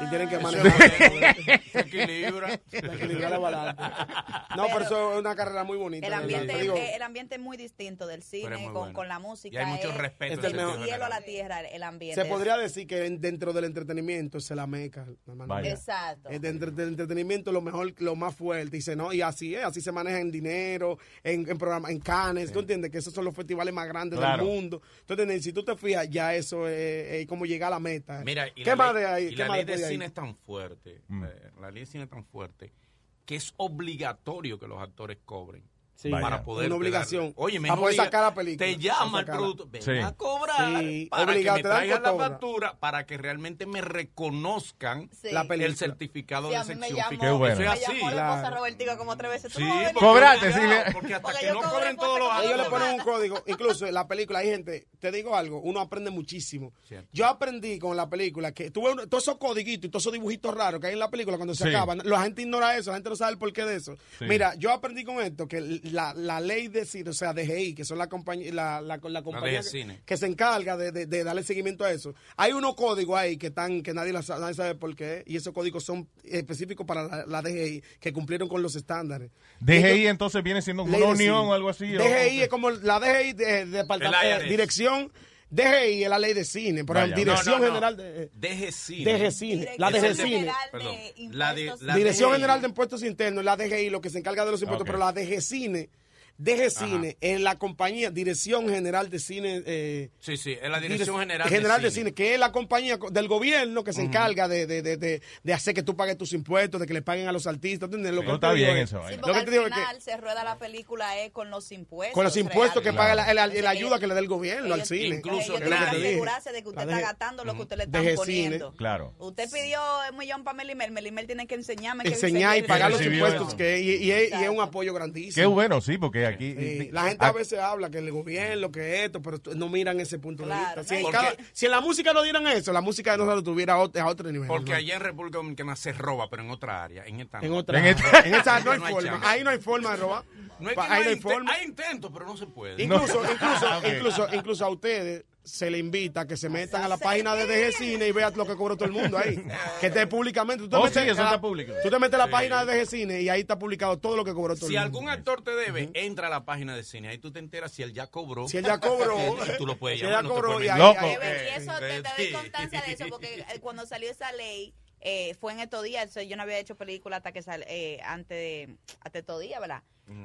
Speaker 18: Y tienen que
Speaker 16: Eso
Speaker 18: manejar.
Speaker 16: es- Se equilibra.
Speaker 18: Se equilibra la balanza. No, pero,
Speaker 17: Pero-
Speaker 18: eso es una carrera muy bonita.
Speaker 17: El
Speaker 18: de verdad.
Speaker 17: ambiente,
Speaker 18: Te digo,
Speaker 17: eh, el ambiente es muy distinto del cine,
Speaker 18: muy
Speaker 17: con,
Speaker 18: bueno.
Speaker 17: con la música.
Speaker 18: mucho
Speaker 17: es-
Speaker 18: respeto
Speaker 17: Es
Speaker 18: en
Speaker 17: del
Speaker 18: ese
Speaker 17: mejor.
Speaker 18: sentido
Speaker 17: cielo a la
Speaker 18: general.
Speaker 17: tierra, el ambiente.
Speaker 18: se podría decir que en- dentro del entretenimiento es la meca. hermano.
Speaker 17: Vaya. Exacto.
Speaker 18: Eh, Dentro del entretenimiento lo mejor, lo más fuerte. Y, se, no, y así es, así se maneja en dinero, en, en programas, en canes. ¿Tú entiendes? Que esos son los festivales más grandes
Speaker 16: Claro.
Speaker 18: del mundo. ¿Tú entiendes? Y Si tú te fijas, ya eso es, es como llegar a la meta. eh.
Speaker 16: Mira, y
Speaker 18: ¿qué
Speaker 16: la
Speaker 18: más
Speaker 16: ley,
Speaker 18: de ahí?
Speaker 16: y
Speaker 18: ¿Qué
Speaker 16: la
Speaker 18: más
Speaker 16: ley de
Speaker 18: después de ahí?
Speaker 16: cine es tan fuerte, eh, la ley de cine es tan fuerte, que es obligatorio que los actores cobren.
Speaker 18: Sí.
Speaker 16: para
Speaker 18: Vaya.
Speaker 16: poder
Speaker 18: Una obligación.
Speaker 16: oye me
Speaker 18: Para poder
Speaker 16: obliga-
Speaker 18: sacar la película.
Speaker 16: te llama
Speaker 18: Para
Speaker 16: el
Speaker 18: sacarla.
Speaker 16: productor ven
Speaker 18: Sí.
Speaker 16: a cobrar
Speaker 18: Sí,
Speaker 16: para que
Speaker 18: obligado,
Speaker 16: me
Speaker 18: te dan
Speaker 16: traigan la
Speaker 18: cotorra.
Speaker 16: factura para que realmente me reconozcan
Speaker 17: Sí. La
Speaker 16: el
Speaker 18: película.
Speaker 16: certificado
Speaker 17: Sí, a
Speaker 16: de
Speaker 17: mí me
Speaker 16: sección
Speaker 17: llamó-
Speaker 16: fiscal.
Speaker 11: Qué bueno.
Speaker 16: eso es
Speaker 11: me
Speaker 16: así
Speaker 17: llamó la esposa Robertico como tres veces. ¿Tú
Speaker 16: Sí,
Speaker 17: no vas a venir?
Speaker 16: porque
Speaker 11: Cobrate,
Speaker 16: obligado,
Speaker 11: sí, le-
Speaker 16: porque hasta
Speaker 17: Porque
Speaker 16: que
Speaker 17: yo
Speaker 16: no
Speaker 17: cobré
Speaker 16: cobren todos los
Speaker 18: Ellos le
Speaker 16: actores
Speaker 18: ponen un código. Incluso en la película hay gente, te digo algo, uno aprende muchísimo.
Speaker 16: Cierto.
Speaker 18: Yo aprendí con la película que tuve todos esos codiguitos y todos esos dibujitos raros que hay en la película cuando se
Speaker 16: Sí.
Speaker 18: acaban. La gente ignora eso, la gente no sabe el porqué de eso.
Speaker 16: Sí.
Speaker 18: Mira, yo aprendí con esto que la, la ley de cine, o sea, DGI, que son la compañía, la, la, la
Speaker 16: de
Speaker 18: compañía
Speaker 16: cine.
Speaker 18: que, que se encarga de, de- de darle seguimiento a eso. Hay unos códigos ahí que están, que nadie, la sa- nadie sabe por qué, y esos códigos son específicos para la, la DGI, que cumplieron con los estándares.
Speaker 11: DGI entonces viene siendo como
Speaker 18: Ley
Speaker 11: una
Speaker 18: de cine.
Speaker 11: unión o algo así. o-
Speaker 18: DGI es como la DGI de, de departamento-
Speaker 16: El IRS.
Speaker 18: dirección. DGI es la ley de cine, por
Speaker 16: Vaya.
Speaker 18: ejemplo, Dirección
Speaker 16: No, no, no.
Speaker 18: General de
Speaker 16: DG Cine.
Speaker 18: DG Cine, la
Speaker 16: Es el
Speaker 18: DG
Speaker 16: de-
Speaker 18: Cine.
Speaker 16: perdón, la de- la
Speaker 18: Dirección
Speaker 16: DGI.
Speaker 18: General de Impuestos Internos, la DGI, lo que se encarga de los impuestos,
Speaker 16: Ok.
Speaker 18: pero la DG Cine, DG Cine, es la compañía Dirección General de Cine. eh,
Speaker 16: Sí, sí, es la dirección
Speaker 18: Direc-
Speaker 16: general,
Speaker 18: de, cine. que es la compañía co- del gobierno que se encarga de, de, de, de, de hacer que tú pagues tus impuestos, de que le paguen a los artistas. ¿entiendes? Lo que
Speaker 11: No
Speaker 18: te
Speaker 11: está
Speaker 18: digo
Speaker 11: bien
Speaker 18: es-
Speaker 11: eso, Sí,
Speaker 17: Sí,
Speaker 11: ¿eh?
Speaker 17: porque
Speaker 18: Lo que te digo
Speaker 17: al
Speaker 18: es que
Speaker 17: final se rueda la película es con los impuestos.
Speaker 18: con los impuestos que
Speaker 17: reales.
Speaker 18: paga la, el- el- la
Speaker 17: Entonces,
Speaker 18: ayuda que le da el gobierno al
Speaker 17: ellos-
Speaker 18: cine.
Speaker 17: Incluso ellos
Speaker 18: Es lo
Speaker 17: tienen
Speaker 18: que
Speaker 17: que
Speaker 18: te dije.
Speaker 17: asegurarse de que usted
Speaker 18: La
Speaker 17: está
Speaker 18: DG
Speaker 17: gastando lo que usted le está
Speaker 18: DG
Speaker 17: poniendo.
Speaker 18: Cine. Claro.
Speaker 17: Usted pidió un millón para Melimel, Melimel tiene que enseñarme. que
Speaker 18: Enseñar y
Speaker 17: vive-
Speaker 18: pagar los
Speaker 11: Recibió
Speaker 18: impuestos,
Speaker 11: eso.
Speaker 18: que, y, y es, y es un apoyo
Speaker 11: Qué
Speaker 18: grandísimo.
Speaker 11: bueno, sí, porque aquí. eh, ah,
Speaker 18: Sí, La gente a veces habla que el gobierno, que esto, pero tú- no miran ese punto de
Speaker 16: Claro,
Speaker 18: vista. Si,
Speaker 16: ¿no?
Speaker 18: en
Speaker 16: Porque-
Speaker 18: cada- si en la música no dieran eso, la música de nosotros tuviera ot- a otro nivel.
Speaker 16: Porque
Speaker 18: ¿no?
Speaker 16: allá en República Dominicana se roba, pero en otra área, en esta
Speaker 18: En
Speaker 16: no.
Speaker 18: otra. En, esa no hay forma.
Speaker 16: chance.
Speaker 18: Ahí no hay forma de robar.
Speaker 16: No es que
Speaker 18: Pa-
Speaker 16: no
Speaker 18: ahí
Speaker 16: hay,
Speaker 18: no hay
Speaker 16: inte-
Speaker 18: forma.
Speaker 16: hay intentos, pero no se puede.
Speaker 18: Incluso, incluso,
Speaker 16: Ok.
Speaker 18: incluso, incluso a ustedes se le invita a que se metan a la página de DG Cine y vean lo que cobró todo el mundo ahí. Que esté públicamente. Tú te
Speaker 11: Oh,
Speaker 18: metes
Speaker 11: sí, eso
Speaker 18: a la-
Speaker 11: está público.
Speaker 18: Tú te metes a la
Speaker 16: Sí.
Speaker 18: página de DG Cine y ahí está publicado todo lo que cobró todo
Speaker 16: Si
Speaker 18: el mundo.
Speaker 16: algún actor te debe, entra a la página de cine. Ahí tú te enteras si él ya cobró.
Speaker 18: Si él ya cobró.
Speaker 16: Si tú lo puedes
Speaker 18: Si él
Speaker 16: llamar. no
Speaker 18: ya
Speaker 16: te
Speaker 18: cobró,
Speaker 16: puedes
Speaker 18: y ahí- eh.
Speaker 16: meter. Eh,
Speaker 18: ahí-
Speaker 17: Pero, y eso te, te doy
Speaker 16: Sí.
Speaker 17: constancia de eso, porque eh, cuando salió esa ley, eh, fue en estos días, so, yo no había hecho película hasta que sal, eh, antes de, hasta estos días, ¿verdad?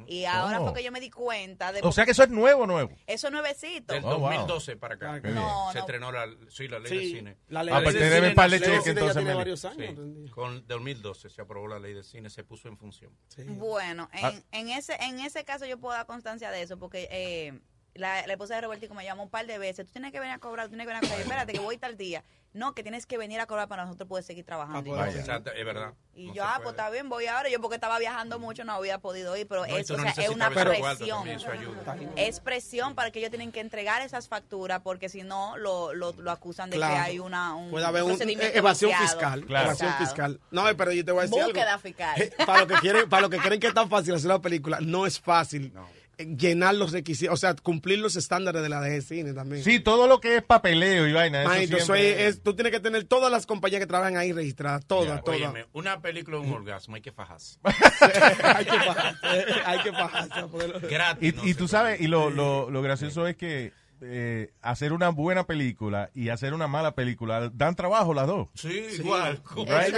Speaker 17: Y ahora
Speaker 11: Oh.
Speaker 17: fue que yo me di cuenta de...
Speaker 11: O sea que eso es nuevo, nuevo.
Speaker 17: Eso es nuevecito.
Speaker 16: Del
Speaker 11: Oh, wow.
Speaker 16: 2012 para acá.
Speaker 11: qué bien. No,
Speaker 16: se estrenó la, sí, la ley
Speaker 18: Sí,
Speaker 16: de cine.
Speaker 18: la ley
Speaker 11: Ah, de pues cine. teneme un par
Speaker 16: La
Speaker 11: de
Speaker 16: ley
Speaker 11: cheques,
Speaker 16: cine ya
Speaker 11: entonces,
Speaker 16: tiene
Speaker 11: Meli.
Speaker 16: varios años,
Speaker 18: Sí.
Speaker 16: entendí. Con 2012 se aprobó la ley de cine, se puso en función.
Speaker 17: Bueno, en,
Speaker 16: Ah.
Speaker 17: en ese en ese caso yo puedo dar constancia de eso, porque eh, la, la esposa de Robertico me llamó un par de veces, tú tienes que venir a cobrar, tú tienes que venir a cobrar, espérate que voy tal día. No, que tienes que venir a cobrar para nosotros poder seguir trabajando. Y yo,
Speaker 16: Vaya. Ah, pues, Exacto, es verdad.
Speaker 17: Y
Speaker 16: No
Speaker 17: yo,
Speaker 16: se
Speaker 17: ah,
Speaker 16: puede.
Speaker 17: pues está bien, voy ahora. Yo porque estaba viajando mucho no había podido ir, pero
Speaker 16: No, y
Speaker 17: es,
Speaker 16: tú
Speaker 17: Pues o
Speaker 16: no
Speaker 17: sea, es una
Speaker 16: necesitabas ese cuarto
Speaker 17: presión.
Speaker 16: también, eso ayuda.
Speaker 17: Es presión para que ellos tienen que entregar esas facturas porque si no lo, lo, lo acusan de
Speaker 18: Claro.
Speaker 17: que hay una un
Speaker 18: Puede haber un-
Speaker 17: procedimiento
Speaker 18: eh, evasión
Speaker 17: viciado.
Speaker 18: fiscal. Evasión
Speaker 17: Exacto.
Speaker 18: fiscal. No, eh, pero yo te voy a decir algo. Eh,
Speaker 17: Búsqueda fiscal.
Speaker 18: para los que quieren, para los que creen que es tan fácil hacer una película, no es fácil eh, llenar los requisitos, o sea, cumplir los estándares de la DG Cine también.
Speaker 11: Sí, todo lo que es papeleo y vaina. eso
Speaker 18: Manito, eso
Speaker 11: siempre-
Speaker 18: es- es- tú tienes que tener todas las compañías que trabajan ahí registradas, todas, todas.
Speaker 16: Óyeme, una película de un orgasmo, hay que fajarse.
Speaker 18: hay que fajarse, hay que fajarse. para poderlo-
Speaker 16: Gratis.
Speaker 11: Y, y tú sabes, y lo, lo, lo gracioso es que
Speaker 6: eh, hacer una buena película y hacer una mala película dan trabajo las dos.
Speaker 16: Sí, igual. Como,
Speaker 6: Right.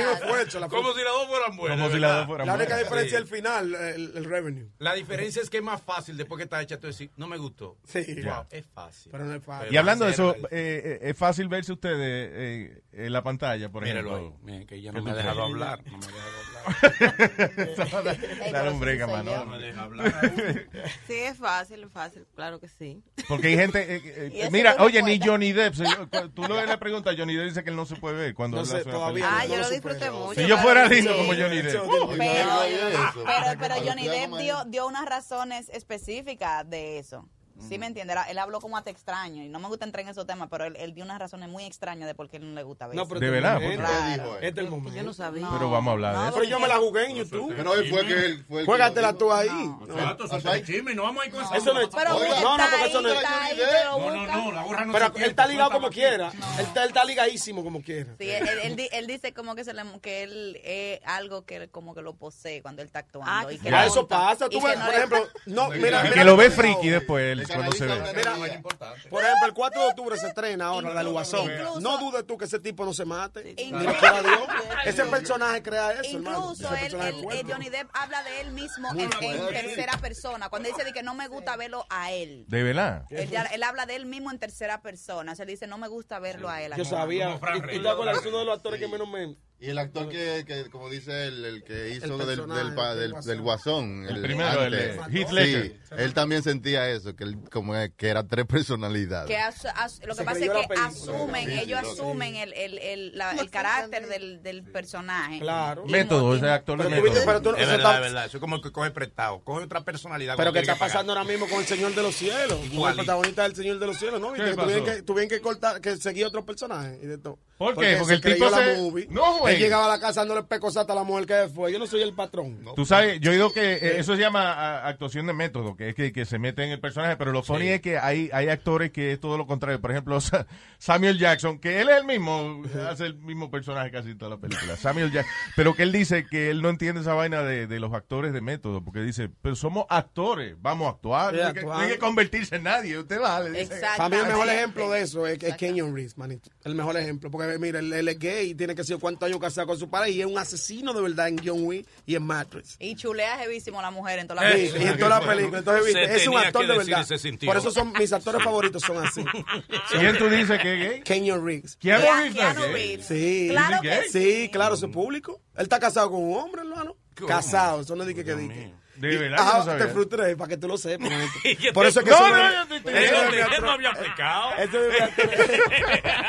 Speaker 16: si, como si las dos fueran buenas.
Speaker 6: Como si
Speaker 16: ¿verdad?
Speaker 6: las dos fueran
Speaker 16: La
Speaker 6: buenas.
Speaker 16: única diferencia
Speaker 18: al final, el, el revenue.
Speaker 16: La diferencia es que es más fácil después que está hecha tú decir, no me gustó.
Speaker 18: Sí.
Speaker 16: Wow,
Speaker 6: Ya.
Speaker 16: es fácil.
Speaker 18: Pero no es fácil.
Speaker 6: Y hablando de
Speaker 16: hacerla
Speaker 6: eso, eh, eh, es fácil verse ustedes eh, en la pantalla, por
Speaker 16: Míralo
Speaker 6: ejemplo.
Speaker 16: ahí. Mira, que ella
Speaker 6: ¿Qué
Speaker 16: no me
Speaker 6: tú
Speaker 16: ha dejado
Speaker 6: crees?
Speaker 16: hablar, no me ha dejado hablar.
Speaker 6: Dale- Dale un break,
Speaker 16: No
Speaker 6: mano.
Speaker 16: me deja hablar.
Speaker 15: Sí, es fácil, es fácil, claro que sí.
Speaker 6: Porque hay gente. eh, eh,
Speaker 15: Y eso
Speaker 6: mira,
Speaker 15: no me
Speaker 6: oye, ni
Speaker 15: cuenta.
Speaker 6: Johnny Depp. señor, cu- tú le le preguntas a Johnny Depp dice que él no se puede ver cuando
Speaker 18: No
Speaker 6: él
Speaker 18: sé,
Speaker 6: hace una
Speaker 18: todavía
Speaker 6: película.
Speaker 17: Ah, yo lo disfruté mucho.
Speaker 6: Si yo fuera
Speaker 17: claro que
Speaker 6: lindo
Speaker 17: sí.
Speaker 6: como Johnny Depp. Uh,
Speaker 17: Pero, pero, pero Johnny Depp dio, dio unas razones específicas de eso. Sí, me entiende. Era- Él habló como hasta extraño. Y no me gusta entrar en esos temas, pero él, él dio unas razones muy extrañas de por qué él no le gusta ver
Speaker 18: No,
Speaker 17: eso.
Speaker 18: pero
Speaker 6: De verdad,
Speaker 18: Este
Speaker 6: ¿por qué?
Speaker 18: es el momento. Este es el momento.
Speaker 15: Yo no sabía.
Speaker 6: Pero vamos a hablar de eso.
Speaker 18: Pero yo me la jugué en YouTube.
Speaker 3: Pero él fue que él fue el que
Speaker 18: Juégatela
Speaker 3: lo
Speaker 18: tú ahí.
Speaker 6: "Ah,
Speaker 16: Exacto, eso es chisme, no vamos a ir con
Speaker 18: Eso no es
Speaker 16: Pero
Speaker 18: Oiga,
Speaker 16: está
Speaker 18: No, no, porque
Speaker 16: ahí,
Speaker 18: eso no es
Speaker 16: está ahí,
Speaker 18: No,
Speaker 16: lo busca. No, no, la gorra no
Speaker 18: Pero
Speaker 16: se
Speaker 18: él
Speaker 16: pierde,
Speaker 18: está ligado
Speaker 16: suelta
Speaker 18: como
Speaker 16: la
Speaker 18: quiera. Él está- él está ligadísimo como quiera.
Speaker 17: Sí, él, él- él di- él dice como que, se le- que él es algo que él como que lo posee cuando él está actuando. y que
Speaker 18: Ah, Ya
Speaker 17: le
Speaker 18: eso
Speaker 17: gusta.
Speaker 18: pasa.
Speaker 17: Y
Speaker 18: Tú
Speaker 17: que
Speaker 18: ves,
Speaker 17: no
Speaker 18: por
Speaker 17: le-
Speaker 18: ejemplo, no, mira,
Speaker 6: Y
Speaker 18: mira
Speaker 6: que lo
Speaker 18: lo
Speaker 6: ve
Speaker 18: que-
Speaker 6: friki después, él, cuando se ve.
Speaker 18: Mira, por ejemplo, el 4 de octubre se estrena ahora la del Guasón. No dudes tú que ese tipo no se mate. Mira,
Speaker 17: Incluso-
Speaker 18: quiera Dios. Ese personaje crea eso, hermano. Ese
Speaker 17: Incluso él,
Speaker 18: personaje
Speaker 17: él-
Speaker 18: fuerte.
Speaker 17: eh, Johnny Depp habla de él mismo
Speaker 18: Muy
Speaker 17: en, en
Speaker 18: fuerte.
Speaker 17: tercera persona. Cuando dice de que no me gusta verlo a él.
Speaker 6: De verdad.
Speaker 17: Él, ya- él habla de él mismo en tercera persona. Se le dice no me gusta verlo a él.
Speaker 18: Yo sabía. Y- y te acuerdas, es uno de los actores que menos me...
Speaker 3: Y el actor que, que, como dice el, el que hizo del,
Speaker 18: personaje,
Speaker 3: del, pa-
Speaker 18: el
Speaker 3: del,
Speaker 18: guasón.
Speaker 3: del guasón.
Speaker 6: El primero, el,
Speaker 3: antes.
Speaker 6: eh, Heath Ledger.
Speaker 3: Sí, él también sentía eso, que él como es- que era tres personalidades.
Speaker 17: Que asu- as- lo que
Speaker 18: Se
Speaker 17: pasa es
Speaker 18: creyó la
Speaker 17: que
Speaker 18: película.
Speaker 17: asumen,
Speaker 3: Sí, sí,
Speaker 17: ellos
Speaker 3: sí.
Speaker 17: asumen el, el, el, la- el carácter del, del personaje.
Speaker 18: Claro.
Speaker 6: Método, ese actor de
Speaker 16: Pero tú
Speaker 6: método.
Speaker 16: viste, pero tú-
Speaker 6: Es
Speaker 16: es
Speaker 6: verdad,
Speaker 16: verdad,
Speaker 6: es
Speaker 16: es
Speaker 6: verdad.
Speaker 16: verdad. Eso es como que coge prestado. Coge otra personalidad.
Speaker 18: Pero
Speaker 16: cuando
Speaker 18: que
Speaker 16: tiene
Speaker 18: está
Speaker 16: pagar.
Speaker 18: pasando ahora mismo con el Señor de los Cielos. Con el
Speaker 16: Igualito.
Speaker 18: protagonista del Señor de los Cielos, ¿no? Viste
Speaker 6: ¿Qué
Speaker 18: que tuvieron
Speaker 6: pasó?
Speaker 18: que, tuvieron que cortar, que seguir otros personajes y de todo.
Speaker 6: ¿Por qué? Porque el
Speaker 18: creyó
Speaker 6: tipo
Speaker 18: la
Speaker 6: se-
Speaker 18: movie.
Speaker 6: No, güey.
Speaker 18: Él llegaba a la casa dándole pecosata a la mujer que fue. Yo no soy el patrón.
Speaker 6: Tú sabes, yo digo que eh, eso se llama a- actuación de método, que es que, que se mete en el personaje, pero lo funny es que hay, hay actores que es todo lo contrario. Por ejemplo, Sa- Samuel Jackson, que él es el mismo, hace el mismo personaje casi en toda la película. Samuel Jackson, pero que él dice que él no entiende esa vaina de, de los actores de método, porque dice, pero somos actores, vamos a actuar, Ah, no
Speaker 18: Sí,
Speaker 6: hay que,
Speaker 18: actuar.
Speaker 6: no hay que convertirse en nadie, usted vale. dice.
Speaker 17: Exacto.
Speaker 18: Para mí el mejor ejemplo de eso es, es Kenyon Reeves, manito. El mejor ejemplo. Porque mira, él, él es gay y tiene que ser cuántos años casado con su padre y es un asesino de verdad en John Wick y en Matrix.
Speaker 17: Y chulea jevísimo a la mujer en toda la
Speaker 18: Sí,
Speaker 17: película.
Speaker 18: y en toda la película. Entonces,
Speaker 16: Se
Speaker 18: viste, es un
Speaker 16: tenía
Speaker 18: actor
Speaker 16: que
Speaker 18: de
Speaker 16: decir
Speaker 18: verdad.
Speaker 16: ese sentido.
Speaker 18: Por eso son mis actores favoritos son así.
Speaker 6: ¿Quién tú dices que es gay?
Speaker 18: Kenyon Reeves.
Speaker 6: Keanu
Speaker 18: Kea-
Speaker 6: Reeves no es
Speaker 18: Keanu
Speaker 6: gay.
Speaker 18: Reeves. Sí.
Speaker 6: Claro que ¿Gay?
Speaker 18: Sí, claro, eso es público. Él está casado con un hombre, hermano. Casado, eso no dije que dije.
Speaker 6: De verdad, yo
Speaker 18: Ah,
Speaker 6: no sabía.
Speaker 18: te frustré para que tú lo sepas.
Speaker 16: Y yo
Speaker 18: Por
Speaker 16: te-
Speaker 18: eso es que
Speaker 16: No,
Speaker 18: eso
Speaker 16: no,
Speaker 18: me-
Speaker 16: yo te-
Speaker 18: eso
Speaker 16: te-
Speaker 18: me
Speaker 16: te-
Speaker 18: atrapa.
Speaker 16: no había aplicado.
Speaker 18: Eso es verdad.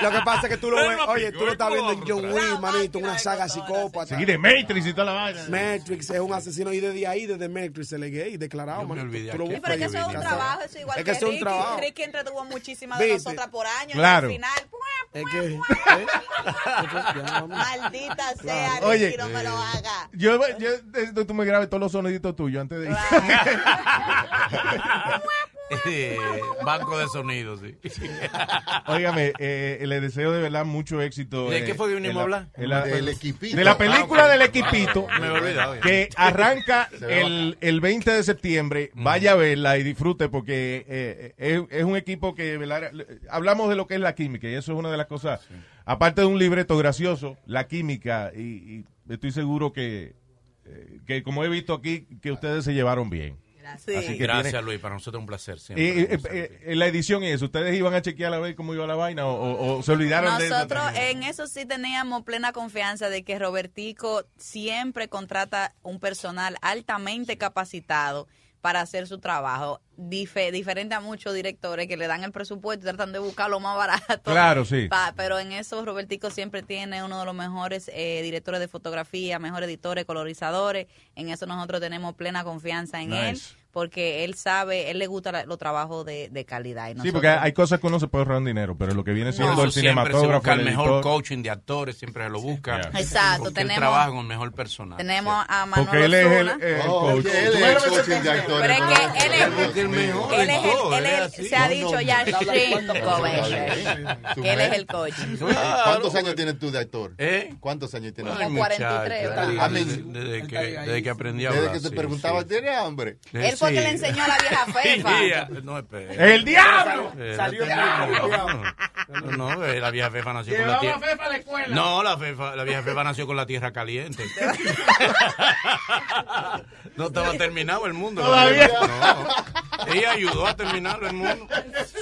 Speaker 18: Lo que pasa es que tú lo
Speaker 16: Él
Speaker 18: ves,
Speaker 16: no
Speaker 18: oye, tú lo estás viendo en John
Speaker 16: aplicó,
Speaker 18: Wick, manito, una saga psicópata.
Speaker 6: Sí, de Matrix y toda la vaina.
Speaker 18: Matrix es un asesino y desde ahí, desde Matrix, se le gay, declarado, manito. Tú lo
Speaker 17: Sí,
Speaker 18: buscas
Speaker 17: pero es que
Speaker 18: ahí,
Speaker 17: eso es un
Speaker 18: casado.
Speaker 17: trabajo, eso es igual
Speaker 18: Es
Speaker 17: que,
Speaker 18: que eso es un
Speaker 17: Ricky.
Speaker 18: trabajo.
Speaker 17: Ricky entretuvo muchísimas de
Speaker 18: ¿Viste?
Speaker 17: nosotras por años
Speaker 6: Claro.
Speaker 17: y al final, ¡pua!
Speaker 18: Es que.
Speaker 17: maldita sea, Ricky,
Speaker 6: Oye.
Speaker 17: no me lo haga.
Speaker 6: Yo, yo, eh, tú me grabes todos los soniditos tuyos antes de ir.
Speaker 16: Eh, banco de sonidos, sí.
Speaker 6: Óigame, eh, le deseo de verdad mucho éxito.
Speaker 16: ¿De
Speaker 6: eh,
Speaker 16: qué fue que vinimos
Speaker 6: en la-
Speaker 16: a hablar?
Speaker 6: en la-
Speaker 16: Del
Speaker 3: equipito.
Speaker 6: De la película
Speaker 16: Ah, ok.
Speaker 6: del equipito.
Speaker 16: Me había olvidado, ya.
Speaker 6: Que arranca
Speaker 3: Se ve
Speaker 6: el, el 20 de septiembre.
Speaker 16: Mm.
Speaker 6: Vaya a verla y disfrute porque eh, es, es un equipo que... ¿verdad? Hablamos de lo que es la química y eso es una de las cosas. Aparte de un libreto gracioso, la química y, y estoy seguro que, eh, que como he visto aquí, que ustedes se llevaron bien.
Speaker 17: Gracias.
Speaker 6: Así que
Speaker 16: Gracias,
Speaker 6: tiene-
Speaker 16: Luis. Para nosotros es un placer siempre.
Speaker 6: eh, eh, eh, en la edición es, ¿ustedes iban a chequear a ver cómo iba la vaina o, o- o se olvidaron
Speaker 17: Nosotros
Speaker 6: de
Speaker 17: en eso sí teníamos plena confianza de que Robertico siempre contrata un personal altamente capacitado para hacer su trabajo, Dife- diferente a muchos directores que le dan el presupuesto y tratan de buscar lo más barato.
Speaker 6: Claro, sí.
Speaker 17: Pa- pero en eso Robertico siempre tiene uno de los mejores eh, directores de fotografía, mejores editores, colorizadores. En eso nosotros tenemos plena confianza en él
Speaker 6: Nice.
Speaker 17: porque él sabe, él le gusta la- los trabajos de, de calidad. y
Speaker 6: Sí,
Speaker 17: nosotros-
Speaker 6: porque hay cosas que uno se puede ahorrar en dinero, pero lo que viene siendo
Speaker 16: Eso
Speaker 6: el
Speaker 16: siempre se
Speaker 6: cinematógrafo,
Speaker 16: busca el
Speaker 6: el
Speaker 16: mejor
Speaker 6: editor-
Speaker 16: coaching de actores, siempre se lo busca.
Speaker 6: Yeah.
Speaker 17: Exacto,
Speaker 16: Porque
Speaker 17: tenemos-
Speaker 16: Él trabaja con el mejor personal.
Speaker 17: tenemos a Manuel
Speaker 6: porque él es el,
Speaker 17: Osuna.
Speaker 6: el
Speaker 3: Oh,
Speaker 6: coach.
Speaker 3: porque él es el coaching de actores.
Speaker 17: Pero es que él es-
Speaker 16: Porque el mejor.
Speaker 17: Él es
Speaker 16: en todo,
Speaker 17: el, él es-
Speaker 16: así.
Speaker 17: se ha dicho ya Shane
Speaker 3: ¿eh?
Speaker 17: Coventry, que él es el coach.
Speaker 3: Ah, ¿Cuántos años tienes tú de actor?
Speaker 16: ¿Eh?
Speaker 3: ¿Cuántos años tienes?
Speaker 16: Ay,
Speaker 17: Como 43,
Speaker 16: muchacho,
Speaker 17: ¿verdad?
Speaker 16: desde-
Speaker 3: Amén.
Speaker 16: Desde que, desde que aprendí a
Speaker 3: Desde
Speaker 16: hablar,
Speaker 3: que te
Speaker 16: sí,
Speaker 3: preguntaba,
Speaker 16: sí.
Speaker 3: ¿tiene hambre?
Speaker 16: Eh,
Speaker 17: Él
Speaker 16: sí,
Speaker 17: fue que le enseñó a la vieja fefa.
Speaker 16: No, espera.
Speaker 6: ¡El diablo!
Speaker 16: Espérate,
Speaker 6: Salió el
Speaker 16: no,
Speaker 6: diablo.
Speaker 16: No, no, eh, la vieja fefa nació con
Speaker 6: Llevaba
Speaker 16: la tierra.
Speaker 6: fefa a la escuela.
Speaker 16: No, la, fefa, la vieja fefa nació con la tierra caliente. no estaba terminado el mundo. la
Speaker 6: Todavía.
Speaker 16: vieja. No. Ella ayudó a terminarlo el mundo.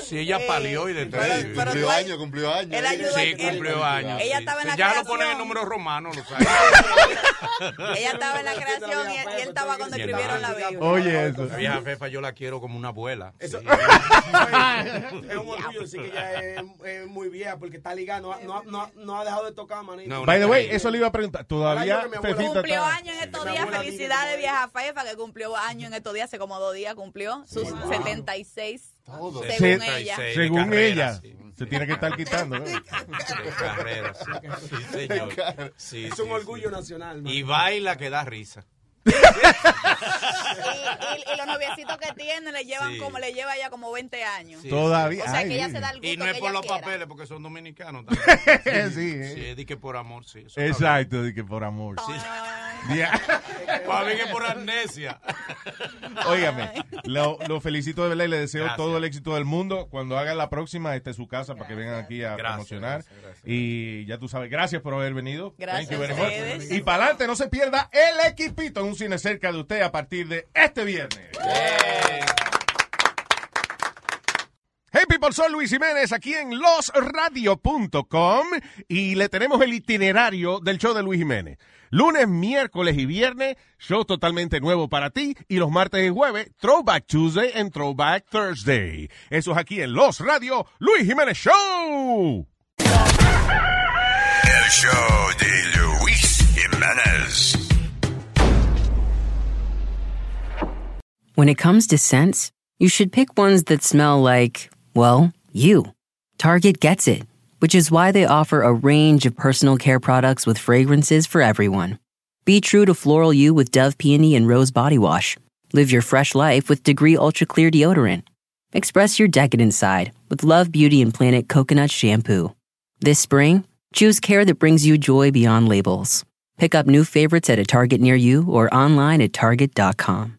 Speaker 16: Sí, ella
Speaker 17: Eh,
Speaker 16: palió y detrás.
Speaker 3: Cumplió año, cumplió año.
Speaker 17: Él ayudó
Speaker 16: Sí,
Speaker 17: a-
Speaker 16: cumplió años.
Speaker 17: Ella
Speaker 16: sí.
Speaker 17: estaba en la
Speaker 16: Ya lo
Speaker 17: creación.
Speaker 16: ponen en números romanos, lo sabes.
Speaker 17: Ella estaba en la creación y él, y él estaba cuando escribieron la Biblia.
Speaker 6: Oye, eso.
Speaker 16: La vieja fefa yo la quiero como una abuela. Sí.
Speaker 18: es un orgullo decir que ya es, es muy vieja porque está ligada, no, ha- no, ha- no, ha- no ha dejado de tocar, manito.
Speaker 6: By the way, eso le iba a preguntar.
Speaker 18: Ay,
Speaker 6: Todavía
Speaker 18: yo que mi abuela-
Speaker 6: Fefita
Speaker 17: Cumplió
Speaker 6: está-
Speaker 17: años en estos días. Felicidades, vieja Fefa, que cumplió años en estos días. Hace como dos días cumplió sus 76,
Speaker 6: Se-
Speaker 17: según ella.
Speaker 6: según
Speaker 16: carrera,
Speaker 6: ella. Se tiene que estar quitando. ¿no?
Speaker 16: De carrera, sí. Sí, señor. Sí,
Speaker 18: es
Speaker 16: sí,
Speaker 18: un orgullo nacional.
Speaker 16: Y baila que da risa.
Speaker 17: Y, y los noviecitos que tiene le llevan
Speaker 16: Sí.
Speaker 17: como le lleva ya como 20 años.
Speaker 16: Sí,
Speaker 6: Todavía,
Speaker 17: O sea que
Speaker 6: ay,
Speaker 17: ella
Speaker 6: sí.
Speaker 17: se da el gusto
Speaker 16: Y no es
Speaker 17: que
Speaker 16: por
Speaker 17: ella
Speaker 16: los
Speaker 17: quiera.
Speaker 16: papeles, porque son dominicanos también.
Speaker 6: Sí, eh.
Speaker 16: Sí, es de que por amor, sí. eso está bien.
Speaker 6: Exacto, de que por amor.
Speaker 17: Sí.
Speaker 6: Ya.
Speaker 16: Para Pues mí que por amnesia.
Speaker 6: Óigame, lo, lo felicito de verdad y le deseo
Speaker 16: Gracias.
Speaker 6: todo el éxito del mundo. Cuando haga la próxima, esta es su casa para que vengan aquí a promocionar. Y ya tú sabes, gracias por haber venido.
Speaker 17: Gracias
Speaker 6: Thank you
Speaker 17: a
Speaker 6: very much.
Speaker 17: ustedes.
Speaker 6: Y para adelante, no se pierda el equipito en un cine cerca de usted a partir de este viernes. Hey people, soy Luis Jiménez aquí en losradio.com y le tenemos el itinerario del show de Luis Jiménez. Lunes, miércoles y viernes, show totalmente nuevo para ti y los martes y jueves, Throwback Tuesday and Throwback Thursday. Eso es aquí en Los Radio Luis Jiménez Show.
Speaker 19: El show de Luis Jiménez.
Speaker 20: When it comes to scents, you should pick ones that smell like, well, you. Target gets it, which is why they offer a range of personal care products with fragrances for everyone. Be true to floral you with Dove Peony and Rose Body Wash. Live your fresh life with Degree Ultra Clear Deodorant. Express your decadent side with Love Beauty and Planet Coconut Shampoo. This spring, choose care that brings you joy beyond labels. Pick up new favorites at a Target near you or online at Target.com.